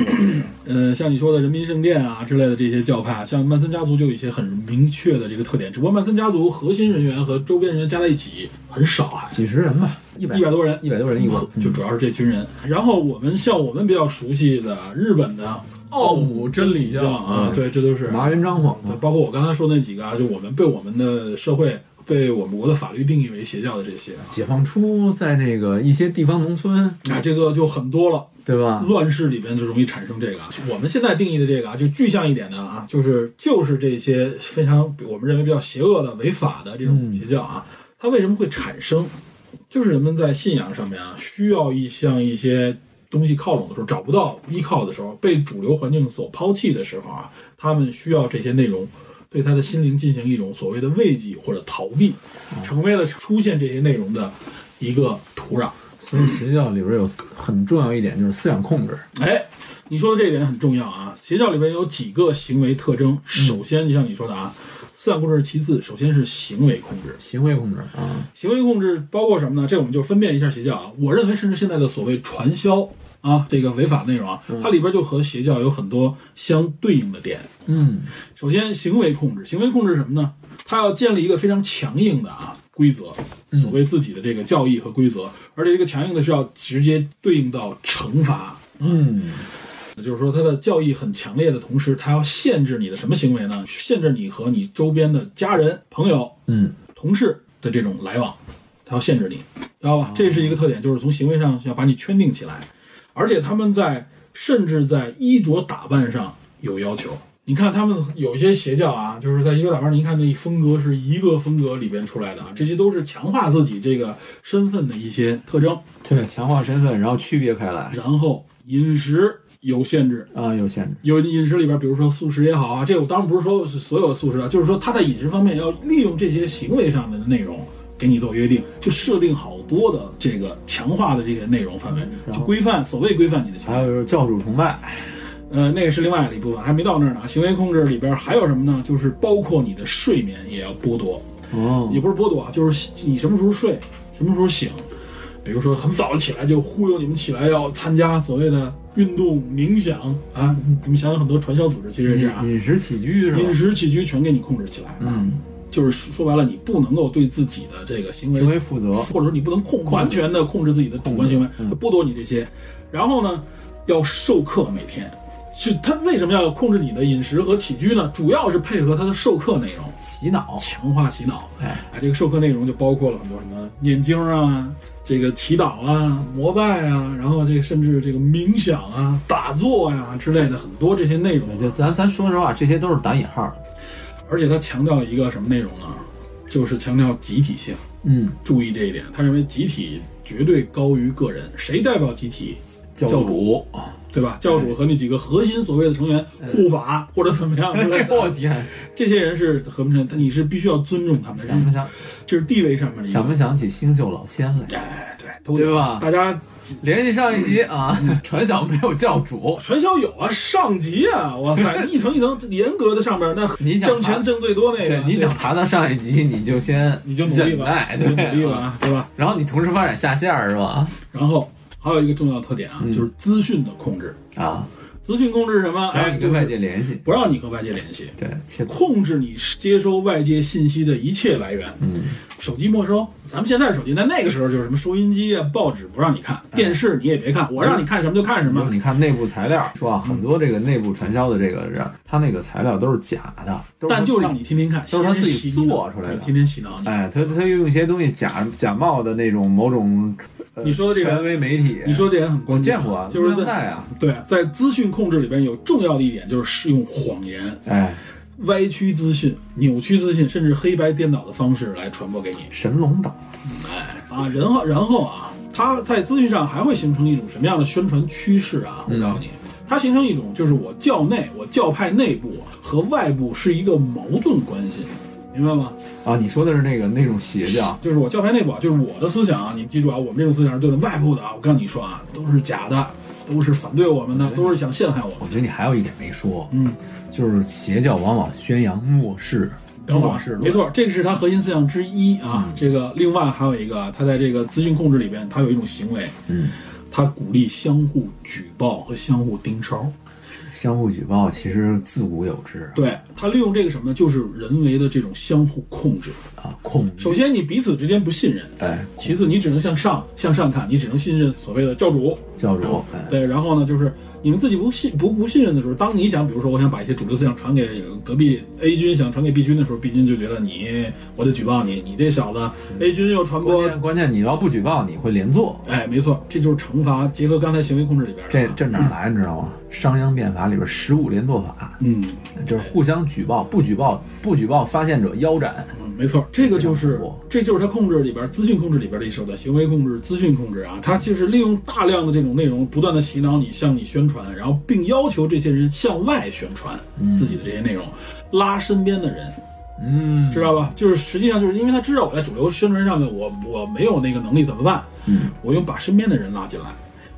嗯，像你说的人民圣殿啊之类的这些教派，像曼森家族就有一些很明确的这个特点。只不过曼森家族核心人员和周边人员加在一起很少啊，几十人吧，一百一百多人，一百多人一嗯呵国，就主要是这群人。然后我们像我们比较熟悉的日本的奥姆真理教啊，嗯对，这都是麻原彰晃对嘛，包括我刚才说那几个啊，就我们被我们的社会、被我们国的法律定义为邪教的这些啊，解放初在那个一些地方农村，那这个就很多了。对吧？乱世里边就容易产生这个啊。我们现在定义的这个啊，就具象一点的啊，就是就是这些非常我们认为比较邪恶的、违法的这种邪教啊，它为什么会产生？就是人们在信仰上面啊，需要一向一些东西靠拢的时候，找不到依靠的时候，被主流环境所抛弃的时候啊，他们需要这些内容对他的心灵进行一种所谓的慰藉或者逃避，成为了出现这些内容的一个土壤。所以邪教里边有很重要一点就是思想控制，哎，你说的这一点很重要啊。邪教里面有几个行为特征，首先就像你说的啊，思想控制，其次首先是行为控制。行为控制啊，行为控制包括什么呢？这我们就分辨一下邪教啊。我认为，甚至现在的所谓传销啊，这个违法内容啊，它里边就和邪教有很多相对应的点。嗯，首先，行为控制，行为控制什么呢？它要建立一个非常强硬的啊规则，所谓自己的这个教义和规则，而且这个强硬的是要直接对应到惩罚。嗯，就是说，它的教义很强烈的同时，它要限制你的什么行为呢？限制你和你周边的家人、朋友、嗯，同事的这种来往，它要限制你，知道吧？这是一个特点，就是从行为上要把你圈定起来，而且他们在甚至在衣着打扮上有要求。你看他们有一些邪教啊，就是在衣着打扮上，一看那风格是一个风格里边出来的啊，这些都是强化自己这个身份的一些特征，对，强化身份，然后区别开来然后饮食有限制，啊，有限制，有饮食里边，比如说素食也好啊，这我当然不是说是所有的素食啊，就是说他在饮食方面要利用这些行为上的内容给你做约定，就设定好多的这个强化的这些内容范围，就规范所谓规范你的行还为。有就是教主崇拜，呃，那个是另外的一部分，还没到那儿呢。行为控制里边还有什么呢？就是包括你的睡眠也要剥夺，哦也，不是剥夺啊，就是你什么时候睡，什么时候醒。比如说很早起来就忽悠你们起来要参加所谓的运动冥想啊，你们想想很多传销组织其实是这饮样啊，饮食起居是饮吧？食起居全给你控制起来。嗯，就是说白了，你不能够对自己的这个行为，行为负责，或者说你不能控完全的控制自己的主观行为，嗯剥夺你这些。然后呢，要授课每天。就他为什么要控制你的饮食和起居呢？主要是配合他的授课内容，洗脑，强化洗脑。哎，哎，这个授课内容就包括了很多什么念经啊、这个祈祷啊、膜拜啊，然后这个甚至这个冥想啊、打坐呀、之类的很多这些内容啊、对就咱咱说实话，这些都是打引号，而且他强调一个什么内容呢？就是强调集体性，嗯，注意这一点。他认为集体绝对高于个人，谁代表集体，教教主，对吧？教主和那几个核心所谓的成员嗯护法或者怎么样之类我的，啊天，这些人是和平成员，你是必须要尊重他们，想不想这是地位上面的一想个。不想起星宿老仙来？哎，对，都对吧大家联系上一集啊，嗯传小没有教主，传销有啊，上级啊，哇塞，一层一层严格的上面，那你想挣钱爬挣最多那个对，，你想爬到上一级，你就先你就努力忍吧，耐，你就对，努力吧，啊，对吧？然后你同时发展下线儿是吧？然后还有一个重要特点嗯啊，就是资讯的控制。啊，资讯控制是什么？然后哎，你跟外就是界联系，不让你和外界联系，对，切控制你接收外界信息的一切来源。嗯，手机没收，咱们现在手机，在那个时候就是什么收音机啊、报纸不让你哎看，电视你也别看，我让你看什么就看什那么。你看内部材料说啊，很多这个内部传销的这个人，他那个材料都是假的，都是但就自己让你天天看，都是他天天自己洗脑做出来的对天天洗脑你。哎，他他用一些东西假假冒的那种某种，呃你说的这个权威媒体，你说这点很我关键啊，见过啊，就是现在在啊，对，在资讯控制里边有重要的一点就是使用谎言、哎，歪曲资讯、扭曲资讯，甚至黑白颠倒的方式来传播给你。神龙岛，啊，然后然后啊，它在资讯上还会形成一种什么样的宣传趋势啊？我告诉你，它形成一种就是我教内、我教派内部和外部是一个矛盾关系，明白吗？啊，你说的是那个那种邪教，就是我教派内部啊，就是我的思想啊，你们记住啊，我们这种思想是对的，外部的啊，我告诉你说啊，都是假的，都是反对我们的，都是想陷害我们。我觉得你还有一点没说，嗯，就是邪教往往宣扬末世，等会末儿世，没，错，这个是他核心思想之一啊。这个另外还有一个，他在这个资讯控制里边，他有一种行为，嗯，他鼓励相互举报和相互盯梢。相互举报其实自古有之对他利用这个什么呢？就是人为的这种相互控制。啊，控制，首先，你彼此之间不信任；哎，其次，你只能向上向上看，你只能信任所谓的教主。教主，哎，嗯对，然后呢，就是你们自己不信不不信任的时候，当你想，比如说我想把一些主流思想传给隔壁 A 军，想传给 B 军的时候，B 军就觉得你我得举报你，你这小子 A 军又传播关，键关键你要不举报，你会连坐，哎，没错，这就是惩罚。结合刚才行为控制里边的啊，这这哪来你知道吗？商鞅变法里边十五连坐法，嗯，就是互相举报，不举报不举报发现者腰斩。嗯没错，这个就是非常恐怖这就是它控制里边资讯控制里边的一手段，行为控制、资讯控制啊，它就是利用大量的这种内容，不断的洗脑你，向你宣传，然后并要求这些人向外宣传自己的这些内容，拉身边的人，嗯，知道吧？就是实际上就是因为他知道我在主流宣传上面我我没有那个能力怎么办？嗯，我用把身边的人拉进来，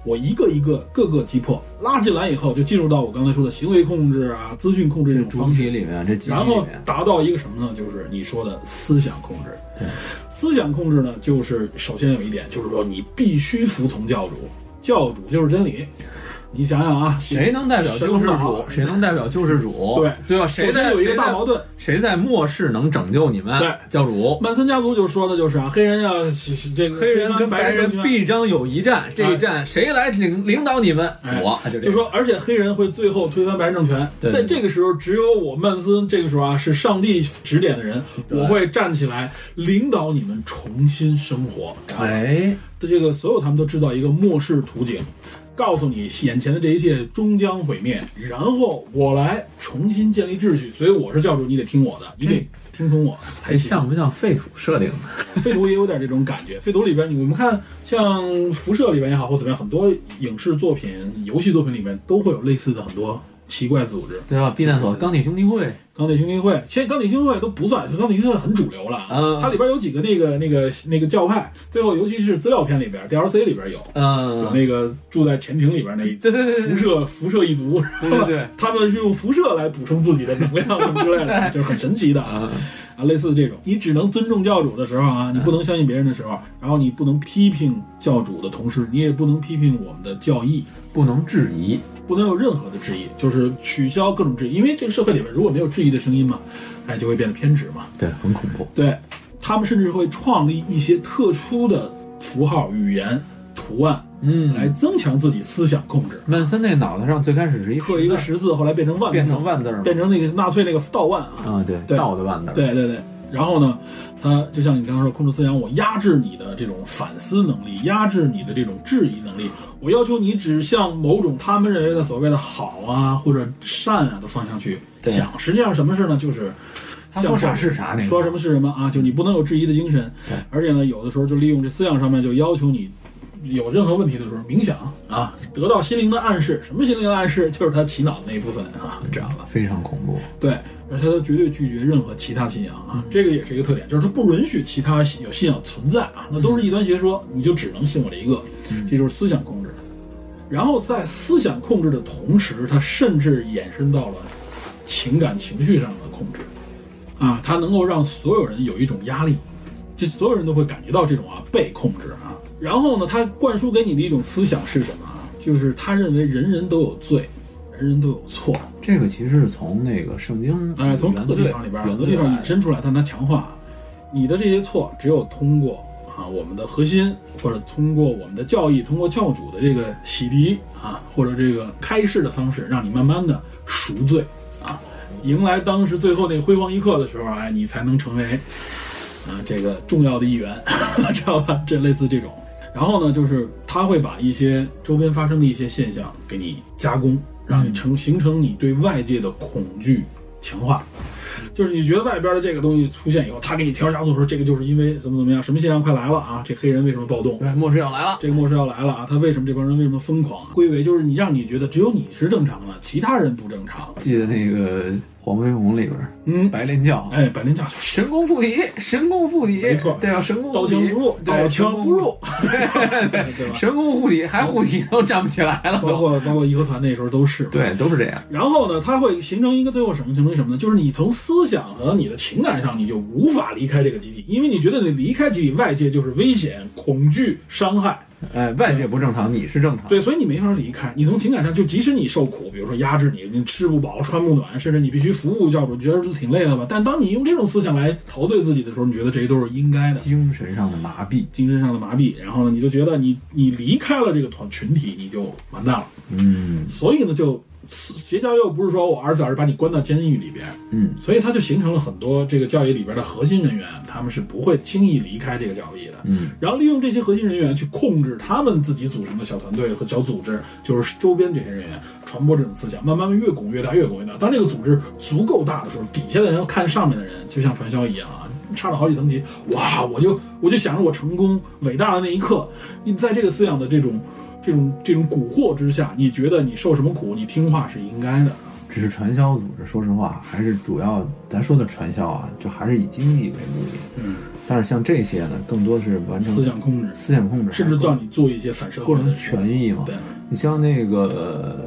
我一个一个各个击破，拉进来以后就进入到我刚才说的行为控制啊、资讯控制这种主方式。体里面这集体然里后面，达到一个什么呢？就是你说的思想控制。对，思想控制呢，就是首先有一点，就是说你必须服从教主，教主就是真理。你想想啊，谁能代表救世神主道？谁能代表救世主？ 对对吧？首谁先在有一个谁大在矛盾，谁在末世能拯救你们？对教主，曼森家族就说的就是啊，黑人要是是这个黑人跟白白人争权必争友谊战，这一战谁来领领导你们？哎我啊就这就说，而且黑人会最后推翻白人政权。对在这个时候，只有我曼森这个时候啊，是上帝指点的人，我会站起来领导你们重新生活。哎，对这个所有他们都制造一个末世图景，告诉你眼前的这一切终将毁灭，然后我来重新建立秩序。所以我是教主，你得听我的，你嗯得听从我才还行。哎像不像废土设定的？废土也有点这种感觉。废土里边，我们看像辐射里边也好，或怎么样，很多影视作品、游戏作品里面都会有类似的很多奇怪组织。对吧？避难所、钢铁兄弟会，钢铁兄弟会，现在钢铁兄弟会都不算，钢铁兄弟会很主流了啊。嗯它里边有几个那个那个那个教派，最后尤其是资料片里边 DLC 里边有。有嗯，那个住在潜艇里边那一对对对对辐射辐射一族，对对对，他们是用辐射来补充自己的能量什么之类的，就是很神奇的啊嗯啊，类似这种，你只能尊重教主的时候啊，你不能相信别人的时候，然后你不能批评教主的同时，你也不能批评我们的教义，不能质疑。不能有任何的质疑，就是取消各种质疑，因为这个社会里面如果没有质疑的声音嘛，哎，就会变得偏执嘛。对，很恐怖。对他们甚至会创立一些特殊的符号、语言、图案嗯，来增强自己思想控制。曼森那脑袋上最开始是一刻一个十字，后来变成万字，变成万字儿嘛变成那个纳粹那个道万啊。啊，对，对道的万字儿，对对对，然后呢，他就像你刚刚说，控制思想，我压制你的这种反思能力，压制你的这种质疑能力，我要求你只向某种他们认为的所谓的好啊或者善啊的方向去对想。实际上什么事呢？就是他说啥像是啥那个说什么是什么啊，就你不能有质疑的精神。而且呢，有的时候就利用这思想上面就要求你。有任何问题的时候，冥想啊，得到心灵的暗示。什么心灵的暗示？就是他洗脑的那一部分啊，知道吧？非常恐怖。对，而且他绝对拒绝任何其他信仰啊，这个也是一个特点，就是他不允许其他信有信仰存在啊，那都是异端邪说，你就只能信我这一个，这就是思想控制。然后在思想控制的同时，它甚至衍生到了情感情绪上的控制，啊，它能够让所有人有一种压力，就所有人都会感觉到这种啊被控制啊。然后呢，他灌输给你的一种思想是什么啊？就是他认为人人都有罪，人人都有错，这个其实是从那个圣经，哎，从各原个罪地方里边儿，原很多罪地方来引申出来，但它强化你的这些错，只有通过啊我们的核心，或者通过我们的教义，通过教主的这个洗涤啊，或者这个开示的方式，让你慢慢的赎罪啊，迎来当时最后那辉煌一刻的时候，哎，你才能成为啊这个重要的一员， 知道吧？这类似这种。然后呢，就是他会把一些周边发生的一些现象给你加工，让你成形成你对外界的恐惧强化。就是你觉得外边的这个东西出现以后，他给你添油加醋说这个就是因为怎么怎么样，什么现象快来了啊，这黑人为什么暴动？对，末世要来了。这个末世要来了啊！他为什么这帮人为什么疯狂？啊归为就是你让你觉得只有你是正常的，其他人不正常。记得那个《黄飞鸿》里边儿，嗯，白莲教哎，百灵教就是神功附体，神功附体，没错对啊，神功刀附枪体不入，对，刀神枪功不入， 对吧？神功护体还护体都站不起来了， 包都括包括义和团那时候都是嘛对，都是这样。然后呢，它会形成一个最后什么形成什么呢？就是你从思想和你的情感上，你就无法离开这个集体，因为你觉得你离开集体，外界就是危险、恐惧、伤害，哎，外界不正常，你是正常。对，所以你没法离开。你从情感上，就即使你受苦，比如说压制你，你吃不饱、穿不暖，甚至你必须服务教主，你觉得挺累了吧？但当你用这种思想来陶醉自己的时候，你觉得这些都是应该的。精神上的麻痹，精神上的麻痹，然后呢，你就觉得你你离开了这个团群体，你就完蛋了。嗯，所以呢，就邪教又不是说我二十四小时把你关到监狱里边，嗯，所以它就形成了很多这个教义里边的核心人员，他们是不会轻易离开这个教义的，嗯，然后利用这些核心人员去控制他们自己组成的小团队和小组织，就是周边这些人员传播这种思想，慢慢越拱越大，越拱越大。当这个组织足够大的时候，底下的人要啊看上面的人，就像传销一样啊，差了好几层级，哇，我就我就想着我成功伟大的那一刻，你在这个思想的这种。这种这种蛊惑之下，你觉得你受什么苦，你听话是应该的。只是传销组织，说实话，还是主要咱说的传销啊，就还是以经济为目的。嗯，但是像这些呢，更多是完成思想控制，思想控制，甚至让你做一些反社过会程的权益嘛。对，你像那个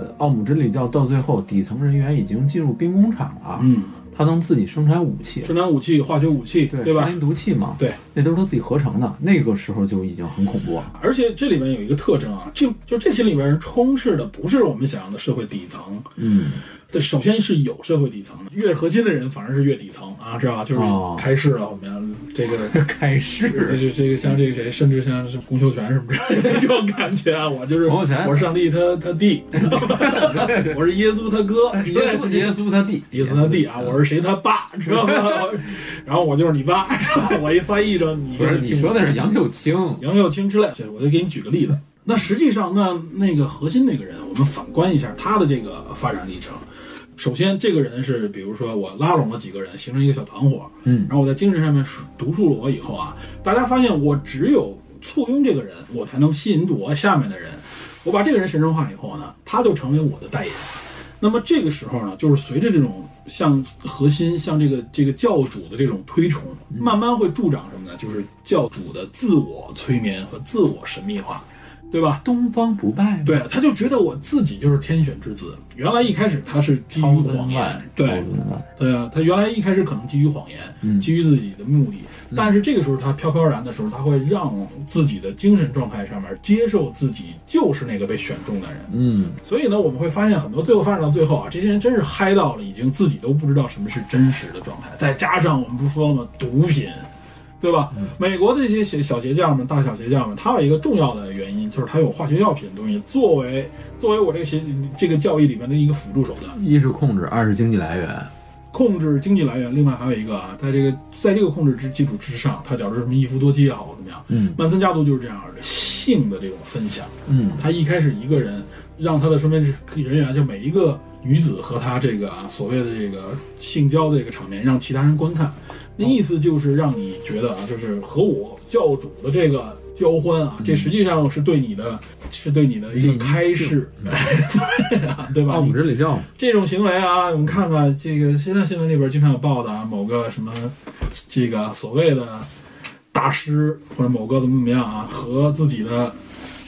呃奥姆真理教，到最后底层人员已经进入兵工厂了，嗯，他能自己生产武器，生产武器、化学武器，对对杀吧？人毒气嘛，对，那都是他自己合成的，那个时候就已经很恐怖了。而且这里面有一个特征啊，就就这些里面充斥的不是我们想象的社会底层。嗯，这首先是有社会底层的，越核心的人反而是越底层啊，知道吧？就是哦开市了，我们这个 开这始这这个像这个谁，甚至像是洪秀全什么之类的 这种感觉啊，我就是洪秀全我是上帝他 他弟，我是耶稣他哥，耶稣耶稣他弟，耶稣他弟啊，我是谁他爸，知道吗？ 然后我就是你爸， 我一翻译着你不是你说的是杨秀清，杨耀清之类，这我就给你举个例子。那实际上，那那个核心那个人，我们反观一下他的这个发展历程。首先，这个人是，比如说我拉拢了几个人，形成一个小团伙，嗯，然后我在精神上面独树了我以后啊，大家发现我只有簇拥这个人，我才能吸引我下面的人。我把这个人神圣化以后呢，他就成为我的代言。那么这个时候呢，就是随着这种像核心、像这个这个教主的这种推崇，慢慢会助长什么呢？就是教主的自我催眠和自我神秘化，对吧？东方不败嘛，对，他就觉得我自己就是天选之子。原来一开始他是基于超增谎万言，，对，超增万，对啊，他原来一开始可能基于谎言，嗯基于自己的目的，但是这个时候他飘飘然的时候，他会让自己的精神状态上面接受自己就是那个被选中的人。嗯，所以呢，我们会发现很多最后发展到最后啊，这些人真是嗨到了，已经自己都不知道什么是真实的状态。再加上我们不是说了吗？毒品，对吧？美国的这些小小邪教们、大小邪教们，它有一个重要的原因，就是它有化学药品的东西作为作为我这个邪这个教义里面的一个辅助手段。一是控制，二是经济来源，控制经济来源，另外还有一个啊，在这个在这个控制之基础之上，它导致什么一夫多妻也好怎么样，嗯曼森家族就是这样性的这种分享。嗯，他一开始一个人，让他的身边人员就每一个女子和他这个啊所谓的这个性交的这个场面，让其他人观看。那意思就是让你觉得啊，就是和我教主的这个交欢啊，这实际上是对你的，是对你的一个开示，对啊，对吧？奥姆真理教嘛，这种行为啊，我们看看这个现在新闻里边经常有报道啊，某个什么这个所谓的大师或者某个怎么怎么样啊，和自己的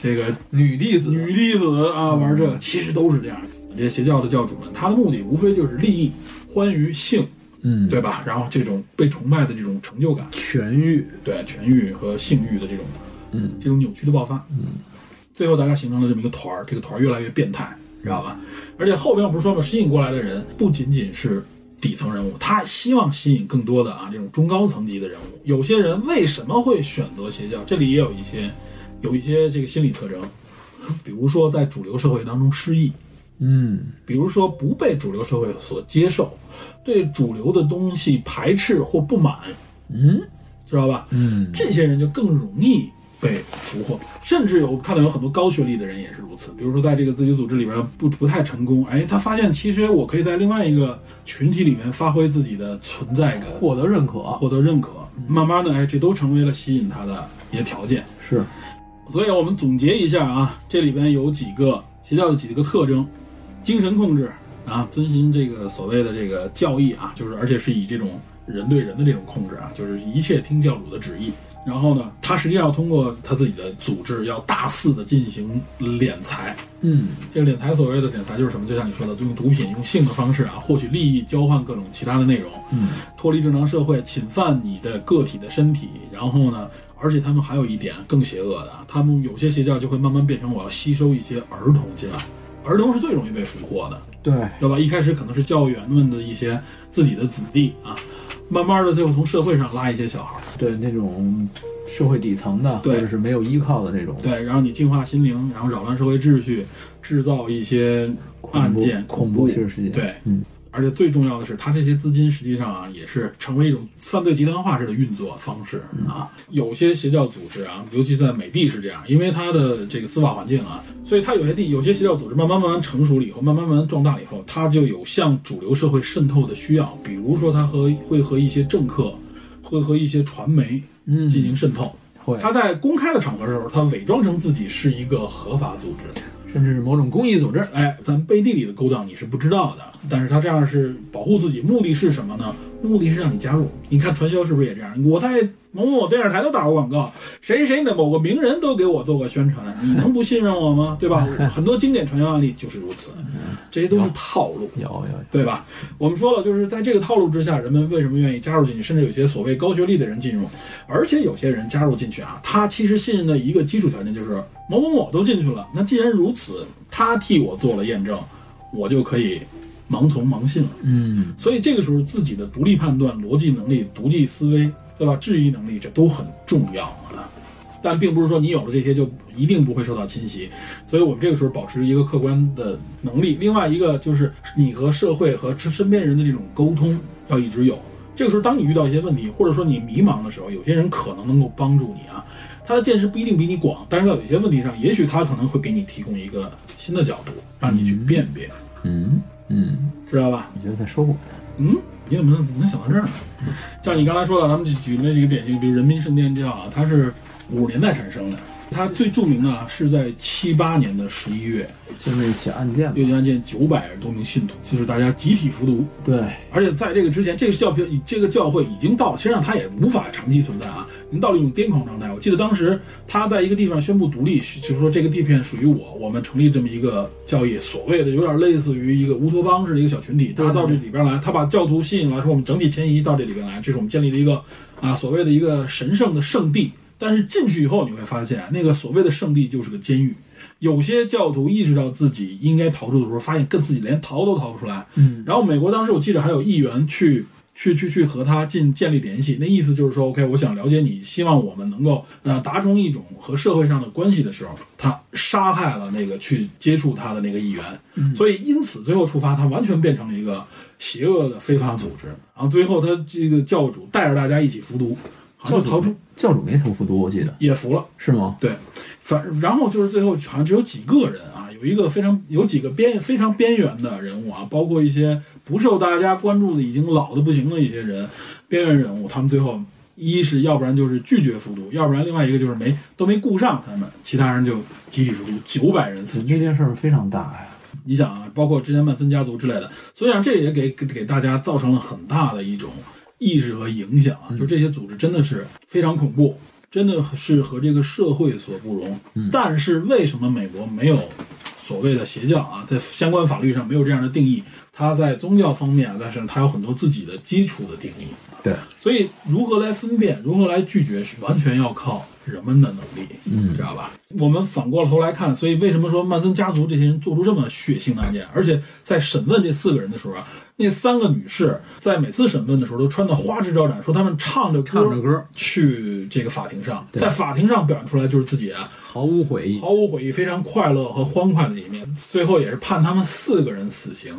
这个女弟子嗯女弟子啊玩这，其实都是这样。这些邪教的教主们，他的目的无非就是利益、欢愉、性，嗯，对吧？然后这种被崇拜的这种成就感，痊愈，对权欲和性欲的这种，嗯，这种扭曲的爆发，嗯，最后大家形成了这么一个团儿，这个团儿越来越变态，知道吧？而且后边我不是说嘛，吸引过来的人不仅仅是底层人物，他希望吸引更多的啊这种中高层级的人物。有些人为什么会选择邪教？这里也有一些有一些这个心理特征，比如说在主流社会当中失意，嗯，比如说不被主流社会所接受，对主流的东西排斥或不满，嗯，知道吧？嗯，这些人就更容易被俘获，甚至有看到有很多高学历的人也是如此。比如说，在这个自己组织里边不不太成功，哎，他发现其实我可以在另外一个群体里面发挥自己的存在感，获得认可获得认可。嗯慢慢的，哎，这都成为了吸引他的一些条件。是，所以我们总结一下啊，这里边有几个邪教的几个特征：精神控制啊，遵循这个所谓的这个教义啊，就是而且是以这种人对人的这种控制啊，就是一切听教主的旨意。然后呢，他实际上要通过他自己的组织，要大肆的进行敛财。嗯，这个敛财所谓的敛财就是什么？就像你说的，用毒品、用性的方式啊，获取利益，交换各种其他的内容。嗯，脱离正常社会，侵犯你的个体的身体，然后呢，而且他们还有一点更邪恶的啊，他们有些邪教就会慢慢变成我要吸收一些儿童进来，儿童是最容易被俘获的，对，对吧？一开始可能是教员们的一些自己的子弟啊，慢慢的最后从社会上拉一些小孩儿，对那种社会底层的，对或者是没有依靠的那种对，然后你净化心灵，然后扰乱社会秩序，制造一些恐案怖件恐怖怖性事件，对，嗯，而且最重要的是，他这些资金实际上啊，也是成为一种犯罪集团化式的运作方式嗯啊。有些邪教组织啊，尤其在美帝是这样，因为它的这个司法环境啊，所以它有些地有些邪教组织慢慢慢慢成熟了以后，慢慢慢慢壮大了以后，它就有向主流社会渗透的需要。比如说，它和会和一些政客，会和一些传媒嗯，进行渗透。会，他在公开的场合的时候，他伪装成自己是一个合法组织，甚至是某种公益组织，哎，咱背地里的勾当你是不知道的，但是他这样是保护自己，目的是什么呢？目的是让你加入。你看传销是不是也这样？我在某某电视台都打过广告，谁谁的某个名人都给我做过宣传，你能不信任我吗？对吧？很多经典传销案例就是如此，这些都是套路。有有有，对吧？我们说了，就是在这个套路之下，人们为什么愿意加入进去？甚至有些所谓高学历的人进入，而且有些人加入进去啊，他其实信任的一个基础条件就是某某某都进去了，那既然如此，他替我做了验证，我就可以盲从盲信了。嗯，所以这个时候，自己的独立判断、逻辑能力、独立思维，对吧？质疑能力，这都很重要啊。但并不是说你有了这些就一定不会受到侵袭，所以我们这个时候保持一个客观的能力。另外一个就是你和社会和身边人的这种沟通要一直有。这个时候，当你遇到一些问题，或者说你迷茫的时候，有些人可能能够帮助你啊。他的见识不一定比你广，但是在有些问题上，也许他可能会给你提供一个新的角度，让你去辨别，嗯嗯，知道吧？我觉得在说我嗯，你怎么能怎么能想到这儿呢？像你刚才说的，咱们就举了几个典型，比如人民圣殿教啊，它是五十年代产生的，它最著名的啊是在七八年的十一月，就那起案件嘛，六级案件九百多名信徒，就是大家集体服毒，对，而且在这个之前，这个教会这个教会已经到了，其实上它也无法长期存在啊，已经到了一种癫狂状态。我记得当时他在一个地方宣布独立，是就是说这个地片属于我，我们成立这么一个教义，所谓的有点类似于一个乌托邦式的一个小群体，大家到这里边来，他把教徒吸引来，说我们整体迁移到这里边来，这是我们建立了一个啊所谓的一个神圣的圣地。但是进去以后，你会发现那个所谓的圣地就是个监狱。有些教徒意识到自己应该逃出的时候，发现跟自己连逃都逃不出来。嗯，然后美国当时我记得还有议员去去去去和他进建立联系，那意思就是说，OK，我想了解你，希望我们能够呃达成一种和社会上的关系的时候，他杀害了那个去接触他的那个议员，所以因此最后触发他完全变成了一个邪恶的非法组织，然后最后他这个教主带着大家一起服毒，好像就逃出教主没投服毒，我记得也服了。是吗？对，反然后就是最后好像只有几个人啊，有一个非常有几个边非常边缘的人物啊，包括一些不受大家关注的、已经老的不行的一些人，边缘人物，他们最后一是要不然就是拒绝服毒，要不然另外一个就是没都没顾上他们，其他人就集体服毒，九百人死那件事儿非常大呀，你想啊，包括之前曼森家族之类的，所以啊，这也给给给大家造成了很大的一种意识和影响啊。就这些组织真的是非常恐怖，真的是和这个社会所不容。但是为什么美国没有所谓的邪教啊，在相关法律上没有这样的定义？它在宗教方面啊，但是它有很多自己的基础的定义。对，所以如何来分辨，如何来拒绝，是完全要靠人们的能力，嗯，知道吧？我们反过头来看，所以为什么说曼森家族这些人做出这么血腥的案件，而且在审问这四个人的时候啊，那三个女士在每次审问的时候都穿的花枝招展，说他们唱着歌唱着歌去这个法庭上，在法庭上表现出来就是自己啊毫无悔意，毫无悔意、非常快乐和欢快的一面，最后也是判他们四个人死刑。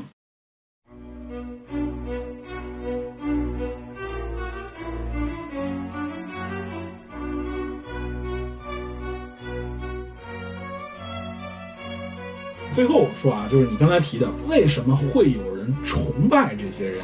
最后我说啊，就是你刚才提的，为什么会有人崇拜这些人？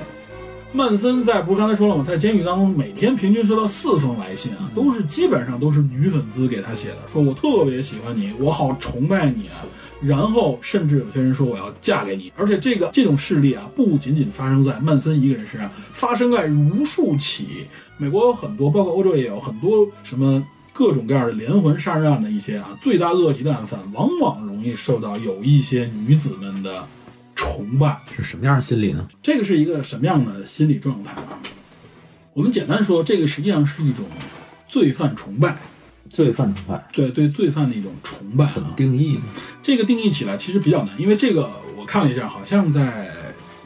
曼森在不是刚才说了吗？他在监狱当中每天平均收到四封来信啊，都是基本上都是女粉丝给他写的，说我特别喜欢你，我好崇拜你啊。然后甚至有些人说我要嫁给你，而且这个这种事例啊，不仅仅发生在曼森一个人身上，发生在无数起。美国有很多，包括欧洲也有很多什么各种各样的连环杀人案的一些啊，罪大恶极的案犯，往往容易受到有一些女子们的崇拜。是什么样的心理呢？这个是一个什么样的心理状态啊？我们简单说，这个实际上是一种罪犯崇拜，罪犯崇拜对对罪犯的一种崇拜、啊。怎么定义呢？这个定义起来其实比较难，因为这个我看了一下，好像在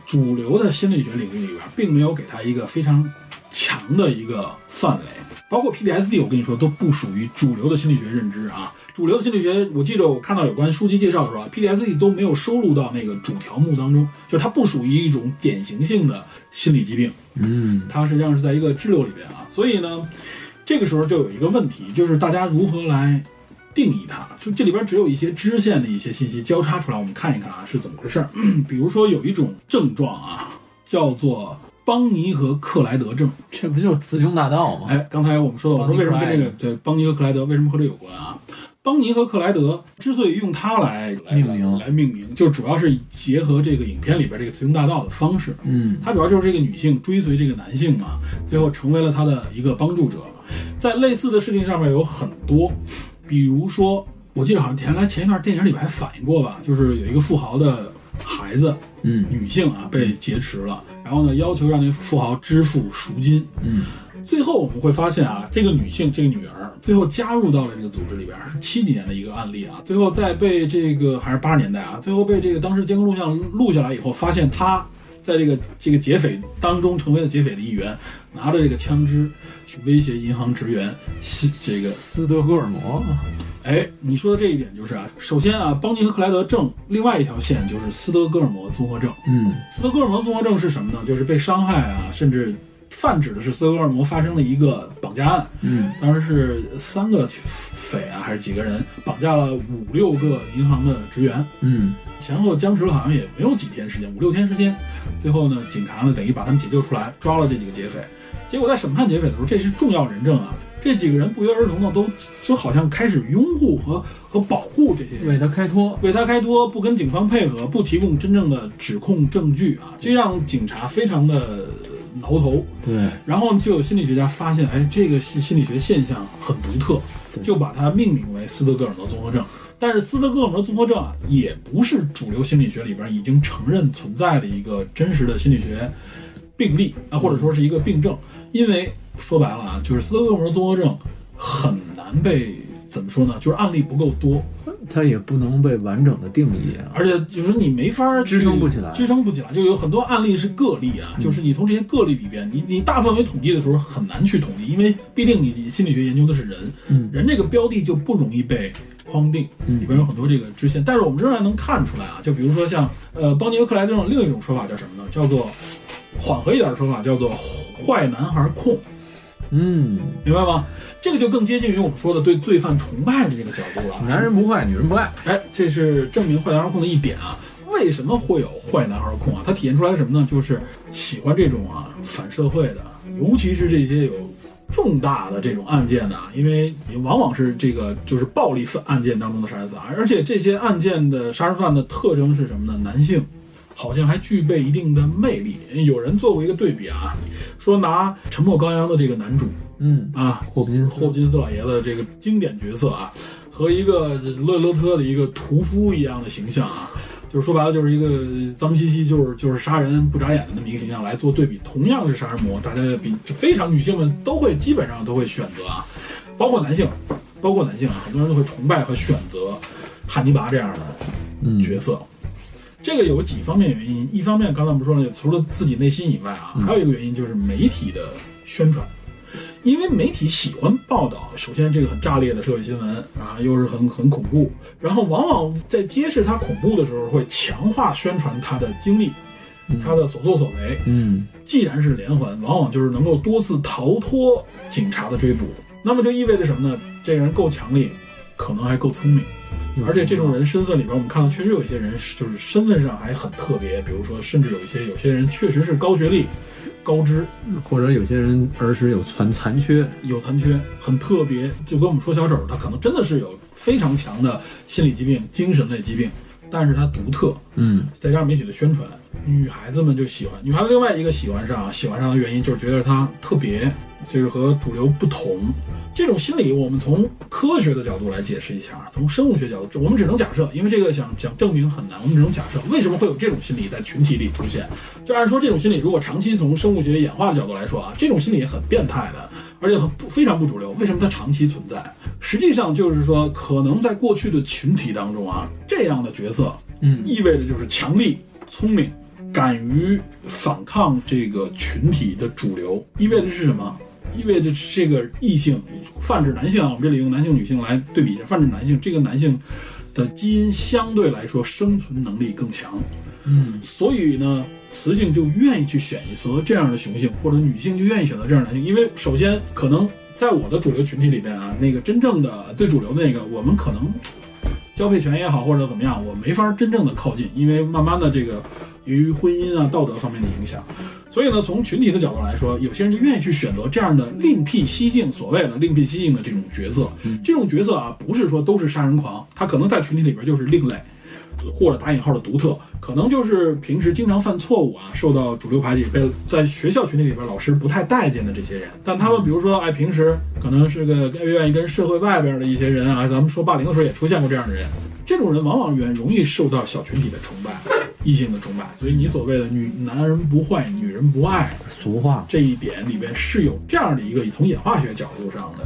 主流的心理学领域里边，并没有给他一个非常。强的一个范围。包括 PTSD，我跟你说都不属于主流的心理学认知啊。主流的心理学，我记着我看到有关书籍介绍的时候啊，PTSD 都没有收录到那个主条目当中，就是它不属于一种典型性的心理疾病。嗯，它实际上是在一个支流里边啊。所以呢，这个时候就有一个问题，就是大家如何来定义它？就这里边只有一些支线的一些信息交叉出来，我们看一看啊是怎么回事儿。 比如说有一种症状啊，叫做邦尼和克莱德症。这不就是雌雄大盗吗？哎，刚才我们说到，我说为什么跟这个邦尼克莱对邦尼和克莱德为什么和这有关啊？邦尼和克莱德之所以用它来来命名来命名，就主要是结合这个影片里边这个雌雄大盗的方式。嗯，她主要就是这个女性追随这个男性嘛，最后成为了他的一个帮助者。在类似的事情上面有很多，比如说，我记得好像原来前一段电影里边还反映过吧，就是有一个富豪的孩子，嗯，女性啊被劫持了，然后呢要求让那富豪支付赎金，嗯，最后我们会发现啊，这个女性这个女儿最后加入到了这个组织里边，是七几年的一个案例啊，最后在被这个还是八十年代啊，最后被这个当时监控录像录下来以后，发现她。在这个这个劫匪当中成为了劫匪的一员，拿着这个枪支去威胁银行职员，是这个斯德哥尔摩，哎，你说的这一点就是啊，首先啊，邦尼和克莱德症，另外一条线就是斯德哥尔摩综合症。嗯斯德哥尔摩综合症是什么呢？就是被伤害啊，甚至泛指的是斯德哥尔摩发生了一个绑架案，嗯当时是三个匪啊，还是几个人绑架了五六个银行的职员，嗯，前后僵持了好像也没有几天时间，五六天时间，最后呢，警察呢等于把他们解救出来，抓了这几个劫匪。结果在审判劫匪的时候，这是重要人证啊，这几个人不约而同的都就好像开始拥护和和保护这些人。为他开脱，为他开脱，不跟警方配合，不提供真正的指控证据啊，这让警察非常的挠头。对，然后就有心理学家发现，哎，这个心心理学现象很独特，就把它命名为斯德哥尔摩综合症。但是斯德哥尔摩综合症啊，也不是主流心理学里边已经承认存在的一个真实的心理学病例啊，或者说是一个病症。因为说白了啊，就是斯德哥尔摩综合症很难被怎么说呢？就是案例不够多，他也不能被完整的定义啊。而且就是你没法儿去支撑不起来嗯支撑不起来，就有很多案例是个例啊，就是你从这些个例里边，你你大范围统计的时候很难去统计，因为毕竟你心理学研究的是人，嗯人这个标的就不容易被框定，里边有很多这个支线，但是我们仍然能看出来啊，就比如说像呃邦尼和克莱这种另一种说法叫什么呢？叫做缓和一点的说法叫做坏男孩控，嗯，明白吗？这个就更接近于我们说的对罪犯崇拜的这个角度了，男人不坏，女人不爱。哎，这是证明坏男孩控的一点啊。为什么会有坏男孩控啊？它体现出来什么呢？就是喜欢这种啊反社会的，尤其是这些有重大的这种案件的啊，因为往往是这个就是暴力犯案件当中的杀人犯，而且这些案件的杀人犯的特征是什么呢？男性。好像还具备一定的魅力。有人做过一个对比啊，说拿《沉默羔羊》的这个男主嗯，啊，霍普金斯霍普金斯老爷子这个经典角色啊，和一个勒勒特的一个屠夫一样的形象啊，就是说白了就是一个脏兮兮，就是就是杀人不眨眼的那么一个形象来做对比。同样是杀人魔，大家比就非常女性们都会基本上都会选择啊，包括男性，包括男性啊，很多人都会崇拜和选择汉尼拔这样嗯的角色。这个有几方面原因，一方面刚才我们说了，除了自己内心以外啊，嗯还有一个原因就是媒体的宣传。因为媒体喜欢报道，首先这个很炸裂的社会新闻啊，又是很很恐怖，然后往往在揭示它恐怖的时候，会强化宣传它的经历，它的所作所为。嗯，既然是连环，往往就是能够多次逃脱警察的追捕，那么就意味着什么呢？这个人够强力，可能还够聪明，嗯而且这种人身份里边，我们看到确实有一些人是就是身份上还很特别，比如说甚至有一些有些人确实是高学历、高知，或者有些人儿时有残残缺，有残缺，很特别，就跟我们说小丑，他可能真的是有非常强的心理疾病、精神类疾病，但是他独特，嗯，再加上媒体的宣传，女孩子们就喜欢。女孩子另外一个喜欢上，啊喜欢上的原因就是觉得她特别，就是和主流不同。这种心理，我们从科学的角度来解释一下，从生物学角度，我们只能假设，因为这个想想证明很难，我们只能假设为什么会有这种心理在群体里出现。就按说这种心理，如果长期从生物学演化的角度来说啊，这种心理也很变态的，而且很不非常不主流。为什么它长期存在？实际上就是说，可能在过去的群体当中啊，这样的角色，嗯意味着就是强力、聪明、敢于反抗这个群体的主流，意味着是什么？意味着这个异性泛指男性啊，我们这里用男性、女性来对比一下，泛指男性，这个男性的基因相对来说生存能力更强，嗯，所以呢，雌性就愿意去选择这样的雄性，或者女性就愿意选择这样的男性，因为首先可能在我的主流群体里边啊，那个真正的最主流的那个，我们可能交配权也好，或者怎么样，我没法真正的靠近，因为慢慢的这个由于婚姻啊、道德方面的影响，所以呢，从群体的角度来说，有些人就愿意去选择这样的另辟蹊径，所谓的另辟蹊径的这种角色。这种角色啊，不是说都是杀人狂，他可能在群体里边就是另类，或者打引号的独特，可能就是平时经常犯错误啊，受到主流排挤，被在学校群体里边老师不太待见的这些人。但他们比如说，哎，平时可能是个呃愿意跟社会外边的一些人啊，咱们说霸凌的时候也出现过这样的人。这种人往往远容易受到小群体的崇拜，异性的崇拜。所以你所谓的女男人不坏，女人不爱，俗话，这一点里边是有这样的一个从演化学角度上的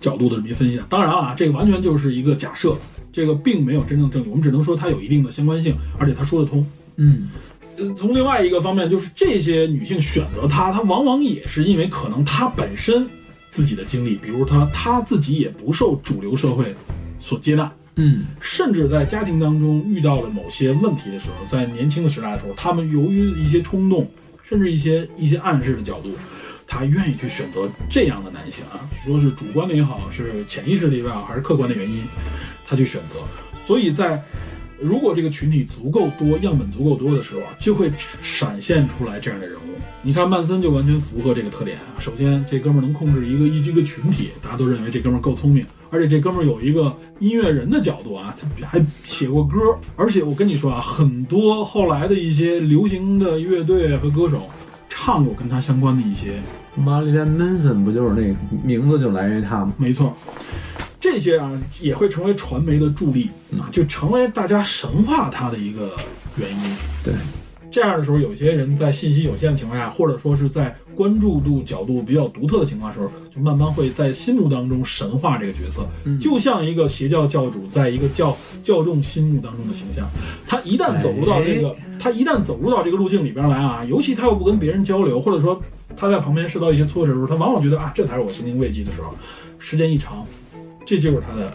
角度的这么一分析的。当然啊，这个完全就是一个假设，这个并没有真正证据，我们只能说它有一定的相关性，而且它说得通。嗯，呃，从另外一个方面，就是这些女性选择他，她往往也是因为可能她本身自己的经历，比如她她自己也不受主流社会所接纳，嗯，甚至在家庭当中遇到了某些问题的时候，在年轻的时代的时候，他们由于一些冲动，甚至一些一些暗示的角度，他愿意去选择这样的男性啊，说是主观的也好，是潜意识的也好，还是客观的原因，他去选择。所以在如果这个群体足够多，样本足够多的时候啊，就会闪现出来这样的人物。你看曼森就完全符合这个特点啊。首先，这哥们儿能控制一个一一个群体，大家都认为这哥们儿够聪明，而且这哥们儿有一个音乐人的角度啊，他还写过歌。而且我跟你说啊，很多后来的一些流行的乐队和歌手唱过跟他相关的一些玛丽莲· o n 不就是那个名字就来源于他吗？没错，这些啊也会成为传媒的助力啊，就成为大家神化它的一个原因。对，这样的时候，有些人在信息有限的情况下，或者说是在关注度角度比较独特的情况下时候，就慢慢会在心目当中神化这个角色，就像一个邪教教主在一个教教众心目当中的形象。他一旦走入到这个，他一旦走入到这个路径里边来啊，尤其他又不跟别人交流，或者说他在旁边受到一些挫折的时候，他往往觉得啊，这才是我心灵慰藉的时候。时间一长，这就是他的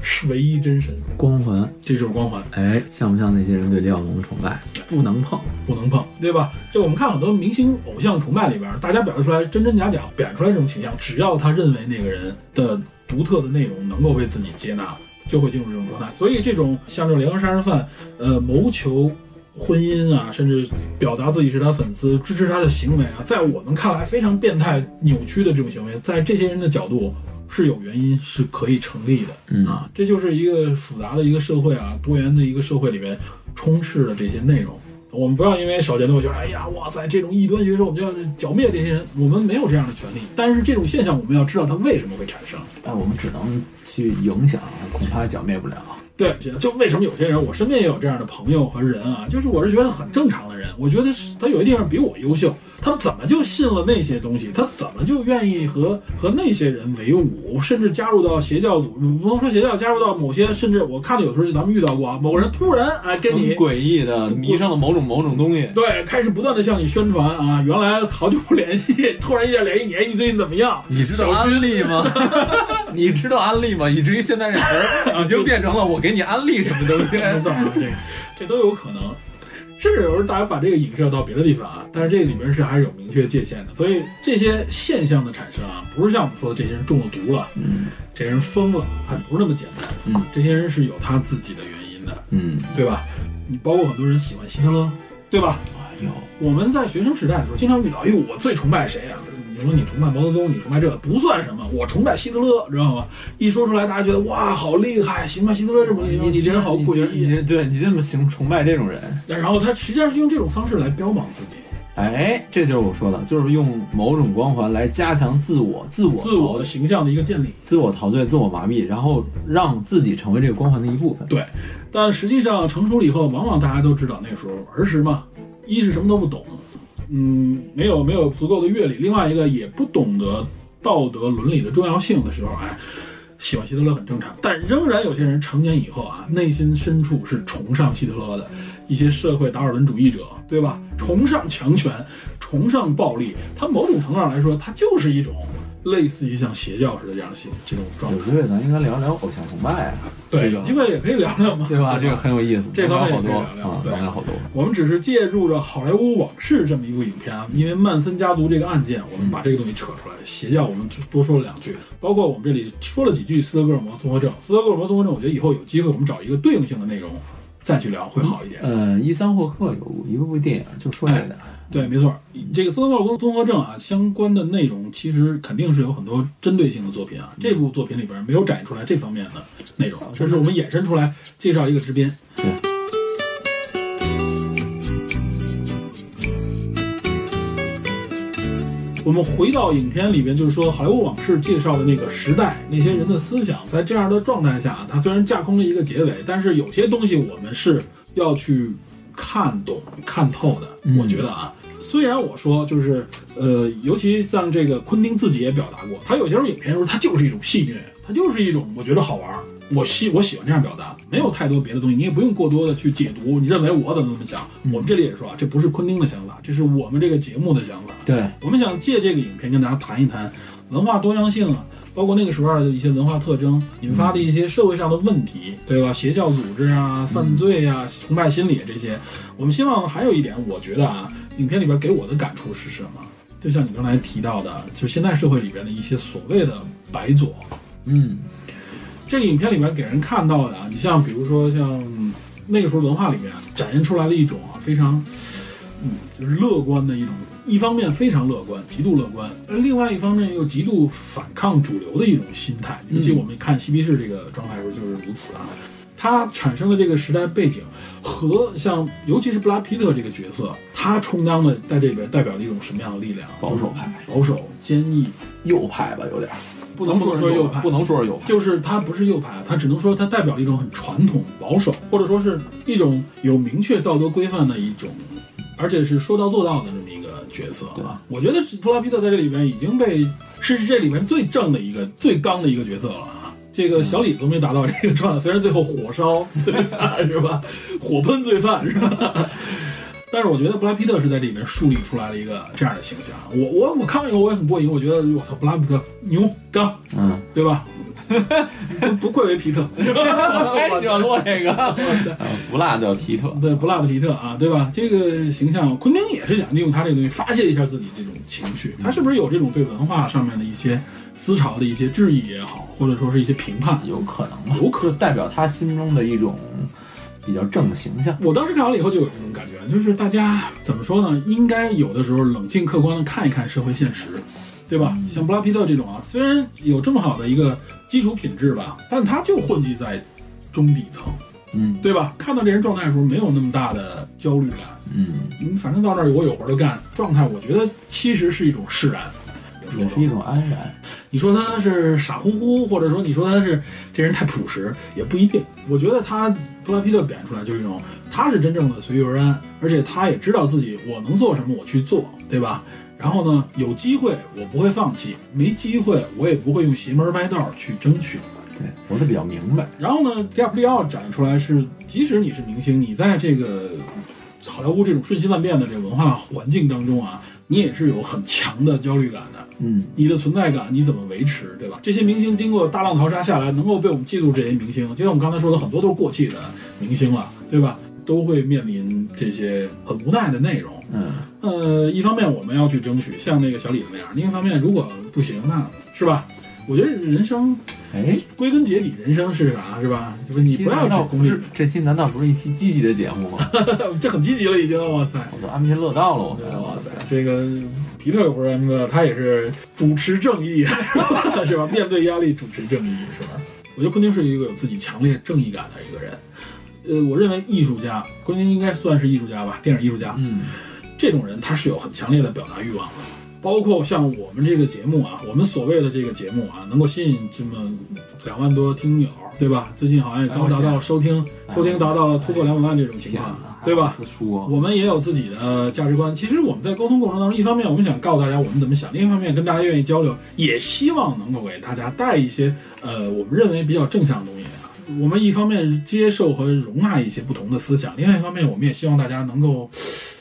是唯一真神，光环，这就是光环，哎，像不像那些人对李小龙的崇拜？不能碰，不能碰，对吧？这我们看很多明星偶像崇拜里边，大家表现出来真真假假，表现出来这种倾向，只要他认为那个人的独特的内容能够被自己接纳，就会进入这种状态。所以，这种像这种连环杀人犯，呃，谋求。婚姻啊，甚至表达自己是他粉丝、支持他的行为啊，在我们看来非常变态、扭曲的这种行为，在这些人的角度是有原因，是可以成立的。嗯啊，这就是一个复杂的一个社会啊，多元的一个社会里面充斥的这些内容。我们不要因为少见多，觉得哎呀，哇塞，这种异端学说我们就要剿灭这些人，我们没有这样的权利。但是这种现象，我们要知道它为什么会产生。哎，我们只能去影响，恐怕剿灭不了。对，就为什么有些人，我身边也有这样的朋友和人啊，就是我是觉得很正常的人，我觉得是他有一地方比我优秀，他怎么就信了那些东西？他怎么就愿意和和那些人为伍，甚至加入到邪教组？不能说邪教，加入到某些，甚至我看到有时候咱们遇到过啊，某个人突然哎跟你诡异的迷上了某种某种东西，对，开始不断的向你宣传啊，原来好久不联系，突然一下联系你，哎，你最近怎么样？你知道安利吗？ 你知道安利吗？以至于现在这词儿已经变成了我给你安利什么东西。 没错啊，这 这都有可能。甚至有时候大家把这个影射到别的地方啊，但是这里面是还是有明确界限的。所以这些现象的产生啊，不是像我们说的这些人中了毒了，嗯这人疯了，还不是那么简单。嗯，这些人是有他自己的原因的，嗯，对吧？你包括很多人喜欢希特勒，对吧？哎呦，我们在学生时代的时候，经常遇到，哎呦，我最崇拜谁啊？你说你崇拜毛泽东，你崇拜这个不算什么，我崇拜希特勒，知道吗？一说出来，大家觉得哇，好厉害，崇拜希特勒这么一个你这人好诡你异。这对你这么行崇拜这种人，然后他实际上是用这种方式来标榜自己，哎，这就是我说的，就是用某种光环来加强自我、自我、自我的形象的一个建立。自我陶醉、自我麻痹，然后让自己成为这个光环的一部分。对，但实际上成熟了以后，往往大家都知道，那个时候儿时嘛，一是什么都不懂，嗯，没有没有足够的阅历，另外一个也不懂得道德伦理的重要性的时候，哎，喜欢希特勒很正常，但仍然有些人成年以后啊，内心深处是崇尚希特勒的，一些社会达尔文主义者，对吧？崇尚强权，崇尚暴力，他某种程度上来说，他就是一种类似于像邪教似的这样的心这种状态有。机会咱应该聊聊偶像崇拜啊，对，这有个机会也可以聊聊嘛，对吧？这个很有意思，这方面好也可以多聊聊啊，对聊好多。我们只是借助着《好莱坞往事》这么一部影片啊，因为曼森家族这个案件，我们把这个东西扯出来，邪教我们多说了两句，包括我们这里说了几句斯德哥尔摩综合症。斯德哥尔摩综合症，我觉得以后有机会我们找一个对应性的内容再去聊会好一点。呃，伊桑霍克有一部电影就说这个，对，没错，这个斯德哥尔摩综合症啊，相关的内容其实肯定是有很多针对性的作品啊。这部作品里边没有展现出来这方面的内容，这是我们衍生出来介绍一个制片。我们回到影片里边，就是说好莱坞往事介绍的那个时代，那些人的思想，在这样的状态下，它虽然架空了一个结尾，但是有些东西我们是要去看懂、看透的。我觉得啊，虽然我说就是呃，尤其像这个昆汀自己也表达过，他有些时候影片时候他就是一种戏谑，他就是一种我觉得好玩儿。我喜我喜欢这样表达，没有太多别的东西，你也不用过多的去解读。你认为我怎么怎么想？我们这里也说啊，这不是昆汀的想法，这是我们这个节目的想法。对，我们想借这个影片跟大家谈一谈文化多样性啊，包括那个时候的一些文化特征引发的一些社会上的问题，对吧？邪教组织啊、犯罪啊、崇拜心理这些，我们希望还有一点，我觉得啊，影片里边给我的感触是什么？就像你刚才提到的，就现在社会里边的一些所谓的白左，嗯，这个影片里面给人看到的啊，你像比如说像那个时候文化里面展现出来的一种啊非常，嗯，就是乐观的一种，一方面非常乐观，极度乐观，而另外一方面又极度反抗主流的一种心态。尤其我们看嬉皮士这个状态的时候就是如此啊。它产生的这个时代背景和像，尤其是布拉皮特这个角色，他充当的在这里边代表了一种什么样的力量？保守派、保守、坚毅，右派吧，有点儿不能说是是右派不能说是右派，就是它不是右派，啊它只能说它代表了一种很传统、保守，或者说是一种有明确道德规范的一种，而且是说到做到的这么一个角色。对吧？我觉得布拉皮特在这里边已经被是这里边最正的一个、最刚的一个角色了啊。这个小李都没达到这个状态，虽然最后火烧罪犯是吧？火喷罪犯是吧？但是我觉得布拉皮特是在这里面树立出来了一个这样的形象。啊我我我看了以后我也很过瘾，我觉得我操布拉皮特牛刚，嗯，对吧？不不愧为皮特， 我就要说这个，不嗯辣叫皮特，对不落的皮特啊，对吧？这个形象，昆汀也是想利用他这个东西发泄一下自己这种情绪。他是不是有这种对文化上面的一些思潮的一些质疑也好，或者说是一些评判？有可能吧，有可能代表他心中的一种比较正的形象，我当时看完了以后就有这种感觉，就是大家怎么说呢？应该有的时候冷静客观的看一看社会现实，对吧？像布拉皮特这种啊，虽然有这么好的一个基础品质吧，但他就混迹在中底层，嗯对吧？看到这人状态的时候，没有那么大的焦虑感。嗯，嗯，反正到那儿我有活儿就干，状态我觉得其实是一种释然。有时也候是一种安然，你说他是傻乎乎，或者说你说他是这人太朴实，也不一定。我觉得他布拉皮特表现出来就是一种，他是真正的随遇而安，而且他也知道自己我能做什么我去做，对吧？然后呢，有机会我不会放弃，没机会我也不会用邪门歪道去争取。对，活得比较明白，然后呢，迪亚布利奥展现出来是，即使你是明星，你在这个好莱坞这种瞬息万变的这个文化环境当中啊，你也是有很强的焦虑感的。嗯，你的存在感你怎么维持，对吧？这些明星经过大浪淘沙下来，能够被我们记住这些明星，就像我们刚才说的，很多都是过气的明星了，对吧？都会面临这些很无奈的内容。嗯，呃，一方面我们要去争取像那个小李子那样，另一方面如果不行，那是吧？我觉得人生哎，归根结底，人生是啥，是吧？就是你不要去功利这，这期难道不是一期积极的节目吗？ 这很积极了已经。哇塞，我都安贫乐道了，我看，哇塞，这个皮特不是 M 的，他也是主持正义， 是吧？面对压力，主持正义，是吧？我觉得昆汀是一个有自己强烈正义感的一个人。呃，我认为艺术家，昆汀应该算是艺术家吧，电影艺术家。嗯，这种人他是有很强烈的表达欲望的，包括像我们这个节目啊，我们所谓的这个节目啊，能够吸引这么两万多听友，对吧？最近好像也刚达到收听收听达到突破两百万这种情况，啊对吧？不说，我们也有自己的价值观。其实我们在沟通过程当中，一方面我们想告诉大家我们怎么想，另一方面跟大家愿意交流，也希望能够给大家带一些呃我们认为比较正向的东西啊。我们一方面接受和容纳一些不同的思想，另外一方面我们也希望大家能够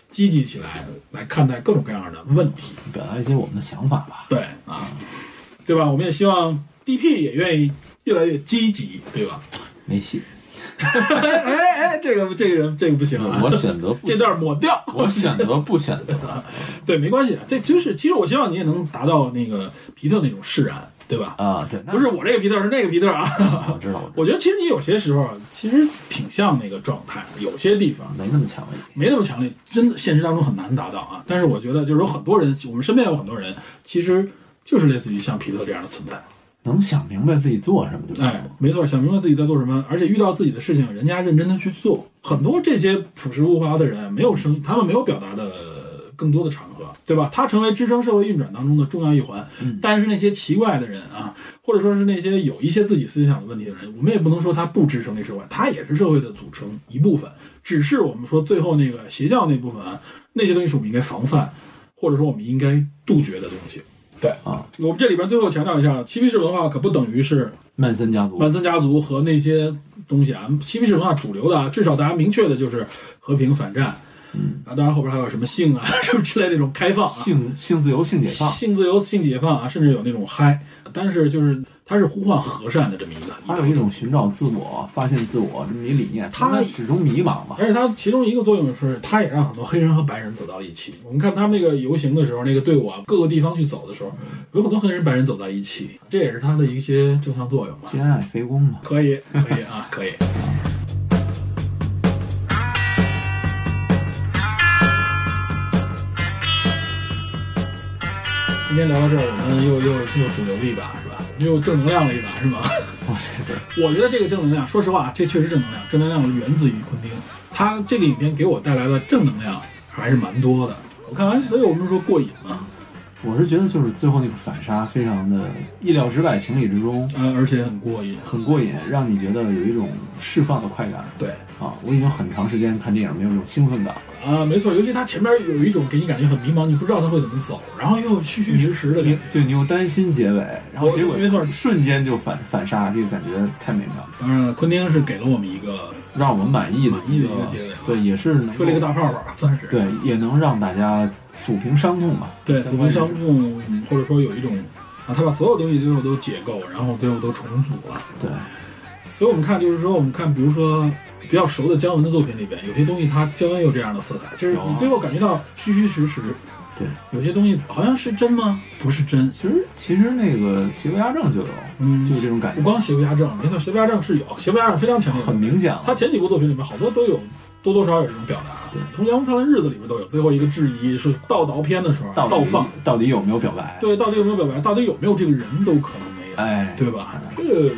积极起来，来看待各种各样的问题。表达一些我们的想法吧。对啊，对吧？我们也希望 DP 也愿意越来越积极，对吧？ 没戏，哎哎哎，这个这个人这个不行啊，我选择不 这，段抹掉。我选择不选择，对，没关系，啊这就是其实我希望你也能达到那个皮特那种释然，对吧？啊，对，不是我这个皮特，是那个皮特啊。 我知道，我知我觉得其实你有些时候啊其实挺像那个状态，有些地方道，没那么强烈。没那么强烈，真的现实当中很难达到啊。但是我觉得就是有很多人，我们身边有很多人，其实就是类似于像皮特这样的存在。能想明白自己做什么就行哎，没错，想明白自己在做什么，而且遇到自己的事情，人家认真的去做。很多这些朴实无华的人，没有声，他们没有表达的更多的场合，对吧？他成为支撑社会运转当中的重要一环。但是那些奇怪的人啊，或者说是那些有一些自己思想的问题的人，我们也不能说他不支撑这社会，他也是社会的组成一部分。只是我们说最后那个邪教那部分啊，那些东西是我们应该防范，或者说我们应该杜绝的东西。对啊，我们这里边最后强调一下，嬉皮士文化可不等于是曼森家族曼森家族和那些东西啊，嬉皮士文化主流的啊，至少大家明确的就是和平反战，嗯啊，当然后边还有什么性啊 什么之类那种开放啊，性性自由、性解放，性自由、性解放啊，甚至有那种嗨，但是就是它是呼唤和善的这么一个，它有一种寻找自我、发现自我这么一理念，它它始终迷茫嘛。而且它其中一个作用是，它也让很多黑人和白人走到一起。我们看他们那个游行的时候，那个队伍啊，各个地方去走的时候，有很多黑人白人走在一起，这也是它的一些正向作用吧。兼爱非攻嘛，可以，可以 啊，可以。今天聊到这儿，我们又又又主流了一把，是吧？又正能量了一把，是吗？ 我觉得这个正能量，说实话，这确实正能量。正能量源自于昆汀，他这个影片给我带来的正能量还是蛮多的。我看完，所以我们说过瘾嘛，我是觉得就是最后那个反杀非常的意料之外、情理之中，呃，而且很过瘾。很过瘾，让你觉得有一种释放的快感对，啊！我已经很长时间看电影没有这种兴奋感了，啊，没错，尤其他前面有一种给你感觉很迷茫，你不知道他会怎么走，然后又虚虚实实的感觉你对你又担心结尾，然后结果我没错瞬间就反反杀，这个感觉太美妙，当然了，昆汀是给了我们一个让我们满意的满意的一个结尾啊对，也是能够吹了一个大泡吧，算是对，也能让大家抚平伤痛吧。对，相我关们人士商用或者说有一种啊，他把所有东西最后都解构，然后最后都重组了。对，所以我们看，就是说，我们看，比如说比较熟的姜文的作品里边，有些东西他姜文有这样的色彩，就是有啊你最后感觉到虚虚实实。对，有些东西好像是真吗？不是真。其实其实那个邪不压正就有，嗯就这种感不觉，光邪不压正，没错，邪不压正是有，邪不压正非常强烈，很明显了。他前几部作品里面好多都有多多少少有这种表达，啊对从《阳光灿烂的日子》里面都有。最后一个质疑是倒倒片的时候，啊到底放，到底有没有表白？，对，到底有没有表白，到底有没有这个人都可能没有，哎，对吧？这个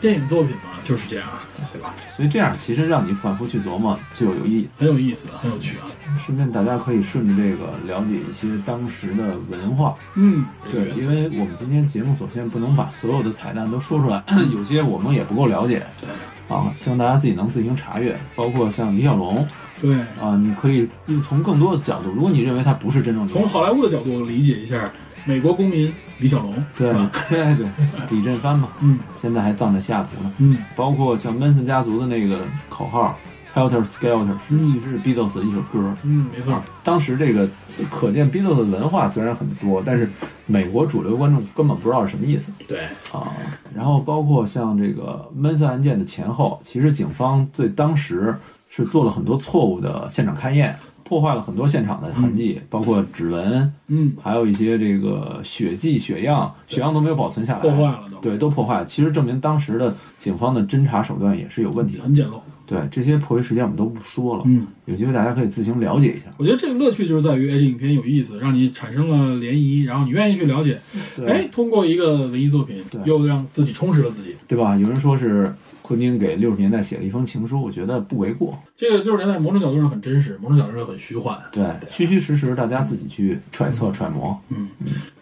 电影作品嘛就是这样，啊对吧？所以这样其实让你反复去琢磨就有意义。很有意思，很有趣啊。顺便大家可以顺着这个了解一些当时的文化，嗯，对，因为我们今天节目所限，不能把所有的彩蛋都说出来，嗯 有些我们也不够了解，啊，希望大家自己能自行查阅，包括像李小龙对，啊，你可以从更多的角度，如果你认为他不是真正的，从好莱坞的角度理解一下美国公民李小龙，对是吧？对对，李振帆嘛，嗯现在还葬在西雅图呢，嗯，包括像 Manson 家族的那个口号 Helter Skelter，嗯其实是 Beatles 的一首歌。嗯，没错啊，，当时这个可见 Beatles 的文化虽然很多，但是美国主流观众根本不知道是什么意思。对，啊，然后包括像这个闷森案件的前后，其实警方对当时是做了很多错误的现场勘验，破坏了很多现场的痕迹，包括指纹，嗯，还有一些这个血迹、血样，血样都没有保存下来，破坏了都对，都破坏了。其实证明当时的警方的侦查手段也是有问题的。很简陋。对，这些破译时间我们都不说了，嗯，有机会大家可以自行了解一下。我觉得这个乐趣就是在于，哎，这影片有意思，让你产生了涟漪，然后你愿意去了解，对哎哎，通过一个文艺作品对，又让自己充实了自己。对吧？有人说是。普京给六十年代写了一封情书，我觉得不为过。这个六十年代某种角度上很真实，某种角度上很虚幻，对，虚虚实实，大家自己去揣测揣摩。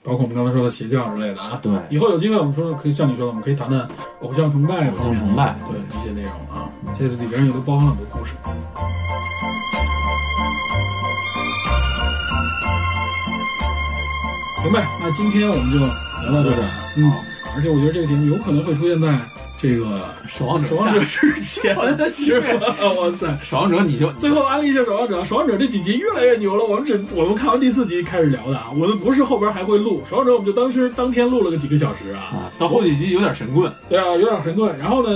包括我们刚才说的邪教之类的啊。对，以后有机会，我们说可以像你说的，我们可以谈谈偶像崇拜方面的偶像崇拜对一些内容啊，这里边有的包含很多故事。明白，那今天我们就聊到这里。嗯，而且我觉得这个节目有可能会出现在这个守望《守者望下者》，之前，是吧？ 哇塞！ 守望者，你就最后安利一下《守望者》，《守望者》这几集越来越牛了。我们只我们看完第四集开始聊的啊，我们不是后边还会录《守望者》，我们就当时当天录了个几个小时啊。啊，到后几集有点神棍。对啊，有点神棍。然后呢，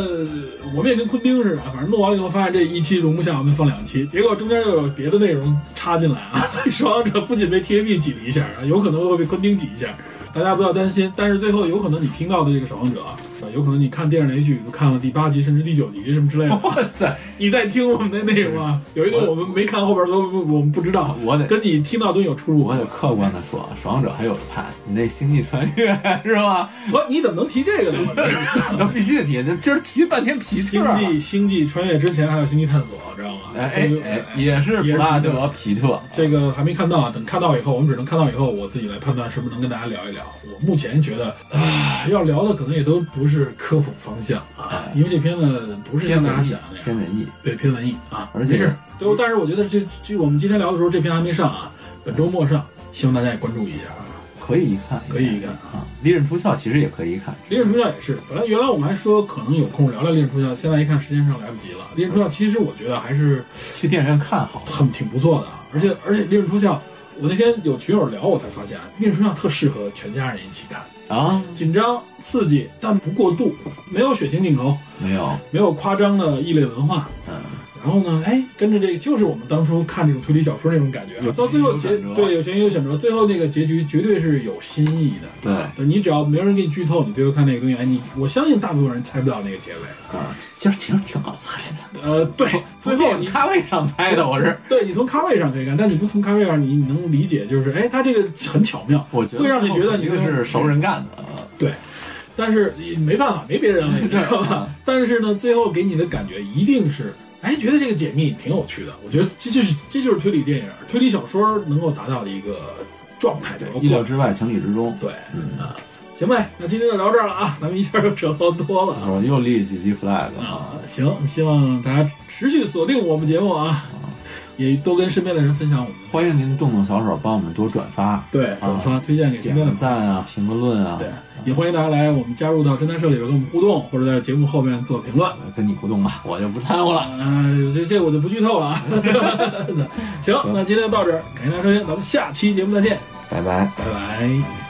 我们也跟昆汀似的，反正弄完了以后发现这一期容不下，我们放两期，结果中间又有别的内容插进来啊， 所以《守望者》不仅被 TAB 挤了一下，啊，有可能会被昆汀挤一下。大家不要担心，但是最后有可能你听到的这个《守望者》啊，有可能你看电视连续剧都看了第八集甚至第九集什么之类的啊，哇塞，你在听我们的内容啊？有一个我们没看后边都我们不知道，我得跟你听到都有出入我。得客观的说，啊守望者还有的拍。你那《星际穿越》是吧？我你怎么能提这个呢？那必须得提，这今儿提半天皮特星啊。际星际穿越之前还有星际探索，知道吗？哎哎哎，也是也是普拉德皮特。这个还没看到，啊等看到以后，我们只能看到以后，我自己来判断是不是能跟大家聊一聊。我目前觉得，啊，要聊的可能也都不是科普方向啊，因为这片子不是像大家想的那样哎偏文艺，对偏文艺啊，而且没事都，但是我觉得这这我们今天聊的时候，这篇还没上啊，本周末上，希望大家也关注一下啊。可以一看，可以一看啊。利刃出鞘其实也可以一看，利刃出鞘也是，本来原来我们还说可能有空聊聊利刃出鞘，现在一看时间上来不及了。利刃出鞘其实我觉得还是去电影院看好。很挺不错的，啊，而且而且利刃出鞘，我那天有群友聊我才发现，利刃出鞘特适合全家人一起看，啊，紧张刺激但不过度，没有血腥镜头，没有，没有夸张的异类文化。嗯，然后呢，哎，跟着这个就是我们当初看这种推理小说那种感觉啊有，到最后悬疑结有转折对有悬疑有选择，最后那个结局绝对是有新意的。对对呃你只要没有人给你剧透，你最后看那个东西，哎，你我相信大部分人猜不到那个结尾。啊，今儿其实挺好猜的，呃，对，哎 最后你咖位上猜的，我是，对你从咖位上可以看，但你不从咖位上，你你能理解就是，哎，他这个很巧妙，我觉得会让你觉得你就最后是熟人干的啊，对，但是也没办法，没别人了，你知道吧？嗯但是呢，最后给你的感觉一定是，哎，觉得这个解密挺有趣的。我觉得这就是这就是推理电影、推理小说能够达到的一个状态，对意料之嗯外，情理之中。对啊。行呗，那今天就聊这儿了啊，咱们一下就扯好多了啊。我又立几级 flag 啊啊，，行，希望大家持续锁定我们节目啊，也多跟身边的人分享我们。欢迎您动动小手，帮我们多转发、对，转发推荐给身点边的朋个友。赞啊，评个论啊，对，也欢迎大家来我们加入到侦探社里边跟我们互动，或者在节目后面做评论。跟你互动吧，我就不掺和了。呃，这这我就不剧透了 啊。行，那今天就到这儿，感谢大家收听，咱们下期节目再见，拜拜。拜拜。